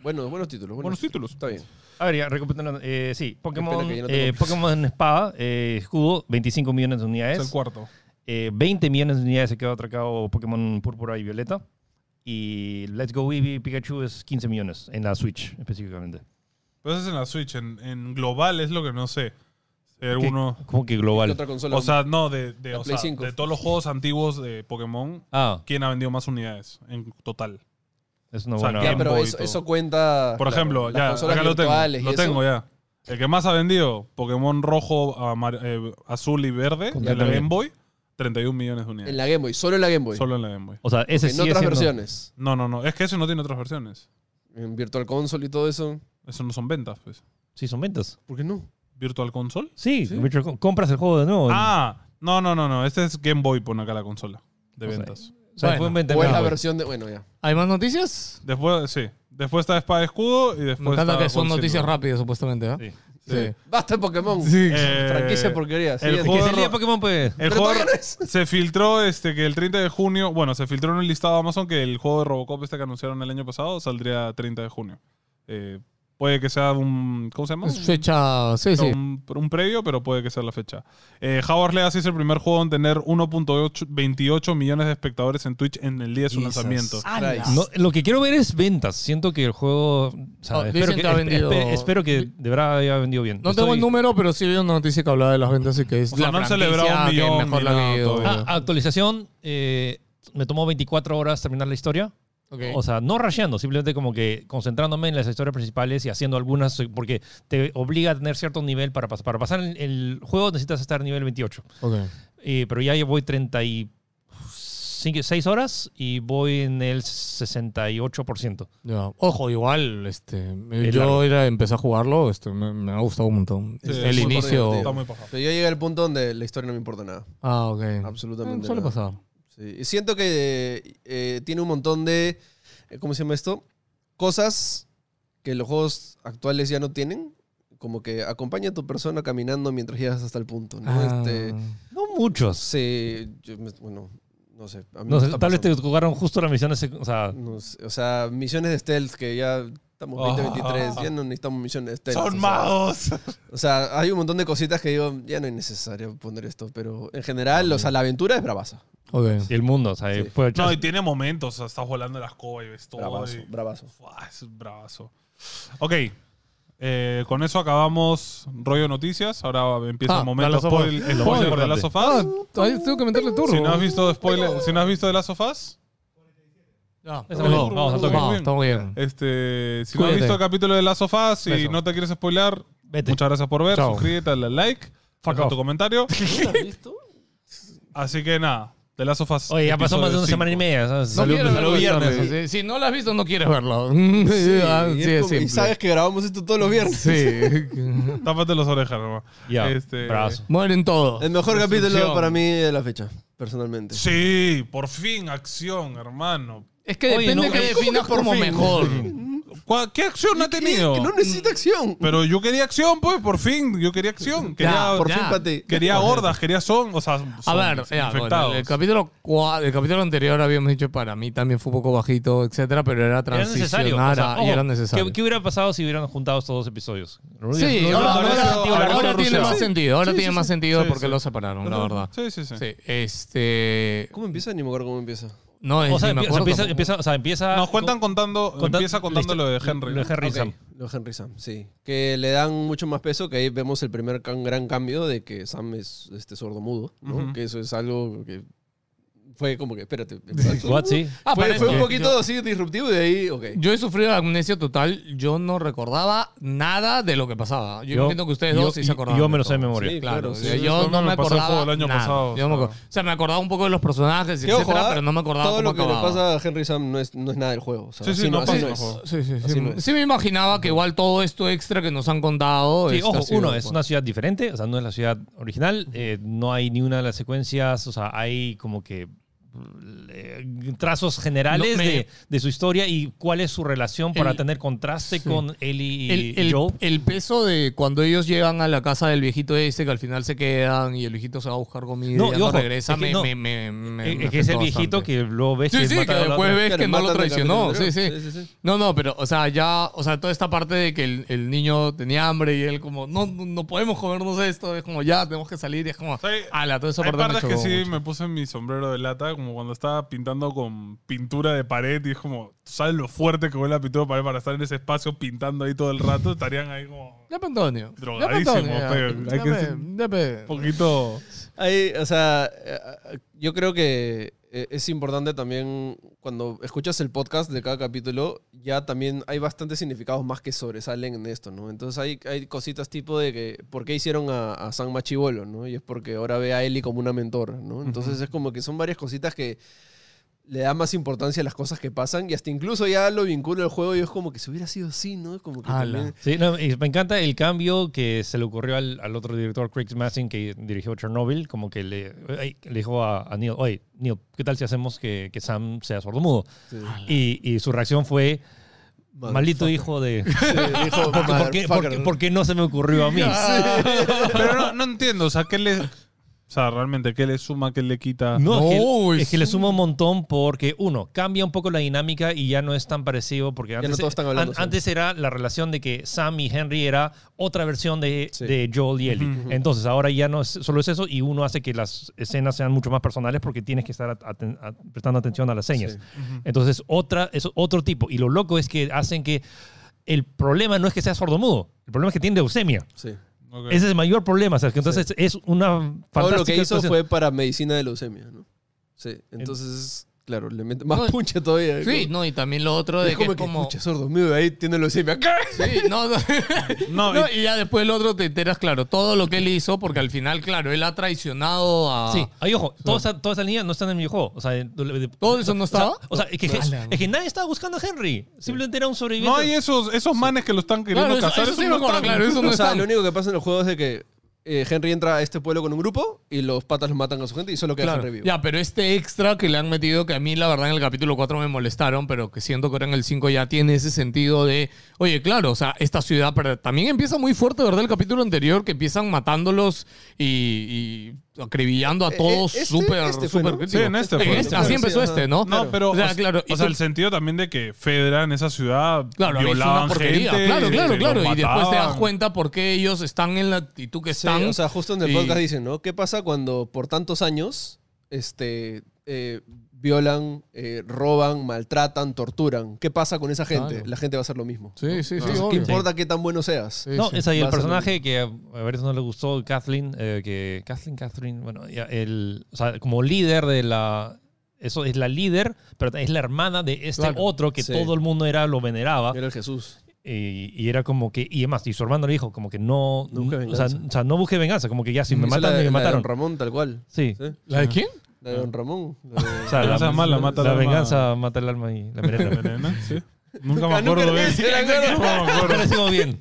[SPEAKER 4] Bueno, buenos títulos.
[SPEAKER 2] Buenos títulos.
[SPEAKER 4] Está bien.
[SPEAKER 5] A ver, ya, recapitulando. eh, sí, Pokémon,
[SPEAKER 4] Espera que yo no
[SPEAKER 5] eh,
[SPEAKER 4] tengo-
[SPEAKER 5] Pokémon Espada, eh, escudo, 25 millones
[SPEAKER 2] Es
[SPEAKER 5] de
[SPEAKER 2] el
[SPEAKER 5] unidades.
[SPEAKER 2] cuarto.
[SPEAKER 5] Eh, 20 millones de unidades se quedó atracado Pokémon Púrpura y Violeta. Y Let's Go Eevee Pikachu es 15 millones en la Switch específicamente.
[SPEAKER 2] Pero eso es en la Switch. En, en global es lo que no sé. Si hay alguno.
[SPEAKER 5] Como que
[SPEAKER 4] ¿Qué
[SPEAKER 5] global.
[SPEAKER 4] otra consola?
[SPEAKER 2] O sea, no, de, de,
[SPEAKER 4] La
[SPEAKER 2] o
[SPEAKER 4] Play
[SPEAKER 2] sea,
[SPEAKER 4] 5.
[SPEAKER 2] de todos los juegos antiguos de Pokémon,
[SPEAKER 5] Ah,
[SPEAKER 2] ¿quién ha vendido más unidades en total?
[SPEAKER 5] es una
[SPEAKER 2] O sea,
[SPEAKER 5] buena.
[SPEAKER 4] ya,
[SPEAKER 2] Game
[SPEAKER 4] pero
[SPEAKER 2] Boy
[SPEAKER 4] eso,
[SPEAKER 2] todo.
[SPEAKER 4] eso cuenta.
[SPEAKER 2] Por
[SPEAKER 4] claro,
[SPEAKER 2] ejemplo,
[SPEAKER 4] las
[SPEAKER 2] ya,
[SPEAKER 4] consolas
[SPEAKER 2] acá lo tengo.
[SPEAKER 4] virtuales y
[SPEAKER 2] Lo
[SPEAKER 4] eso.
[SPEAKER 2] tengo ya. El que más ha vendido, Pokémon rojo, amar- eh, azul y verde, de la
[SPEAKER 5] Completamente.
[SPEAKER 2] Game Boy, 31 millones de
[SPEAKER 4] En
[SPEAKER 2] unidades.
[SPEAKER 4] la Game Boy, solo en la Game Boy.
[SPEAKER 2] Solo en la Game Boy.
[SPEAKER 5] O sea, ese
[SPEAKER 4] en
[SPEAKER 5] sigue
[SPEAKER 4] otras
[SPEAKER 5] siendo-
[SPEAKER 4] versiones.
[SPEAKER 2] No, no, no. Es que eso no tiene otras versiones.
[SPEAKER 4] En Virtual Console y todo eso.
[SPEAKER 2] Eso no son ventas, pues.
[SPEAKER 5] Sí, son ventas.
[SPEAKER 4] ¿Por qué no?
[SPEAKER 2] ¿Virtual Console?
[SPEAKER 5] Sí, Richard, co- compras el juego de nuevo.
[SPEAKER 2] Ah, no, no, no, no. Este es Game Boy, pone acá la consola de
[SPEAKER 5] O sea,
[SPEAKER 2] ventas.
[SPEAKER 5] o sea, fue
[SPEAKER 1] bueno,
[SPEAKER 5] un venta
[SPEAKER 4] O es la
[SPEAKER 5] nueva.
[SPEAKER 4] versión de. Bueno, ya.
[SPEAKER 1] ¿Hay más noticias?
[SPEAKER 2] Después, sí. Después está Espada y Escudo y después
[SPEAKER 1] Me encanta
[SPEAKER 2] está
[SPEAKER 1] que son
[SPEAKER 2] Gold
[SPEAKER 1] noticias
[SPEAKER 2] Silver.
[SPEAKER 1] rápidas, supuestamente. ¿ah?
[SPEAKER 5] Sí.
[SPEAKER 1] Sí.
[SPEAKER 4] Basta de Pokémon.
[SPEAKER 2] Eh,
[SPEAKER 4] Franquicia porquería.
[SPEAKER 2] el
[SPEAKER 4] siguiente.
[SPEAKER 5] Que
[SPEAKER 2] juego-
[SPEAKER 5] sería Pokémon, pues.
[SPEAKER 2] El
[SPEAKER 4] Pero
[SPEAKER 2] juego
[SPEAKER 4] todavía no es.
[SPEAKER 2] se filtró este que el 30 de junio, bueno, se filtró en un listado de Amazon que el juego de Robocop este que anunciaron el año pasado saldría 30 de junio. Eh, puede que sea un ¿cómo se llama?
[SPEAKER 1] Es fecha. Sí, sí.
[SPEAKER 2] un, un previo, pero puede que sea la fecha. Eh, Howard Legacy es el primer juego en tener 1.28 millones de espectadores en Twitch en el día de su
[SPEAKER 4] Jesus
[SPEAKER 2] lanzamiento.
[SPEAKER 4] Christ.
[SPEAKER 5] No, lo que quiero ver es ventas. Siento que el juego. o sea,
[SPEAKER 1] Oh,
[SPEAKER 5] espero,
[SPEAKER 1] dicen
[SPEAKER 5] que,
[SPEAKER 1] que ha vendido-
[SPEAKER 5] espe- espero que de verdad haya vendido bien.
[SPEAKER 1] No tengo
[SPEAKER 5] Estoy-
[SPEAKER 1] el número, pero sí vi una noticia que hablaba de las ventas y que es
[SPEAKER 2] O sea,
[SPEAKER 1] la
[SPEAKER 2] no han celebrado
[SPEAKER 1] franquicia
[SPEAKER 2] un
[SPEAKER 1] que
[SPEAKER 2] millón
[SPEAKER 1] mejor
[SPEAKER 2] ni
[SPEAKER 1] la ha
[SPEAKER 2] nada
[SPEAKER 1] vendido.
[SPEAKER 2] todavía.
[SPEAKER 5] Ah, actualización. eh, me tomó 24 horas terminar la historia.
[SPEAKER 1] Ok.
[SPEAKER 5] O sea, no rasheando, simplemente como que concentrándome en las historias principales y haciendo algunas, porque te obliga a tener cierto nivel para pasar. Para pasar el, el juego necesitas estar nivel 28.
[SPEAKER 1] Ok.
[SPEAKER 5] Eh, pero ya voy 36 horas y voy en el 68%.
[SPEAKER 1] Ya. Ojo, igual, este,
[SPEAKER 5] Es
[SPEAKER 1] yo
[SPEAKER 5] largo.
[SPEAKER 1] era, empecé a jugarlo, este, me, me ha gustado un montón.
[SPEAKER 2] Sí,
[SPEAKER 1] el
[SPEAKER 2] es
[SPEAKER 4] muy
[SPEAKER 1] inicio.
[SPEAKER 2] Está
[SPEAKER 4] divertido.
[SPEAKER 2] muy paja.
[SPEAKER 4] Pero yo llegué al punto donde la historia no me importa nada.
[SPEAKER 1] Ah, ok.
[SPEAKER 5] Mm.
[SPEAKER 1] Eh,
[SPEAKER 4] Absolutamente.
[SPEAKER 1] suele
[SPEAKER 4] nada.
[SPEAKER 1] pasar.
[SPEAKER 4] Sí, Y siento que eh, tiene un montón de, eh, ¿cómo se llama esto? Cosas que los juegos actuales ya no tienen. Como que acompaña a tu persona caminando mientras llegas hasta el punto, ¿no?
[SPEAKER 1] Ah.
[SPEAKER 4] Este,
[SPEAKER 5] No muchos.
[SPEAKER 4] sí, yo me- bueno, no sé. a mí
[SPEAKER 5] No
[SPEAKER 4] me
[SPEAKER 5] sé,
[SPEAKER 4] está
[SPEAKER 5] tal vez te
[SPEAKER 4] pasando.
[SPEAKER 5] jugaron justo las misiones. sec- O sea,
[SPEAKER 4] No sé, o sea, misiones de stealth que ya estamos
[SPEAKER 5] Ah.
[SPEAKER 4] 2023, ya no necesitamos misiones de stealth. o
[SPEAKER 2] Son
[SPEAKER 4] sea.
[SPEAKER 1] <laughs>
[SPEAKER 2] magos.
[SPEAKER 4] O sea, hay un montón de cositas que digo, ya no es necesario poner esto, pero en general, o sea, la aventura es bravaza.
[SPEAKER 1] Ok.
[SPEAKER 5] y el mundo. O sea,
[SPEAKER 4] Sí.
[SPEAKER 5] puede echar-
[SPEAKER 2] No, y tiene momentos, o sea, estás volando las escoba y ves todo.
[SPEAKER 4] Bravazo,
[SPEAKER 2] y-
[SPEAKER 4] bravazo.
[SPEAKER 2] Fua, es bravazo. Ok. eh, con eso acabamos rollo noticias. Ahora empieza
[SPEAKER 1] Ah,
[SPEAKER 2] el momento
[SPEAKER 1] The Last of Us.
[SPEAKER 2] spoil,
[SPEAKER 5] Lo más
[SPEAKER 2] spoiler de
[SPEAKER 5] importante.
[SPEAKER 2] Last of
[SPEAKER 1] Ah,
[SPEAKER 2] Us.
[SPEAKER 1] todavía tengo que meterle turbo.
[SPEAKER 2] Si no has visto spoiler, si no has visto de Last of Us,
[SPEAKER 1] Ya,
[SPEAKER 5] Esa
[SPEAKER 1] ok.
[SPEAKER 5] me gusta. Vamos, al toque.
[SPEAKER 1] Vamos, estamos bien.
[SPEAKER 2] este, si no has
[SPEAKER 1] Cuídate.
[SPEAKER 2] visto el capítulo de Last of Us y
[SPEAKER 5] Beso.
[SPEAKER 2] no te quieres spoiler,
[SPEAKER 5] Vete.
[SPEAKER 2] muchas gracias por ver,
[SPEAKER 1] Chao.
[SPEAKER 2] suscríbete, dale like,
[SPEAKER 5] Fuck
[SPEAKER 2] deja
[SPEAKER 5] off.
[SPEAKER 2] tu comentario.
[SPEAKER 4] ¿Lo has visto?
[SPEAKER 2] Así que nada, de Last of Us.
[SPEAKER 5] Oye, ya pasó
[SPEAKER 2] episodio
[SPEAKER 5] más de una
[SPEAKER 2] cinco.
[SPEAKER 5] semana y media. o sea,
[SPEAKER 1] No
[SPEAKER 5] salió-
[SPEAKER 1] quieres
[SPEAKER 5] salió
[SPEAKER 1] verlo,
[SPEAKER 5] viernes.
[SPEAKER 1] sabes, sí. Si no lo has visto, no quieres <laughs> verlo.
[SPEAKER 4] Sí,
[SPEAKER 1] Así
[SPEAKER 4] y,
[SPEAKER 1] de
[SPEAKER 4] es como- y
[SPEAKER 1] ah, simple.
[SPEAKER 4] sabes que grabamos esto todos los viernes.
[SPEAKER 1] Sí. <laughs>
[SPEAKER 2] Tápate las orejas, nomás.
[SPEAKER 5] Ya,
[SPEAKER 2] Este-
[SPEAKER 5] brazo.
[SPEAKER 1] Mueren todos.
[SPEAKER 4] El mejor capítulo
[SPEAKER 1] Destrucción.
[SPEAKER 4] para mí de la fecha, personalmente.
[SPEAKER 2] Sí, por fin, acción, hermano.
[SPEAKER 1] Es que depende
[SPEAKER 5] Oye, no,
[SPEAKER 1] que
[SPEAKER 5] ¿cómo
[SPEAKER 1] definas
[SPEAKER 5] que por
[SPEAKER 1] como <laughs>
[SPEAKER 5] fin?
[SPEAKER 1] mejor.
[SPEAKER 2] ¿Cuál- ¿Qué acción ha
[SPEAKER 4] ¿Qué?
[SPEAKER 2] tenido?
[SPEAKER 4] Que no necesita acción.
[SPEAKER 2] Pero yo quería acción, pues, por fin. Yo quería acción. Quería,
[SPEAKER 4] por
[SPEAKER 1] ya.
[SPEAKER 4] fin, Pati.
[SPEAKER 2] quería gordas, quería son. O sea,
[SPEAKER 1] A
[SPEAKER 2] son
[SPEAKER 1] ver, ya, bueno,
[SPEAKER 2] infectados.
[SPEAKER 1] el, capítulo cua- el capítulo anterior habíamos dicho para mí también fue un poco bajito, etcétera, pero era
[SPEAKER 5] Era
[SPEAKER 1] transicionar
[SPEAKER 5] necesario. o sea,
[SPEAKER 1] a- y
[SPEAKER 5] ojo,
[SPEAKER 1] era necesario.
[SPEAKER 5] ¿qué, qué hubiera pasado si hubieran juntado estos dos episodios?
[SPEAKER 1] Sí,
[SPEAKER 5] No,
[SPEAKER 1] ahora,
[SPEAKER 5] no, no,
[SPEAKER 1] ahora-
[SPEAKER 5] no, no,
[SPEAKER 1] ahora
[SPEAKER 5] no, no, no,
[SPEAKER 1] tiene
[SPEAKER 5] no,
[SPEAKER 1] más
[SPEAKER 5] no.
[SPEAKER 1] sentido, ahora
[SPEAKER 4] sí,
[SPEAKER 1] tiene
[SPEAKER 4] sí,
[SPEAKER 1] más
[SPEAKER 4] sí.
[SPEAKER 1] sentido
[SPEAKER 2] Sí,
[SPEAKER 1] porque
[SPEAKER 2] sí.
[SPEAKER 1] lo separaron, la verdad.
[SPEAKER 2] Sí, sí, sí.
[SPEAKER 1] Sí, este.
[SPEAKER 4] ¿Cómo empieza? Ni me acuerdo cómo empieza.
[SPEAKER 1] No, es,
[SPEAKER 5] O sea,
[SPEAKER 1] ni me
[SPEAKER 5] empie-
[SPEAKER 1] acuerdo
[SPEAKER 5] empieza,
[SPEAKER 1] cómo-
[SPEAKER 5] empieza- o sea, empieza-
[SPEAKER 2] Nos cuentan contando,
[SPEAKER 5] contan-
[SPEAKER 2] empieza contando
[SPEAKER 5] la
[SPEAKER 2] lo de
[SPEAKER 5] historia-
[SPEAKER 2] Henry.
[SPEAKER 5] Lo de Henry
[SPEAKER 4] Ok,
[SPEAKER 5] Sam.
[SPEAKER 4] Los Henry Sam, sí. Que le dan mucho más peso, que ahí vemos el primer can- gran cambio de que Sam es este sordo mudo, ¿no?
[SPEAKER 2] Ujú.
[SPEAKER 4] Que eso es algo que fue como que, espérate.
[SPEAKER 5] What, sí.
[SPEAKER 1] Ah,
[SPEAKER 4] Fue,
[SPEAKER 1] parece
[SPEAKER 4] fue un
[SPEAKER 1] que-
[SPEAKER 4] poquito así disruptivo y de ahí, ok.
[SPEAKER 1] Yo he sufrido amnesia total. Yo no recordaba nada de lo que pasaba. Yo,
[SPEAKER 5] Yo-
[SPEAKER 1] entiendo que ustedes
[SPEAKER 5] yo-
[SPEAKER 1] dos sí se
[SPEAKER 5] y-
[SPEAKER 1] acordaban.
[SPEAKER 5] yo me lo
[SPEAKER 1] de
[SPEAKER 5] sé de
[SPEAKER 1] todo.
[SPEAKER 5] memoria.
[SPEAKER 1] Sí,
[SPEAKER 4] Sí,
[SPEAKER 1] claro.
[SPEAKER 4] claro,
[SPEAKER 1] o
[SPEAKER 4] sí.
[SPEAKER 1] sea,
[SPEAKER 2] Sí,
[SPEAKER 1] yo
[SPEAKER 2] eso
[SPEAKER 1] no
[SPEAKER 2] me
[SPEAKER 1] me
[SPEAKER 2] pasó
[SPEAKER 1] acordaba.
[SPEAKER 2] el año
[SPEAKER 1] nada.
[SPEAKER 2] pasado,
[SPEAKER 1] Yo no me
[SPEAKER 2] o sea.
[SPEAKER 1] acor- o sea, me acordaba un poco de los personajes,
[SPEAKER 4] Que ojo,
[SPEAKER 1] etcétera,
[SPEAKER 4] ah,
[SPEAKER 1] pero no me acordaba
[SPEAKER 4] Todo
[SPEAKER 1] cómo
[SPEAKER 4] lo que le
[SPEAKER 1] acababa.
[SPEAKER 4] pasa a Henry Sam no es, no es nada del juego. o sea,
[SPEAKER 2] Sí, sí,
[SPEAKER 4] así
[SPEAKER 2] no
[SPEAKER 4] así
[SPEAKER 2] pasa
[SPEAKER 4] es.
[SPEAKER 2] nada.
[SPEAKER 1] Sí, sí, sí.
[SPEAKER 4] Así no es.
[SPEAKER 1] Sí me imaginaba que igual todo esto extra que nos han contado.
[SPEAKER 5] Sí,
[SPEAKER 1] este,
[SPEAKER 5] ojo,
[SPEAKER 1] ha sido,
[SPEAKER 5] uno, es
[SPEAKER 1] pues,
[SPEAKER 5] una ciudad diferente, o sea, no es la ciudad original, eh, no hay ni una de las secuencias, o sea, hay como que eh, trazos generales
[SPEAKER 1] No, me-
[SPEAKER 5] de, de su historia y cuál es su relación para
[SPEAKER 1] El-
[SPEAKER 5] tener contraste
[SPEAKER 1] sí.
[SPEAKER 5] con Ellie y
[SPEAKER 1] el, eh, el-
[SPEAKER 5] Joe.
[SPEAKER 1] el peso de cuando ellos llegan a la casa del viejito ese, que al final se quedan y el viejito se va a buscar comida
[SPEAKER 5] No,
[SPEAKER 1] y
[SPEAKER 5] y
[SPEAKER 1] ya no
[SPEAKER 5] ojo,
[SPEAKER 1] regresa,
[SPEAKER 5] es que
[SPEAKER 1] me-
[SPEAKER 5] no.
[SPEAKER 1] me- me- me-
[SPEAKER 5] Eh,
[SPEAKER 1] me
[SPEAKER 5] que es el
[SPEAKER 1] afectó
[SPEAKER 5] viejito
[SPEAKER 1] bastante.
[SPEAKER 5] que luego ves
[SPEAKER 1] Sí,
[SPEAKER 5] que
[SPEAKER 1] sí,
[SPEAKER 5] mata
[SPEAKER 1] que
[SPEAKER 5] a la
[SPEAKER 1] después
[SPEAKER 5] otra.
[SPEAKER 1] ves
[SPEAKER 4] Claro,
[SPEAKER 1] que no lo
[SPEAKER 4] matan al
[SPEAKER 1] traicionó. Sí
[SPEAKER 4] capitán
[SPEAKER 1] sí.
[SPEAKER 4] anterior. Sí, sí, sí.
[SPEAKER 1] No, no, pero, o sea, ya, o sea, toda esta parte de que el, el niño tenía hambre y él como, no, no no podemos comernos esto, es como, ya, tenemos que salir y es como,
[SPEAKER 2] Sí.
[SPEAKER 1] ala, toda esa
[SPEAKER 2] Hay
[SPEAKER 1] parte me
[SPEAKER 2] partes que
[SPEAKER 1] chocó
[SPEAKER 2] sí
[SPEAKER 1] mucho.
[SPEAKER 2] me puse mi sombrero de lata, como cuando estaba pintando con pintura de pared y es como, ¿sabes lo fuerte que huele la pintura de pared para estar en ese espacio pintando ahí todo el rato? Estarían ahí como
[SPEAKER 1] Ya, pe, Antonio. Ya, pe,
[SPEAKER 2] Drogadísimo,
[SPEAKER 1] Antonio, ya.
[SPEAKER 2] pero hay
[SPEAKER 1] Ya,
[SPEAKER 2] que
[SPEAKER 1] pe,
[SPEAKER 2] ser-
[SPEAKER 1] ya, pe.
[SPEAKER 2] un poquito...
[SPEAKER 4] Ahí, o sea, eh, eh, yo creo que eh, es importante también cuando escuchas el podcast de cada capítulo, ya también hay bastantes significados más que sobresalen en esto, ¿no? Entonces hay, hay cositas tipo de que, ¿por qué hicieron a, a San Machibolo, ¿no? Y es porque ahora ve a Ellie como una mentora, ¿no? Entonces es como que son varias cositas que le da más importancia a las cosas que pasan y hasta incluso ya lo vinculo al juego y es como que si hubiera sido así, ¿no? Es como que
[SPEAKER 1] Ala.
[SPEAKER 4] también...
[SPEAKER 5] Sí, no, y me encanta el cambio que se le ocurrió al, al otro director, Craig Massin, que dirigió Chernobyl, como que le, ay, le dijo a, a Neil, oye, Neil, ¿qué tal si hacemos que, que Sam sea sordomudo?
[SPEAKER 4] sí.
[SPEAKER 1] Ah.
[SPEAKER 5] Y, y su reacción fue, maldito
[SPEAKER 4] <laughs>
[SPEAKER 5] hijo de...
[SPEAKER 4] Sí, dijo,
[SPEAKER 5] <laughs> ¿Por qué, por qué-
[SPEAKER 4] "Motherfucker".
[SPEAKER 5] por qué no se me ocurrió a mí?
[SPEAKER 2] Pero no, no entiendo, o sea, ¿qué le... O sea, realmente, ¿qué le suma, qué le
[SPEAKER 4] Ah.
[SPEAKER 2] quita?
[SPEAKER 5] No, es,
[SPEAKER 1] No,
[SPEAKER 5] que, es
[SPEAKER 1] es
[SPEAKER 5] que le
[SPEAKER 1] un-
[SPEAKER 5] suma un montón porque, uno, cambia un poco la dinámica y ya no es tan parecido porque
[SPEAKER 4] no
[SPEAKER 5] antes,
[SPEAKER 4] todos están hablando, sí.
[SPEAKER 5] antes era la relación de que Sam y Henry era otra versión de,
[SPEAKER 4] Sí.
[SPEAKER 5] de Joel y Ellie. Entonces ahora ya no es, solo es eso y uno hace que las escenas sean mucho más personales porque tienes que estar aten- a- prestando atención a las señas.
[SPEAKER 4] Sí.
[SPEAKER 5] Entonces otra, es otro tipo. Y lo loco es que hacen que el problema no es que sea sordomudo, el problema es que tiene leucemia.
[SPEAKER 4] Sí.
[SPEAKER 2] Ok.
[SPEAKER 5] Ese es el mayor problema. o sea, que entonces es una fantástica
[SPEAKER 4] Todo lo que hizo
[SPEAKER 5] actuación.
[SPEAKER 4] fue para medicina de leucemia, ¿no? Sí, entonces, claro, le mete más
[SPEAKER 1] No,
[SPEAKER 4] punche todavía.
[SPEAKER 1] Sí, no, y también lo otro de
[SPEAKER 4] es
[SPEAKER 1] que
[SPEAKER 4] como
[SPEAKER 1] es
[SPEAKER 4] que,
[SPEAKER 1] como...
[SPEAKER 4] escucha, sordo mío, ahí tiene leucemia. ¿Qué?
[SPEAKER 1] <laughs> Sí, no, no.
[SPEAKER 2] <laughs> No,
[SPEAKER 1] No, y ya después el otro te enteras, claro, todo lo que él hizo, porque al final, claro, él ha traicionado a...
[SPEAKER 5] Sí, ahí ojo, toda esa, toda esa línea no está en el videojuego. O sea, de- de-
[SPEAKER 1] ¿Todo eso no
[SPEAKER 5] o sea,
[SPEAKER 1] estaba?
[SPEAKER 5] O sea, es, que,
[SPEAKER 1] Ala,
[SPEAKER 5] es que nadie estaba buscando a Henry. Simplemente era un sobreviviente.
[SPEAKER 2] No hay esos, esos manes que lo están queriendo
[SPEAKER 1] Claro, eso,
[SPEAKER 2] cazar.
[SPEAKER 1] eso
[SPEAKER 2] esos
[SPEAKER 1] sí me
[SPEAKER 2] no
[SPEAKER 1] acuerdo,
[SPEAKER 2] están.
[SPEAKER 1] claro, eso no
[SPEAKER 4] <laughs> o sea,
[SPEAKER 1] está.
[SPEAKER 4] lo único que pasa en el juego es de que eh, Henry entra a este pueblo con un grupo y los patas matan a su gente y solo queda
[SPEAKER 1] Claro.
[SPEAKER 4] Henry vivo.
[SPEAKER 1] Ya, pero este extra que le han metido, que a mí la verdad en el capítulo 4 me molestaron, pero que siento que ahora en el 5 ya tiene ese sentido de, oye, claro, o sea, esta ciudad pero también empieza muy fuerte, ¿verdad? El capítulo anterior, que empiezan matándolos y, y acribillando a
[SPEAKER 4] Eh,
[SPEAKER 1] todos
[SPEAKER 4] este-
[SPEAKER 1] súper,
[SPEAKER 4] este fue,
[SPEAKER 1] súper
[SPEAKER 4] ¿no?
[SPEAKER 1] crítico.
[SPEAKER 2] Sí, en este fue.
[SPEAKER 1] así
[SPEAKER 4] Sí,
[SPEAKER 1] empezó
[SPEAKER 4] ajá.
[SPEAKER 1] este, ¿no?
[SPEAKER 2] No, pero.
[SPEAKER 1] O sea, claro, y
[SPEAKER 2] o sea,
[SPEAKER 1] tú-
[SPEAKER 2] el sentido también de que Fedra en esa ciudad
[SPEAKER 1] Claro, había sido
[SPEAKER 2] violaban
[SPEAKER 1] una porquería.
[SPEAKER 2] gente.
[SPEAKER 1] claro, claro,
[SPEAKER 2] los
[SPEAKER 1] claro. Y después te das
[SPEAKER 2] mataban.
[SPEAKER 1] cuenta por qué ellos están en la actitud que
[SPEAKER 4] Sí,
[SPEAKER 1] están.
[SPEAKER 4] o sea, justo en el
[SPEAKER 1] y-
[SPEAKER 4] podcast dicen, ¿no? ¿Qué pasa cuando por tantos años este, eh, violan, eh, roban, maltratan, torturan? ¿Qué pasa con esa gente?
[SPEAKER 1] Claro.
[SPEAKER 4] La gente va a hacer lo mismo.
[SPEAKER 1] Sí, sí, sí.
[SPEAKER 4] Entonces, ¿qué
[SPEAKER 1] obvio.
[SPEAKER 4] importa qué tan bueno seas?
[SPEAKER 1] Sí,
[SPEAKER 5] No,
[SPEAKER 1] sí.
[SPEAKER 5] es ahí el
[SPEAKER 4] Vas a
[SPEAKER 5] personaje que a a varios no le gustó, Kathleen, eh, que Kathleen, Catherine, bueno, ya, el, o sea, como líder de la... Eso es la líder, pero es la hermana de este
[SPEAKER 1] Claro.
[SPEAKER 5] otro que
[SPEAKER 4] Sí.
[SPEAKER 5] todo el mundo era lo veneraba.
[SPEAKER 4] Era el Jesús.
[SPEAKER 5] Y, y era como que, y además, y su hermano le dijo, como que no.
[SPEAKER 4] No busque
[SPEAKER 5] o, sea,
[SPEAKER 4] venganza.
[SPEAKER 5] o sea, no busque venganza, como que ya si me
[SPEAKER 4] Hizo
[SPEAKER 5] matan,
[SPEAKER 4] la,
[SPEAKER 5] me
[SPEAKER 4] la
[SPEAKER 5] mataron. Ah.
[SPEAKER 4] de Don Ramón, tal cual.
[SPEAKER 5] Sí.
[SPEAKER 4] ¿sí?
[SPEAKER 1] ¿La de quién?
[SPEAKER 4] La de Don Ramón. la de-
[SPEAKER 5] O
[SPEAKER 4] <laughs>
[SPEAKER 5] sea,
[SPEAKER 2] Venganza
[SPEAKER 5] la,
[SPEAKER 2] es mala, mata el
[SPEAKER 5] la
[SPEAKER 2] alma.
[SPEAKER 5] venganza mata el alma y la
[SPEAKER 2] La
[SPEAKER 5] merenda.
[SPEAKER 1] <laughs>
[SPEAKER 2] venena, sí. Nunca me
[SPEAKER 4] Nunca
[SPEAKER 2] acuerdo de
[SPEAKER 4] leí, era
[SPEAKER 2] <laughs> No
[SPEAKER 5] <laughs>
[SPEAKER 2] me acuerdo.
[SPEAKER 5] Ahora decimos bien.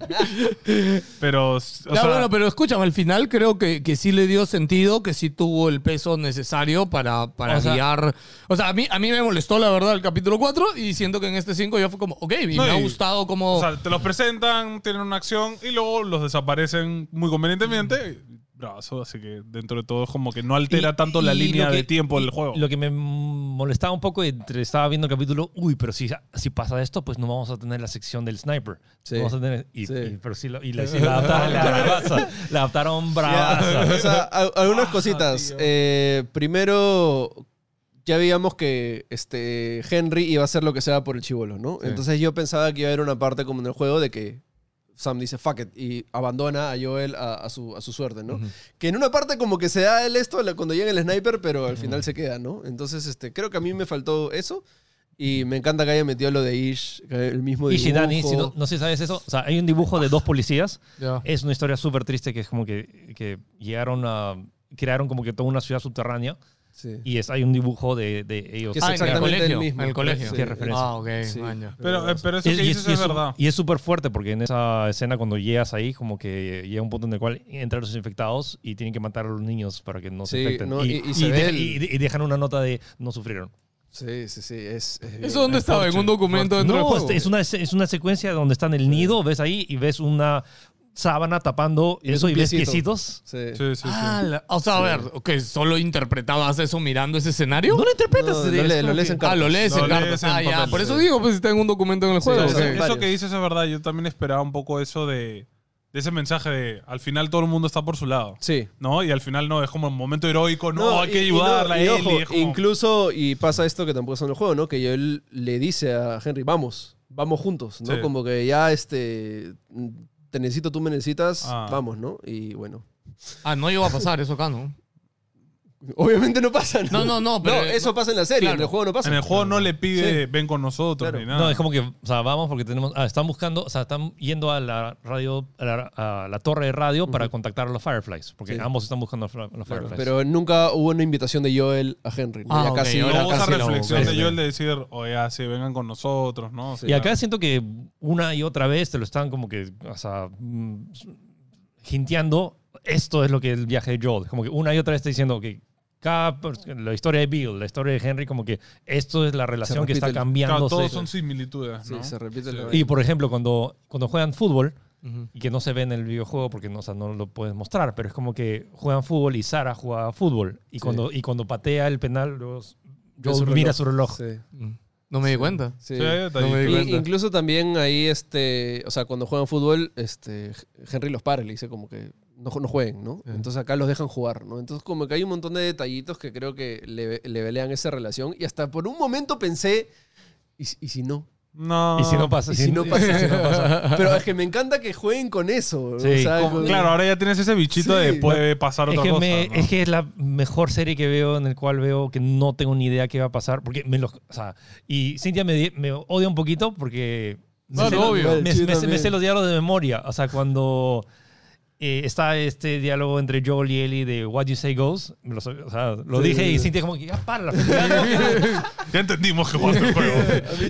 [SPEAKER 2] Pero, o sea,
[SPEAKER 1] Ya, bueno, pero escúchame, al final creo que, que sí le dio sentido, que sí tuvo el peso necesario para, para
[SPEAKER 5] O sea-
[SPEAKER 1] guiar. O sea, a mí, a mí me molestó la verdad el capítulo 4 y siento que en este 5 ya fue como, ok, y
[SPEAKER 2] No,
[SPEAKER 1] me ha
[SPEAKER 2] y-
[SPEAKER 1] gustado como...
[SPEAKER 2] o sea, te los presentan, tienen una acción y luego los desaparecen muy convenientemente. Brazo, así que dentro de todo es como que no altera
[SPEAKER 5] Y-
[SPEAKER 2] tanto la
[SPEAKER 5] y
[SPEAKER 2] línea
[SPEAKER 5] lo que-
[SPEAKER 2] de tiempo
[SPEAKER 5] y
[SPEAKER 2] del juego.
[SPEAKER 5] Lo que me molestaba un poco, entre, estaba viendo el capítulo, uy, pero si, si pasa esto, pues no vamos a tener la sección del sniper.
[SPEAKER 4] Sí.
[SPEAKER 5] Vamos a tener, y,
[SPEAKER 4] Sí.
[SPEAKER 5] y- pero sí, lo- y
[SPEAKER 4] <laughs>
[SPEAKER 5] la, sí la adaptaron bravaza. La adaptaron bravaza.
[SPEAKER 4] O sea, a- algunas cositas. Eh, primero, ya veíamos que este Henry iba a hacer lo que sea por el chivolo, ¿no? Entonces yo pensaba que iba a haber una parte como en el juego de que Sam dice fuck it y abandona a Joel a, a su, a su suerte, ¿no? Que en una parte como que se da el esto la- cuando llega el sniper, pero al final se queda, ¿no? Entonces, este, creo que a mí me faltó eso. Y me encanta que haya metido lo de Ish, que el mismo
[SPEAKER 5] Y
[SPEAKER 4] dibujo.
[SPEAKER 5] Shidani, si no, no sé si sabes eso, o sea, hay un dibujo de dos policías.
[SPEAKER 1] Ya.
[SPEAKER 5] Es una historia súper triste que es como que, que llegaron a. crearon como que toda una ciudad subterránea
[SPEAKER 4] Sí.
[SPEAKER 5] y es, hay un dibujo de, de ellos.
[SPEAKER 4] Que es
[SPEAKER 1] Ah,
[SPEAKER 4] exactamente
[SPEAKER 1] en el colegio.
[SPEAKER 4] el mismo.
[SPEAKER 1] En el colegio.
[SPEAKER 4] Sí.
[SPEAKER 5] Qué referencia.
[SPEAKER 1] Ah, ok,
[SPEAKER 4] Sí.
[SPEAKER 1] man, ya.
[SPEAKER 2] pero, eh, pero eso
[SPEAKER 5] Es-
[SPEAKER 2] que
[SPEAKER 5] y
[SPEAKER 2] dices
[SPEAKER 5] y
[SPEAKER 2] es, verdad.
[SPEAKER 5] Y es súper fuerte porque en esa escena cuando llegas ahí, como que llega un punto en el cual entran los infectados y tienen que matar a los niños para que no se
[SPEAKER 4] Sí,
[SPEAKER 5] infecten.
[SPEAKER 4] no,
[SPEAKER 5] y,
[SPEAKER 4] y- y se
[SPEAKER 5] y
[SPEAKER 4] ve
[SPEAKER 5] deja-
[SPEAKER 4] el-
[SPEAKER 5] y- y dejan una nota de no sufrieron.
[SPEAKER 4] Sí, sí, sí. Es, es
[SPEAKER 1] ¿Eso dónde estaba? ¿En un documento dentro del
[SPEAKER 5] No,
[SPEAKER 1] juego?
[SPEAKER 5] este, es, una, es una secuencia donde están el nido, ves ahí y ves una sábana tapando
[SPEAKER 4] Y ves
[SPEAKER 5] eso
[SPEAKER 4] un
[SPEAKER 5] y ves
[SPEAKER 4] piecito.
[SPEAKER 5] piecitos.
[SPEAKER 4] Sí.
[SPEAKER 2] Sí, sí, sí.
[SPEAKER 1] Ah, la- o sea, a ver, que solo interpretabas eso mirando ese escenario.
[SPEAKER 5] No lo interpretas.
[SPEAKER 4] No,
[SPEAKER 5] es
[SPEAKER 4] lo le-
[SPEAKER 5] como
[SPEAKER 4] lo lees
[SPEAKER 5] que-
[SPEAKER 4] en
[SPEAKER 1] Ah, lo lees
[SPEAKER 2] Lo
[SPEAKER 1] en cartas.
[SPEAKER 2] lees en
[SPEAKER 1] Ah, ya.
[SPEAKER 2] papel,
[SPEAKER 1] Por eso
[SPEAKER 4] sí.
[SPEAKER 1] digo, pues está en un documento en el juego. o
[SPEAKER 4] sí,
[SPEAKER 1] sea,
[SPEAKER 4] sí.
[SPEAKER 2] Eso
[SPEAKER 4] varios.
[SPEAKER 2] que dices es verdad. Yo también esperaba un poco eso de, de ese mensaje de al final todo el mundo está por su lado.
[SPEAKER 4] Sí.
[SPEAKER 2] ¿No? Y al final no, es como un momento heroico. No, hay que
[SPEAKER 4] y- y
[SPEAKER 2] ayudarla
[SPEAKER 4] no,
[SPEAKER 2] a
[SPEAKER 4] y
[SPEAKER 2] él.
[SPEAKER 4] ojo,
[SPEAKER 2] y es como-
[SPEAKER 4] Incluso, y pasa esto que tampoco es en el juego, ¿no? Que él le dice a Henry, vamos, vamos juntos, ¿no?
[SPEAKER 2] Sí.
[SPEAKER 4] Como que ya, este, te necesito, tú me necesitas,
[SPEAKER 2] Ah.
[SPEAKER 4] vamos, ¿no? Y bueno, <laughs>
[SPEAKER 1] Ah, no llegó a pasar eso acá, ¿no?
[SPEAKER 4] obviamente no pasa,
[SPEAKER 1] No,
[SPEAKER 4] ¿no?
[SPEAKER 1] no, no, pero-
[SPEAKER 4] eso pasa en la serie,
[SPEAKER 1] Claro.
[SPEAKER 4] en el juego no pasa.
[SPEAKER 2] en el juego no le pide ven con nosotros
[SPEAKER 4] Claro.
[SPEAKER 2] ni nada.
[SPEAKER 5] No, es como que, o sea, vamos porque tenemos, ah, están buscando, o sea, están yendo a la radio, a la, a la torre de radio para contactar a los Fireflies, porque
[SPEAKER 4] Sí.
[SPEAKER 5] ambos están buscando a los Fireflies.
[SPEAKER 4] Claro, pero nunca hubo una invitación de Joel a Henry. ¿no?
[SPEAKER 1] Ah,
[SPEAKER 4] Ya
[SPEAKER 1] ok,
[SPEAKER 4] casi,
[SPEAKER 1] ahora
[SPEAKER 4] ya
[SPEAKER 2] no hubo esa
[SPEAKER 4] casi lo-
[SPEAKER 2] reflexión
[SPEAKER 5] sí.
[SPEAKER 2] de Joel de decir, oye, ah, sí, vengan con nosotros, ¿no? O
[SPEAKER 5] y
[SPEAKER 2] sea,
[SPEAKER 5] acá siento que una y otra vez te lo están como que, o sea, mm, jinteando, esto es lo que es el viaje de Joel. Como que una y otra vez está diciendo que cada, pers- la historia de Bill, la historia de Henry, como que esto es la relación que está
[SPEAKER 4] repite el-
[SPEAKER 5] cambiando.
[SPEAKER 2] claro, todos son similitudes,
[SPEAKER 4] Sí,
[SPEAKER 2] ¿no?
[SPEAKER 4] se repite.
[SPEAKER 2] Sí.
[SPEAKER 4] la-
[SPEAKER 5] Y por ejemplo, cuando, cuando juegan fútbol,
[SPEAKER 1] Ujú.
[SPEAKER 5] y que no se ve en el videojuego porque no, o sea, no lo puedes mostrar, pero es como que juegan fútbol y Sara juega fútbol. Y, cuando, y cuando patea el penal, luego
[SPEAKER 4] Ve
[SPEAKER 5] Joel
[SPEAKER 4] su
[SPEAKER 5] mira su reloj.
[SPEAKER 4] Sí,
[SPEAKER 1] No me di cuenta.
[SPEAKER 4] sí.
[SPEAKER 2] Sí, hay detallitos.
[SPEAKER 1] me di
[SPEAKER 4] Y
[SPEAKER 1] cuenta.
[SPEAKER 4] incluso también ahí, este, o sea, cuando juegan fútbol, este, Henry los para, le dice como que no, ju- no jueguen, ¿no?
[SPEAKER 1] Sí.
[SPEAKER 4] Entonces acá los dejan jugar, ¿no? Entonces como que hay un montón de detallitos que creo que le, le velean esa relación y hasta por un momento pensé, ¿y, si- y si no?
[SPEAKER 2] No.
[SPEAKER 5] Y si no pasa,
[SPEAKER 4] Ah. ¿Y
[SPEAKER 5] <laughs>
[SPEAKER 4] si no
[SPEAKER 5] y
[SPEAKER 4] pasa?
[SPEAKER 5] si no pasa. <laughs>
[SPEAKER 4] Pero es que me encanta que jueguen con eso. ¿no?
[SPEAKER 5] Sí,
[SPEAKER 4] O sea,
[SPEAKER 2] Como-
[SPEAKER 4] como-
[SPEAKER 2] claro, ahora ya tienes ese bichito
[SPEAKER 4] Sí.
[SPEAKER 2] de puede pasar
[SPEAKER 5] Es
[SPEAKER 2] otra
[SPEAKER 5] que,
[SPEAKER 2] cosa.
[SPEAKER 5] me-
[SPEAKER 2] ¿no?
[SPEAKER 5] es que es la mejor serie que veo en el cual veo que no tengo ni idea qué va a pasar. Porque me los, o sea, y Cintia me, di- me odia un poquito porque me,
[SPEAKER 1] Claro,
[SPEAKER 5] sé, los-
[SPEAKER 1] obvio.
[SPEAKER 5] me-
[SPEAKER 4] Sí,
[SPEAKER 5] me-
[SPEAKER 4] también.
[SPEAKER 5] me sé los diálogos de memoria. O sea, cuando eh, está este diálogo entre Joel y Ellie de What You Say Goes, me lo, sé- o sea, lo
[SPEAKER 4] Sí.
[SPEAKER 5] dije y Cintia como que ya
[SPEAKER 4] <laughs>
[SPEAKER 5] para. la-
[SPEAKER 2] Ya entendimos que jugaste el
[SPEAKER 5] <laughs>
[SPEAKER 2] juego.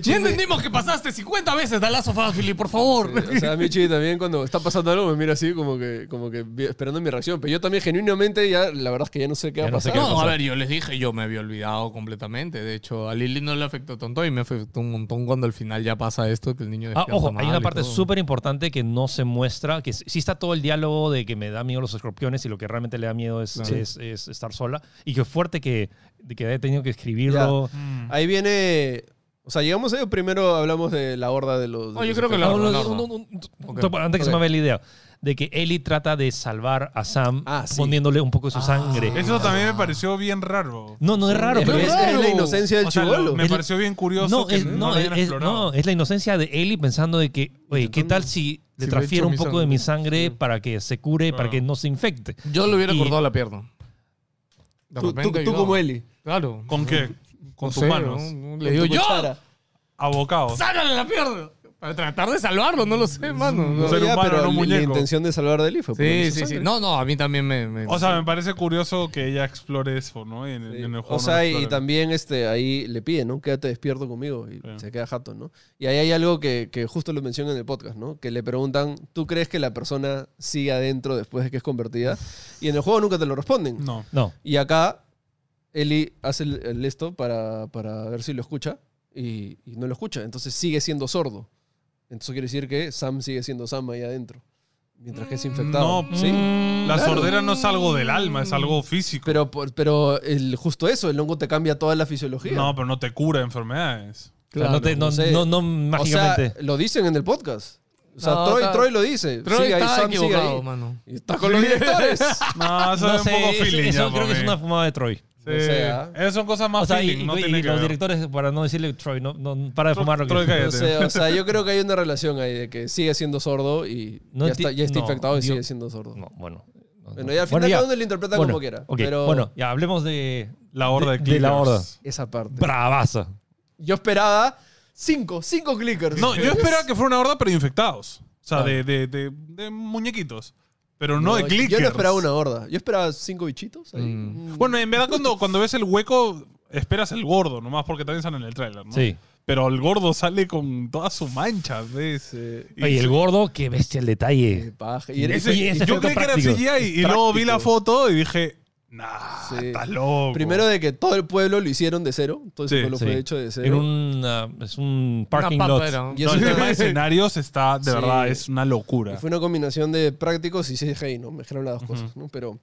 [SPEAKER 1] Ya entendimos que pasaste 50 veces de Lazo Philip, por favor. <laughs>
[SPEAKER 4] O sea, Michi también cuando está pasando algo me mira así como que, como que vi- esperando mi reacción. Pero yo también genuinamente ya, la verdad es que ya no sé qué va
[SPEAKER 5] Ya
[SPEAKER 4] a
[SPEAKER 5] no sé
[SPEAKER 4] pasar.
[SPEAKER 5] qué va
[SPEAKER 1] No, a
[SPEAKER 5] pasar.
[SPEAKER 1] ver, yo les dije, yo me había olvidado completamente. De hecho, a Lili no le afectó tanto y me afectó un montón cuando al final ya pasa esto, que el niño
[SPEAKER 5] Ah,
[SPEAKER 1] despierta
[SPEAKER 5] ojo,
[SPEAKER 1] mal
[SPEAKER 5] hay una
[SPEAKER 1] y
[SPEAKER 5] parte
[SPEAKER 1] todo.
[SPEAKER 5] súper importante que no se muestra, que s- sí está todo el diálogo de que me da miedo los escorpiones y lo que realmente le da miedo es,
[SPEAKER 1] Claro.
[SPEAKER 5] es- es estar sola. Y qué fuerte que, de que haya tenido que escribirlo.
[SPEAKER 2] Mm.
[SPEAKER 4] Ahí viene. O sea, llegamos ahí o primero hablamos de la horda de los. de
[SPEAKER 1] No, yo
[SPEAKER 4] los
[SPEAKER 1] creo que
[SPEAKER 5] Ah,
[SPEAKER 1] la-
[SPEAKER 5] no, no,
[SPEAKER 1] la-
[SPEAKER 5] no,
[SPEAKER 1] la-
[SPEAKER 5] no, no,
[SPEAKER 1] Ok.
[SPEAKER 5] to- Antes que se
[SPEAKER 4] Ok.
[SPEAKER 5] me vea la idea, de que Ellie trata de salvar a Sam
[SPEAKER 4] Ah, sí.
[SPEAKER 5] poniéndole un poco de su
[SPEAKER 1] Ah.
[SPEAKER 5] sangre.
[SPEAKER 2] Eso también me pareció bien raro.
[SPEAKER 5] No, no es raro,
[SPEAKER 4] Es,
[SPEAKER 5] pero
[SPEAKER 1] que
[SPEAKER 5] es,
[SPEAKER 4] es la
[SPEAKER 1] raro.
[SPEAKER 4] inocencia del
[SPEAKER 2] O sea, lo-
[SPEAKER 4] chivolo.
[SPEAKER 2] me
[SPEAKER 5] El-
[SPEAKER 2] pareció bien curioso
[SPEAKER 5] no,
[SPEAKER 2] que
[SPEAKER 5] es,
[SPEAKER 2] no
[SPEAKER 5] no,
[SPEAKER 2] lo hayan
[SPEAKER 5] es-
[SPEAKER 2] explorado.
[SPEAKER 5] no, es la inocencia de Ellie pensando de que, oye, ¿qué tal si
[SPEAKER 1] Si
[SPEAKER 5] le
[SPEAKER 1] le
[SPEAKER 5] transfiero
[SPEAKER 1] echo
[SPEAKER 5] un
[SPEAKER 1] mi
[SPEAKER 5] poco
[SPEAKER 1] sangre?
[SPEAKER 5] de mi sangre para que se cure, para
[SPEAKER 2] Claro.
[SPEAKER 5] que no se infecte?
[SPEAKER 1] Yo le hubiera
[SPEAKER 5] Y-
[SPEAKER 1] cortado la pierna. De
[SPEAKER 4] Tú, tú-
[SPEAKER 1] repente
[SPEAKER 4] tú
[SPEAKER 1] yo-
[SPEAKER 4] como Eli.
[SPEAKER 1] Claro.
[SPEAKER 2] ¿Con qué? Con
[SPEAKER 1] No
[SPEAKER 2] tus
[SPEAKER 1] sé,
[SPEAKER 2] manos.
[SPEAKER 1] no- no- Le digo,
[SPEAKER 4] Tú
[SPEAKER 1] yo,
[SPEAKER 4] con Sara.
[SPEAKER 2] Abocados.
[SPEAKER 1] ¡Sácale la pierna! Para tratar de salvarlo, no lo sé, mano.
[SPEAKER 2] Un ser
[SPEAKER 4] Ya,
[SPEAKER 2] humano,
[SPEAKER 4] pero
[SPEAKER 2] no
[SPEAKER 4] la-
[SPEAKER 2] muñeco.
[SPEAKER 4] La intención de salvar de Eli fue
[SPEAKER 1] Sí,
[SPEAKER 4] ponerle su
[SPEAKER 1] sí, sí.
[SPEAKER 4] sangre.
[SPEAKER 1] No, no, a mí también me... me-
[SPEAKER 2] O sea, me parece curioso que ella explore eso, ¿no? En, en el juego.
[SPEAKER 4] O sea,
[SPEAKER 2] no
[SPEAKER 4] y, y
[SPEAKER 2] explora.
[SPEAKER 4] también este, ahí le pide, ¿no? Quédate despierto conmigo y
[SPEAKER 2] Sí.
[SPEAKER 4] se queda jato, ¿no? Y ahí hay algo que, que justo lo mencionan en el podcast, ¿no? Que le preguntan, ¿tú crees que la persona sigue adentro después de que es convertida? Y en el juego nunca te lo responden.
[SPEAKER 2] No.
[SPEAKER 5] No.
[SPEAKER 4] Y acá Eli hace el, el esto para, para ver si lo escucha y, y no lo escucha. Entonces sigue siendo sordo. Entonces quiere decir que Sam sigue siendo Sam ahí adentro. Mientras que es
[SPEAKER 5] Mm,
[SPEAKER 4] infectado.
[SPEAKER 2] no,
[SPEAKER 4] ¿Sí?
[SPEAKER 2] La
[SPEAKER 4] Claro.
[SPEAKER 2] sordera no es algo del alma, es algo físico.
[SPEAKER 4] Pero, por- pero el, justo eso, el hongo te cambia toda la fisiología.
[SPEAKER 2] no, pero no te cura enfermedades.
[SPEAKER 5] O sea, no, te- no-
[SPEAKER 4] no sé.
[SPEAKER 5] no- no
[SPEAKER 4] O sea,
[SPEAKER 5] mágicamente.
[SPEAKER 4] lo dicen en el podcast. O sea,
[SPEAKER 1] No,
[SPEAKER 4] Troy,
[SPEAKER 1] está-
[SPEAKER 4] Troy lo dice.
[SPEAKER 1] Troy
[SPEAKER 4] Sigue ahí,
[SPEAKER 1] estaba
[SPEAKER 4] Sam sigue
[SPEAKER 1] equivocado,
[SPEAKER 4] ahí.
[SPEAKER 1] mano.
[SPEAKER 4] Y está con los directores.
[SPEAKER 2] No, eso
[SPEAKER 5] <laughs> No
[SPEAKER 2] es
[SPEAKER 5] sé,
[SPEAKER 2] un poco
[SPEAKER 5] eso-
[SPEAKER 2] feeling.
[SPEAKER 5] eso
[SPEAKER 2] ya,
[SPEAKER 5] creo que es
[SPEAKER 2] mami.
[SPEAKER 5] una fumada de Troy.
[SPEAKER 2] Sí.
[SPEAKER 4] O sea-
[SPEAKER 2] Esas son cosas más
[SPEAKER 5] o sea, y,
[SPEAKER 2] feeling, no
[SPEAKER 5] y- y
[SPEAKER 2] tiene que
[SPEAKER 5] los
[SPEAKER 2] ver.
[SPEAKER 5] directores, para no decirle Troy, no, no- para de
[SPEAKER 2] Tro-
[SPEAKER 5] fumar lo que
[SPEAKER 2] Troy, cállate.
[SPEAKER 4] O sea, o sea, yo creo que hay una relación ahí de que sigue siendo sordo y
[SPEAKER 5] No
[SPEAKER 4] ya está, ya está
[SPEAKER 5] enti-
[SPEAKER 4] infectado y
[SPEAKER 5] no, digo-
[SPEAKER 4] sigue siendo sordo.
[SPEAKER 5] No, bueno. No,
[SPEAKER 4] Bueno,
[SPEAKER 5] no.
[SPEAKER 4] ya al final
[SPEAKER 5] Bueno, ya.
[SPEAKER 4] cada uno lo interpreta
[SPEAKER 5] Bueno,
[SPEAKER 4] como quiera.
[SPEAKER 5] ok,
[SPEAKER 4] Pero
[SPEAKER 5] Bueno, ya hablemos de
[SPEAKER 2] La horda de,
[SPEAKER 5] de- de la
[SPEAKER 2] clickers.
[SPEAKER 5] horda.
[SPEAKER 4] esa parte.
[SPEAKER 5] Bravaza.
[SPEAKER 4] Yo esperaba cinco, cinco clickers.
[SPEAKER 2] No, yo esperaba
[SPEAKER 4] <laughs>
[SPEAKER 2] que fuera una horda, pero de infectados. O sea,
[SPEAKER 5] Ah.
[SPEAKER 2] de, de, de, de muñequitos. Pero no,
[SPEAKER 4] No,
[SPEAKER 2] de clickers.
[SPEAKER 4] Yo no esperaba una horda. Yo esperaba cinco bichitos. ahí. Mm.
[SPEAKER 2] Bueno, en verdad, cuando, cuando ves el hueco, esperas el gordo nomás, porque también sale en el tráiler, ¿no?
[SPEAKER 5] Sí.
[SPEAKER 2] Pero el gordo sale con toda su mancha, ¿ves?
[SPEAKER 4] Sí.
[SPEAKER 5] Oye, el gordo, qué bestia el
[SPEAKER 4] Qué
[SPEAKER 5] detalle.
[SPEAKER 4] paja. Y
[SPEAKER 2] Ese-
[SPEAKER 5] Oye, ese
[SPEAKER 2] yo
[SPEAKER 5] efecto
[SPEAKER 2] creí que era
[SPEAKER 5] práctico.
[SPEAKER 2] CGI y luego vi la
[SPEAKER 4] Práctico.
[SPEAKER 2] foto y dije, nah,
[SPEAKER 4] Sí.
[SPEAKER 2] estás loco.
[SPEAKER 4] Primero de que todo el pueblo lo hicieron de cero. Todo ese
[SPEAKER 2] Sí,
[SPEAKER 4] pueblo
[SPEAKER 5] sí.
[SPEAKER 4] fue hecho de cero.
[SPEAKER 5] En un, ah, es un parking
[SPEAKER 1] Una papa
[SPEAKER 5] lot.
[SPEAKER 1] era, ¿no?
[SPEAKER 4] Y
[SPEAKER 2] No,
[SPEAKER 4] eso
[SPEAKER 2] el
[SPEAKER 4] fue-
[SPEAKER 2] tema de escenarios está, de
[SPEAKER 4] Sí.
[SPEAKER 2] verdad, es una locura.
[SPEAKER 4] Y fue una combinación de prácticos y CGI, ¿no? Mezclaron las dos cosas, ¿no? Pero,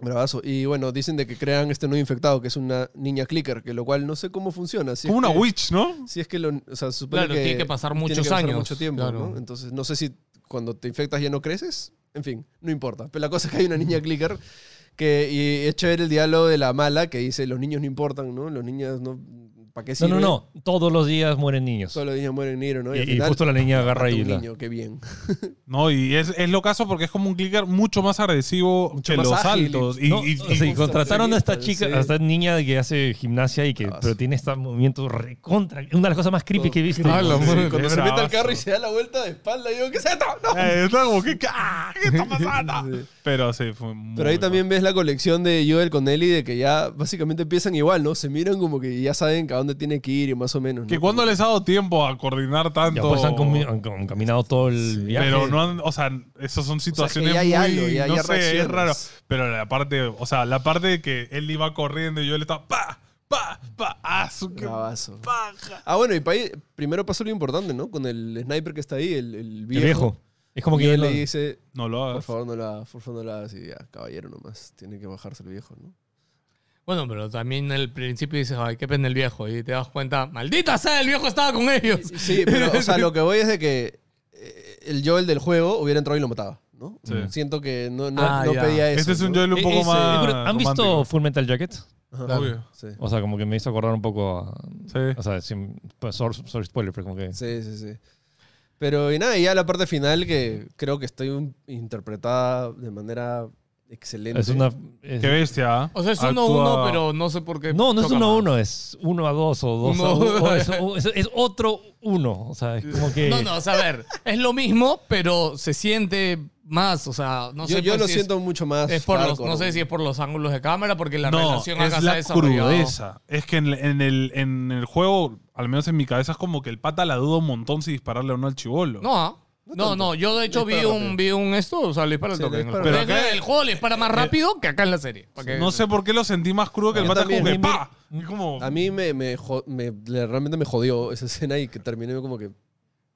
[SPEAKER 4] bravazo. Y bueno, dicen de que crean este nuevo infectado, que es una niña clicker, que lo cual no sé cómo funciona. Si
[SPEAKER 2] Como
[SPEAKER 4] es
[SPEAKER 2] una
[SPEAKER 4] que-
[SPEAKER 2] witch, ¿no?
[SPEAKER 4] Si es que lo... O sea, se supone
[SPEAKER 1] Claro,
[SPEAKER 4] que...
[SPEAKER 1] tiene que pasar
[SPEAKER 4] tiene
[SPEAKER 1] muchos
[SPEAKER 4] que pasar
[SPEAKER 1] años,
[SPEAKER 4] mucho tiempo,
[SPEAKER 1] claro.
[SPEAKER 4] ¿no? Entonces, no sé si cuando te infectas ya no creces. En fin, no importa. Pero la cosa es que hay una niña clicker que... Y es chévere el diálogo de la mala que dice, los niños no importan, ¿no? Los niños no... ¿Para qué
[SPEAKER 5] No,
[SPEAKER 4] sirven?
[SPEAKER 5] no, no. Todos los días mueren niños.
[SPEAKER 4] Solo los niños mueren negro, ¿no?
[SPEAKER 5] y,
[SPEAKER 4] al
[SPEAKER 5] y
[SPEAKER 4] final,
[SPEAKER 5] justo la niña agarra
[SPEAKER 4] mata
[SPEAKER 5] y
[SPEAKER 4] un
[SPEAKER 5] la...
[SPEAKER 4] niño, qué bien.
[SPEAKER 2] No, y es, es lo caso porque es como un clicker mucho más agresivo que
[SPEAKER 4] más
[SPEAKER 2] los
[SPEAKER 4] ágil.
[SPEAKER 2] altos. Y,
[SPEAKER 5] No,
[SPEAKER 2] y-
[SPEAKER 5] o
[SPEAKER 2] y-
[SPEAKER 5] sea, y contrataron a esta chica,
[SPEAKER 4] sí.
[SPEAKER 5] a esta niña que hace gimnasia y que
[SPEAKER 4] Ah, sí.
[SPEAKER 5] pero
[SPEAKER 4] Oh,
[SPEAKER 5] tiene este movimiento recontra. Una de las cosas más creepy que he visto.
[SPEAKER 1] Ah, la
[SPEAKER 5] Sí.
[SPEAKER 1] madre.
[SPEAKER 4] Cuando
[SPEAKER 2] Es
[SPEAKER 4] se mete al
[SPEAKER 2] bravazo.
[SPEAKER 4] carro y se da la vuesta de espalda, yo, ¿qué es esto? ¡No!
[SPEAKER 2] <laughs> Eh, es como que, ¡ah! ¿Qué
[SPEAKER 4] <laughs>
[SPEAKER 2] está pasando? Pero sí, fue muy
[SPEAKER 4] Pero ahí
[SPEAKER 2] bueno.
[SPEAKER 4] también ves la colección de Joel con Ellie de que ya básicamente empiezan igual, ¿no? Se miran como que ya saben a dónde tiene que ir y más o menos. ¿no?
[SPEAKER 2] Que cuando les ha dado tiempo a coordinar
[SPEAKER 5] Ya
[SPEAKER 2] tanto.
[SPEAKER 5] pues han, comi- han- han caminado todo el viaje.
[SPEAKER 2] Pero no han, o sea, esas son
[SPEAKER 4] sea, que
[SPEAKER 2] situaciones
[SPEAKER 4] ya hay
[SPEAKER 2] muy,
[SPEAKER 4] algo, ya-
[SPEAKER 2] no
[SPEAKER 4] ya
[SPEAKER 2] sé, es
[SPEAKER 4] reaccionas.
[SPEAKER 2] raro. Pero la parte, o sea, la parte de que él iba corriendo y yo le estaba pa, pa, pa, ah, su qué
[SPEAKER 4] Bravazo.
[SPEAKER 2] paja.
[SPEAKER 4] Ah, bueno, y pa' ahí- primero pasó lo importante, ¿no? Con el sniper que está ahí, el, el
[SPEAKER 5] El
[SPEAKER 4] viejo.
[SPEAKER 5] viejo. Es como que
[SPEAKER 4] Joel
[SPEAKER 5] él
[SPEAKER 4] le dice,
[SPEAKER 2] No lo
[SPEAKER 4] por
[SPEAKER 2] hagas.
[SPEAKER 4] favor no la, por favor no la hagas y ya, caballero nomás, tiene que bajarse el viejo, ¿no?
[SPEAKER 1] Bueno, pero también al principio dices, ay, qué pena el viejo. Y te das cuenta, maldita sea, el viejo estaba con ellos.
[SPEAKER 4] Sí, pero o sea, lo que voy es de que eh, el Joel del juego hubiera entrado y lo mataba, ¿no?
[SPEAKER 2] Sí.
[SPEAKER 4] Siento que no, no,
[SPEAKER 1] Ah,
[SPEAKER 4] no
[SPEAKER 1] ya.
[SPEAKER 4] pedía eso.
[SPEAKER 2] Este es un
[SPEAKER 4] ¿no?
[SPEAKER 2] Joel un
[SPEAKER 5] Eh,
[SPEAKER 2] poco
[SPEAKER 5] ese-
[SPEAKER 2] más.
[SPEAKER 5] ¿Han visto
[SPEAKER 2] romántico.
[SPEAKER 5] Full Metal Jacket?
[SPEAKER 4] Ajá.
[SPEAKER 2] Obvio.
[SPEAKER 4] Sí.
[SPEAKER 5] O sea, como que me hizo acordar un poco a...
[SPEAKER 2] Sí.
[SPEAKER 5] O sea, sin, pues, sorry, sorry, spoiler, pero como que...
[SPEAKER 4] Sí, sí, sí. Pero y nada, y ya la parte final que creo que estoy un- interpretada de manera excelente.
[SPEAKER 5] Es una... es-
[SPEAKER 2] Qué bestia. ¿eh?
[SPEAKER 1] O sea, es 1-1,
[SPEAKER 2] Actúa-
[SPEAKER 1] pero no sé por qué.
[SPEAKER 5] no, no es
[SPEAKER 1] choca
[SPEAKER 5] uno a
[SPEAKER 1] más.
[SPEAKER 5] uno, es uno a dos o dos
[SPEAKER 1] No.
[SPEAKER 5] a uno. o es, o es- es otro uno. O sea, es como que...
[SPEAKER 1] No, no, o sea, a ver, es lo mismo, pero se siente más, o sea, no
[SPEAKER 4] yo
[SPEAKER 1] sé
[SPEAKER 4] yo
[SPEAKER 1] pues,
[SPEAKER 4] lo
[SPEAKER 1] si es-
[SPEAKER 4] siento mucho más.
[SPEAKER 1] es por los,
[SPEAKER 4] hardcore.
[SPEAKER 1] no sé si es por los ángulos de cámara, porque la
[SPEAKER 2] no,
[SPEAKER 1] relación acá
[SPEAKER 2] es
[SPEAKER 1] se ha
[SPEAKER 2] la
[SPEAKER 1] desarrollado.
[SPEAKER 2] crudeza. Es que en, en el, en el juego, al menos en mi cabeza, es como que el pata la duda un montón si dispararle o no al chivolo.
[SPEAKER 1] No, ah. no, no, yo de hecho
[SPEAKER 4] Le
[SPEAKER 1] vi
[SPEAKER 4] dispara
[SPEAKER 1] un,
[SPEAKER 4] rápido.
[SPEAKER 1] vi un esto, o sea, le dispara el
[SPEAKER 4] Sí,
[SPEAKER 1] toque.
[SPEAKER 4] le
[SPEAKER 1] en el
[SPEAKER 4] dispara.
[SPEAKER 1] juego.
[SPEAKER 2] Pero acá-
[SPEAKER 1] el juego le dispara más rápido que acá en la serie. para que-
[SPEAKER 2] No sé por qué lo sentí más crudo que el
[SPEAKER 4] Yo
[SPEAKER 2] pata,
[SPEAKER 4] también.
[SPEAKER 2] como que
[SPEAKER 5] A mí-
[SPEAKER 2] ¡pa! Y como,
[SPEAKER 4] A mí me, me jo- me- le- realmente me jodió esa escena y que terminé como que.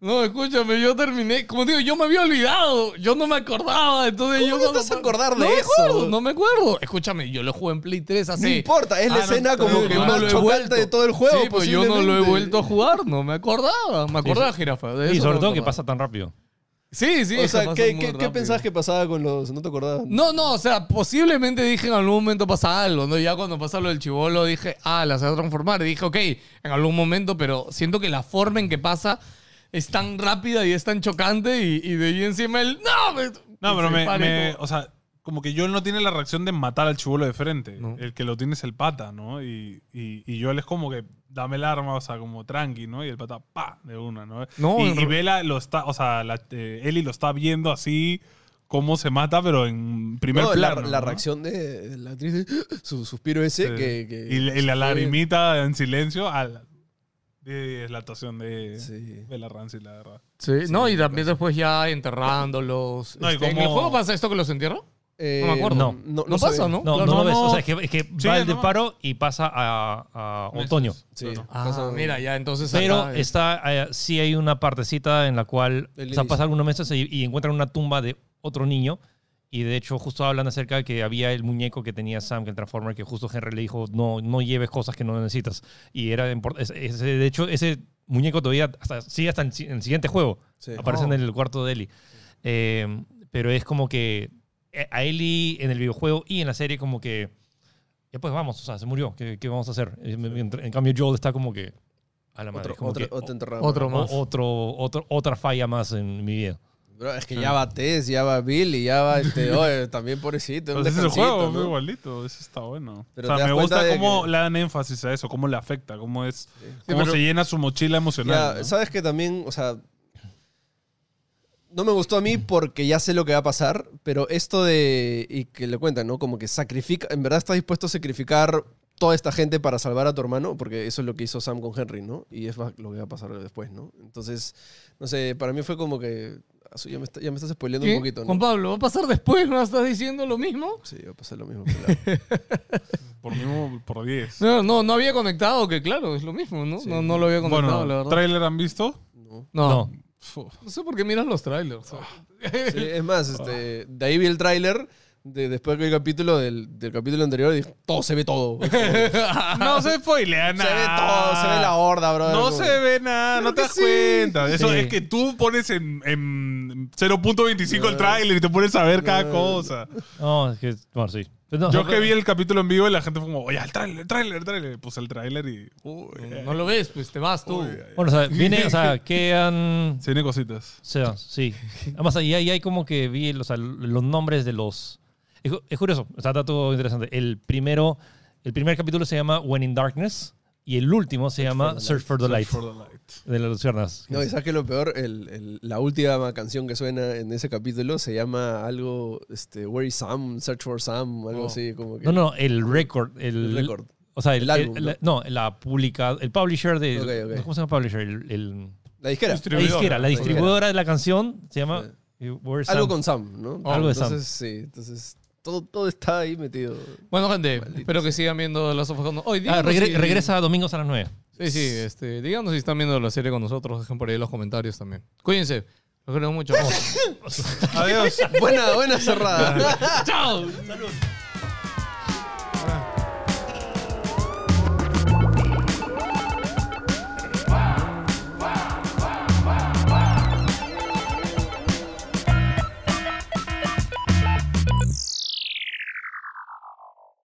[SPEAKER 1] No, escúchame, yo terminé. Como digo, yo me había olvidado. Yo no me acordaba. Entonces
[SPEAKER 4] ¿Cómo
[SPEAKER 1] yo
[SPEAKER 4] no te
[SPEAKER 1] cuando-
[SPEAKER 4] vas a acordar de
[SPEAKER 1] no
[SPEAKER 4] eso?
[SPEAKER 1] Me acuerdo, no me acuerdo. Escúchame, yo lo jugué en Play 3
[SPEAKER 4] No
[SPEAKER 1] hace.
[SPEAKER 4] importa, es la
[SPEAKER 1] Ah, no,
[SPEAKER 4] escena como
[SPEAKER 1] yo
[SPEAKER 4] que
[SPEAKER 1] no
[SPEAKER 4] más
[SPEAKER 1] lo he
[SPEAKER 4] chocante
[SPEAKER 1] vuelto.
[SPEAKER 4] de todo el juego.
[SPEAKER 1] Sí, pues yo no lo he
[SPEAKER 4] posiblemente.
[SPEAKER 1] vuelto a jugar. No me acordaba. Me acordaba, jirafa. de
[SPEAKER 5] y
[SPEAKER 1] eso no me
[SPEAKER 5] sobre todo que
[SPEAKER 1] acordaba.
[SPEAKER 5] pasa tan rápido.
[SPEAKER 1] Sí, sí.
[SPEAKER 4] O
[SPEAKER 1] es que
[SPEAKER 4] sea,
[SPEAKER 1] pasa
[SPEAKER 4] ¿qué,
[SPEAKER 1] muy
[SPEAKER 4] qué, ¿qué
[SPEAKER 1] rápido.
[SPEAKER 4] pensabas que pasaba con los.? ¿No te acordabas?
[SPEAKER 1] No, no, o sea, posiblemente dije en algún momento pasa algo, ¿no? Ya cuando pasa lo del chivolo dije, ah, la se va a transformar. Y dije, ok, en algún momento, pero siento que la forma en que pasa es tan rápida y es tan chocante y, y de ahí encima el, no, me-
[SPEAKER 2] No,
[SPEAKER 1] y
[SPEAKER 2] pero
[SPEAKER 1] se
[SPEAKER 2] me,
[SPEAKER 1] para y
[SPEAKER 2] me-
[SPEAKER 1] como-
[SPEAKER 2] o sea, como que Joel no tiene la reacción de matar al chivolo de frente.
[SPEAKER 1] No.
[SPEAKER 2] El que lo tiene es el pata, ¿no? Y, y, y Joel es como que dame el arma, o sea, como tranqui, ¿no? Y el pata, pa, de una, ¿no?
[SPEAKER 1] No,
[SPEAKER 2] y,
[SPEAKER 1] en
[SPEAKER 2] y
[SPEAKER 1] re-
[SPEAKER 2] Bella lo está, o sea, la- eh, Ellie lo está viendo así, cómo se mata, pero en primer
[SPEAKER 4] No, la,
[SPEAKER 2] plano.
[SPEAKER 4] la
[SPEAKER 2] ¿no?
[SPEAKER 4] reacción de de la actriz, de- <gasps> su suspiro ese,
[SPEAKER 2] Sí.
[SPEAKER 4] que, que-
[SPEAKER 2] y, la- y la
[SPEAKER 4] fue-
[SPEAKER 2] lagrimita en silencio al, de- es la actuación de
[SPEAKER 4] Sí.
[SPEAKER 2] Bella Ramsey, la verdad.
[SPEAKER 1] Sí, no, y también después ya enterrándolos.
[SPEAKER 2] No, y
[SPEAKER 1] Este, ¿En
[SPEAKER 2] como-
[SPEAKER 1] el juego pasa esto que los entierran?
[SPEAKER 4] Eh,
[SPEAKER 1] No me acuerdo.
[SPEAKER 5] No.
[SPEAKER 1] No,
[SPEAKER 4] lo
[SPEAKER 1] pasa,
[SPEAKER 4] sabía.
[SPEAKER 1] ¿no?
[SPEAKER 5] No,
[SPEAKER 1] Claro,
[SPEAKER 5] no
[SPEAKER 1] no,
[SPEAKER 5] lo ves.
[SPEAKER 1] no.
[SPEAKER 5] O sea, es que, es que
[SPEAKER 2] Sí,
[SPEAKER 5] va el
[SPEAKER 2] no.
[SPEAKER 5] disparo y pasa a, a otoño.
[SPEAKER 4] Sí,
[SPEAKER 2] Claro.
[SPEAKER 1] Ah,
[SPEAKER 4] pasa-
[SPEAKER 1] mira, ya entonces.
[SPEAKER 5] Pero
[SPEAKER 1] acá, eh,
[SPEAKER 5] está, eh, sí hay una partecita en la cual
[SPEAKER 4] El
[SPEAKER 5] o sea,
[SPEAKER 4] inicio.
[SPEAKER 5] pasan unos meses y, y encuentran una tumba de otro niño. Y de hecho, justo hablan acerca de que había el muñeco que tenía Sam, que el Transformer, que justo Henry le dijo, no, no lleves cosas que no necesitas. Y era import- ese- ese- de hecho, ese muñeco todavía hasta, sigue hasta en, si- en el siguiente juego.
[SPEAKER 4] Sí.
[SPEAKER 5] Aparece en
[SPEAKER 1] Oh.
[SPEAKER 5] el cuarto de Ellie. Eh, pero es como que eh, a Ellie en el videojuego y en la serie como que, ya pues vamos, o sea, se murió, ¿qué, qué vamos a hacer? Eh, me- mientras- En cambio, Joel está como que... A la madre,
[SPEAKER 4] Otro,
[SPEAKER 5] como
[SPEAKER 4] otro,
[SPEAKER 5] que,
[SPEAKER 4] otro enterrado.
[SPEAKER 1] Otro
[SPEAKER 5] o-
[SPEAKER 1] más.
[SPEAKER 5] otro, otro, otra falla más en mi vida.
[SPEAKER 4] Bro, es que
[SPEAKER 1] Ah.
[SPEAKER 4] ya va Tess, ya va Billy, ya va
[SPEAKER 1] <laughs>
[SPEAKER 4] este, oye, también pobrecito.
[SPEAKER 1] Pues
[SPEAKER 4] un
[SPEAKER 2] Entonces Pues ese es el
[SPEAKER 4] descansito,
[SPEAKER 2] juego,
[SPEAKER 4] ¿no?
[SPEAKER 2] fue igualito, eso está bueno.
[SPEAKER 4] Pero
[SPEAKER 2] o
[SPEAKER 4] te
[SPEAKER 2] sea,
[SPEAKER 4] das
[SPEAKER 2] me
[SPEAKER 4] cuenta
[SPEAKER 2] gusta
[SPEAKER 4] de
[SPEAKER 2] cómo
[SPEAKER 4] que-
[SPEAKER 2] le dan énfasis a eso, cómo le afecta, cómo es, cómo
[SPEAKER 1] pero-
[SPEAKER 2] se llena su mochila emocional.
[SPEAKER 4] Ya,
[SPEAKER 2] ¿no?
[SPEAKER 4] sabes que también, o sea, no me gustó a mí porque ya sé lo que va a pasar, pero esto de, y que le cuentan, ¿no? Como que sacrifica, en verdad estás dispuesto a sacrificar toda esta gente para salvar a tu hermano, porque eso es lo que hizo Sam con Henry, ¿no? Y es más lo que va a pasar después, ¿no? Entonces, no sé, para mí fue como que, asu, ya me, está- ya me estás spoileando
[SPEAKER 1] este, ¿Qué?
[SPEAKER 4] un poquito,
[SPEAKER 1] Juan
[SPEAKER 4] ¿no?
[SPEAKER 1] Pablo, ¿va a pasar después? ¿No estás diciendo lo mismo?
[SPEAKER 4] Sí, va a pasar lo mismo. claro.
[SPEAKER 2] Por mínimo, por 10.
[SPEAKER 1] No, no, no había conectado, que claro, es lo mismo, ¿no? No, no lo había conectado, la
[SPEAKER 2] Bueno,
[SPEAKER 1] verdad.
[SPEAKER 2] ¿trailer han visto?
[SPEAKER 4] No.
[SPEAKER 1] no. no.
[SPEAKER 5] No.
[SPEAKER 2] Fu.
[SPEAKER 1] sé por qué miras los trailers.
[SPEAKER 4] Sí, es más, este, de ahí vi el tráiler, de, después que vi el capítulo del, del capítulo anterior, y dije, todo se ve todo.
[SPEAKER 2] No se spoilea
[SPEAKER 4] Se
[SPEAKER 2] nada.
[SPEAKER 4] ve todo, se ve la horda, bro.
[SPEAKER 2] No
[SPEAKER 4] Como-
[SPEAKER 2] se ve nada, no te das cuenta. Eso
[SPEAKER 5] Sí.
[SPEAKER 2] es que tú pones en, en 0.25 el tráiler y te pones a ver cada cosa.
[SPEAKER 5] No, es que, bueno, sí. Pero no,
[SPEAKER 2] Yo
[SPEAKER 5] no,
[SPEAKER 2] que vi el capítulo en vivo y la gente fue como, oye, el tráiler, el tráiler, el tráiler. Puse el tráiler y... uy,
[SPEAKER 1] No lo ves, pues te vas tú.
[SPEAKER 2] uy,
[SPEAKER 5] Bueno, o sea, viene,
[SPEAKER 2] <laughs>
[SPEAKER 5] o sea, quedan...
[SPEAKER 2] Se vienen cositas.
[SPEAKER 5] O sea, sí. Además, ahí, ahí hay como que vi o sea, los nombres de los... Es, cu- es curioso, o sea, está todo interesante. El primero, el primer capítulo se llama When in Darkness y el último se llama Search for the Light,
[SPEAKER 2] For the light.
[SPEAKER 5] de las luciernas.
[SPEAKER 4] No, y sabes que lo peor, el, el- la última canción que suena en ese capítulo se llama algo, este, Where is Sam, Search for Sam,
[SPEAKER 5] Oh.
[SPEAKER 4] algo así, como que.
[SPEAKER 5] No, no, el récord. El,
[SPEAKER 4] El récord.
[SPEAKER 5] O sea, el,
[SPEAKER 4] El álbum,
[SPEAKER 5] el- la- no, la publica, el publisher de.
[SPEAKER 4] Ok, ok.
[SPEAKER 5] ¿Cómo se llama publisher? El, el-
[SPEAKER 4] La disquera.
[SPEAKER 5] la disquera, la
[SPEAKER 4] la
[SPEAKER 5] distribuidora de la canción se llama. eh, Where's
[SPEAKER 4] Algo
[SPEAKER 5] Sam? Oh.
[SPEAKER 4] con Sam, ¿no?
[SPEAKER 5] Algo de Sam.
[SPEAKER 4] entonces, sí, entonces todo, todo está ahí metido. <laughs>
[SPEAKER 1] Bueno, gente, espero que sigan viendo las of Us. Hoy
[SPEAKER 5] Ah,
[SPEAKER 1] díganos
[SPEAKER 5] regre-
[SPEAKER 1] si-
[SPEAKER 5] Regresa domingos a las 9.
[SPEAKER 1] Sí, sí, este, díganos si están viendo la serie con nosotros, dejen por ahí los comentarios también. Cuídense, los queremos mucho.
[SPEAKER 2] Adiós.
[SPEAKER 5] <laughs>
[SPEAKER 4] Buena, buena cerrada.
[SPEAKER 1] ¡Chao!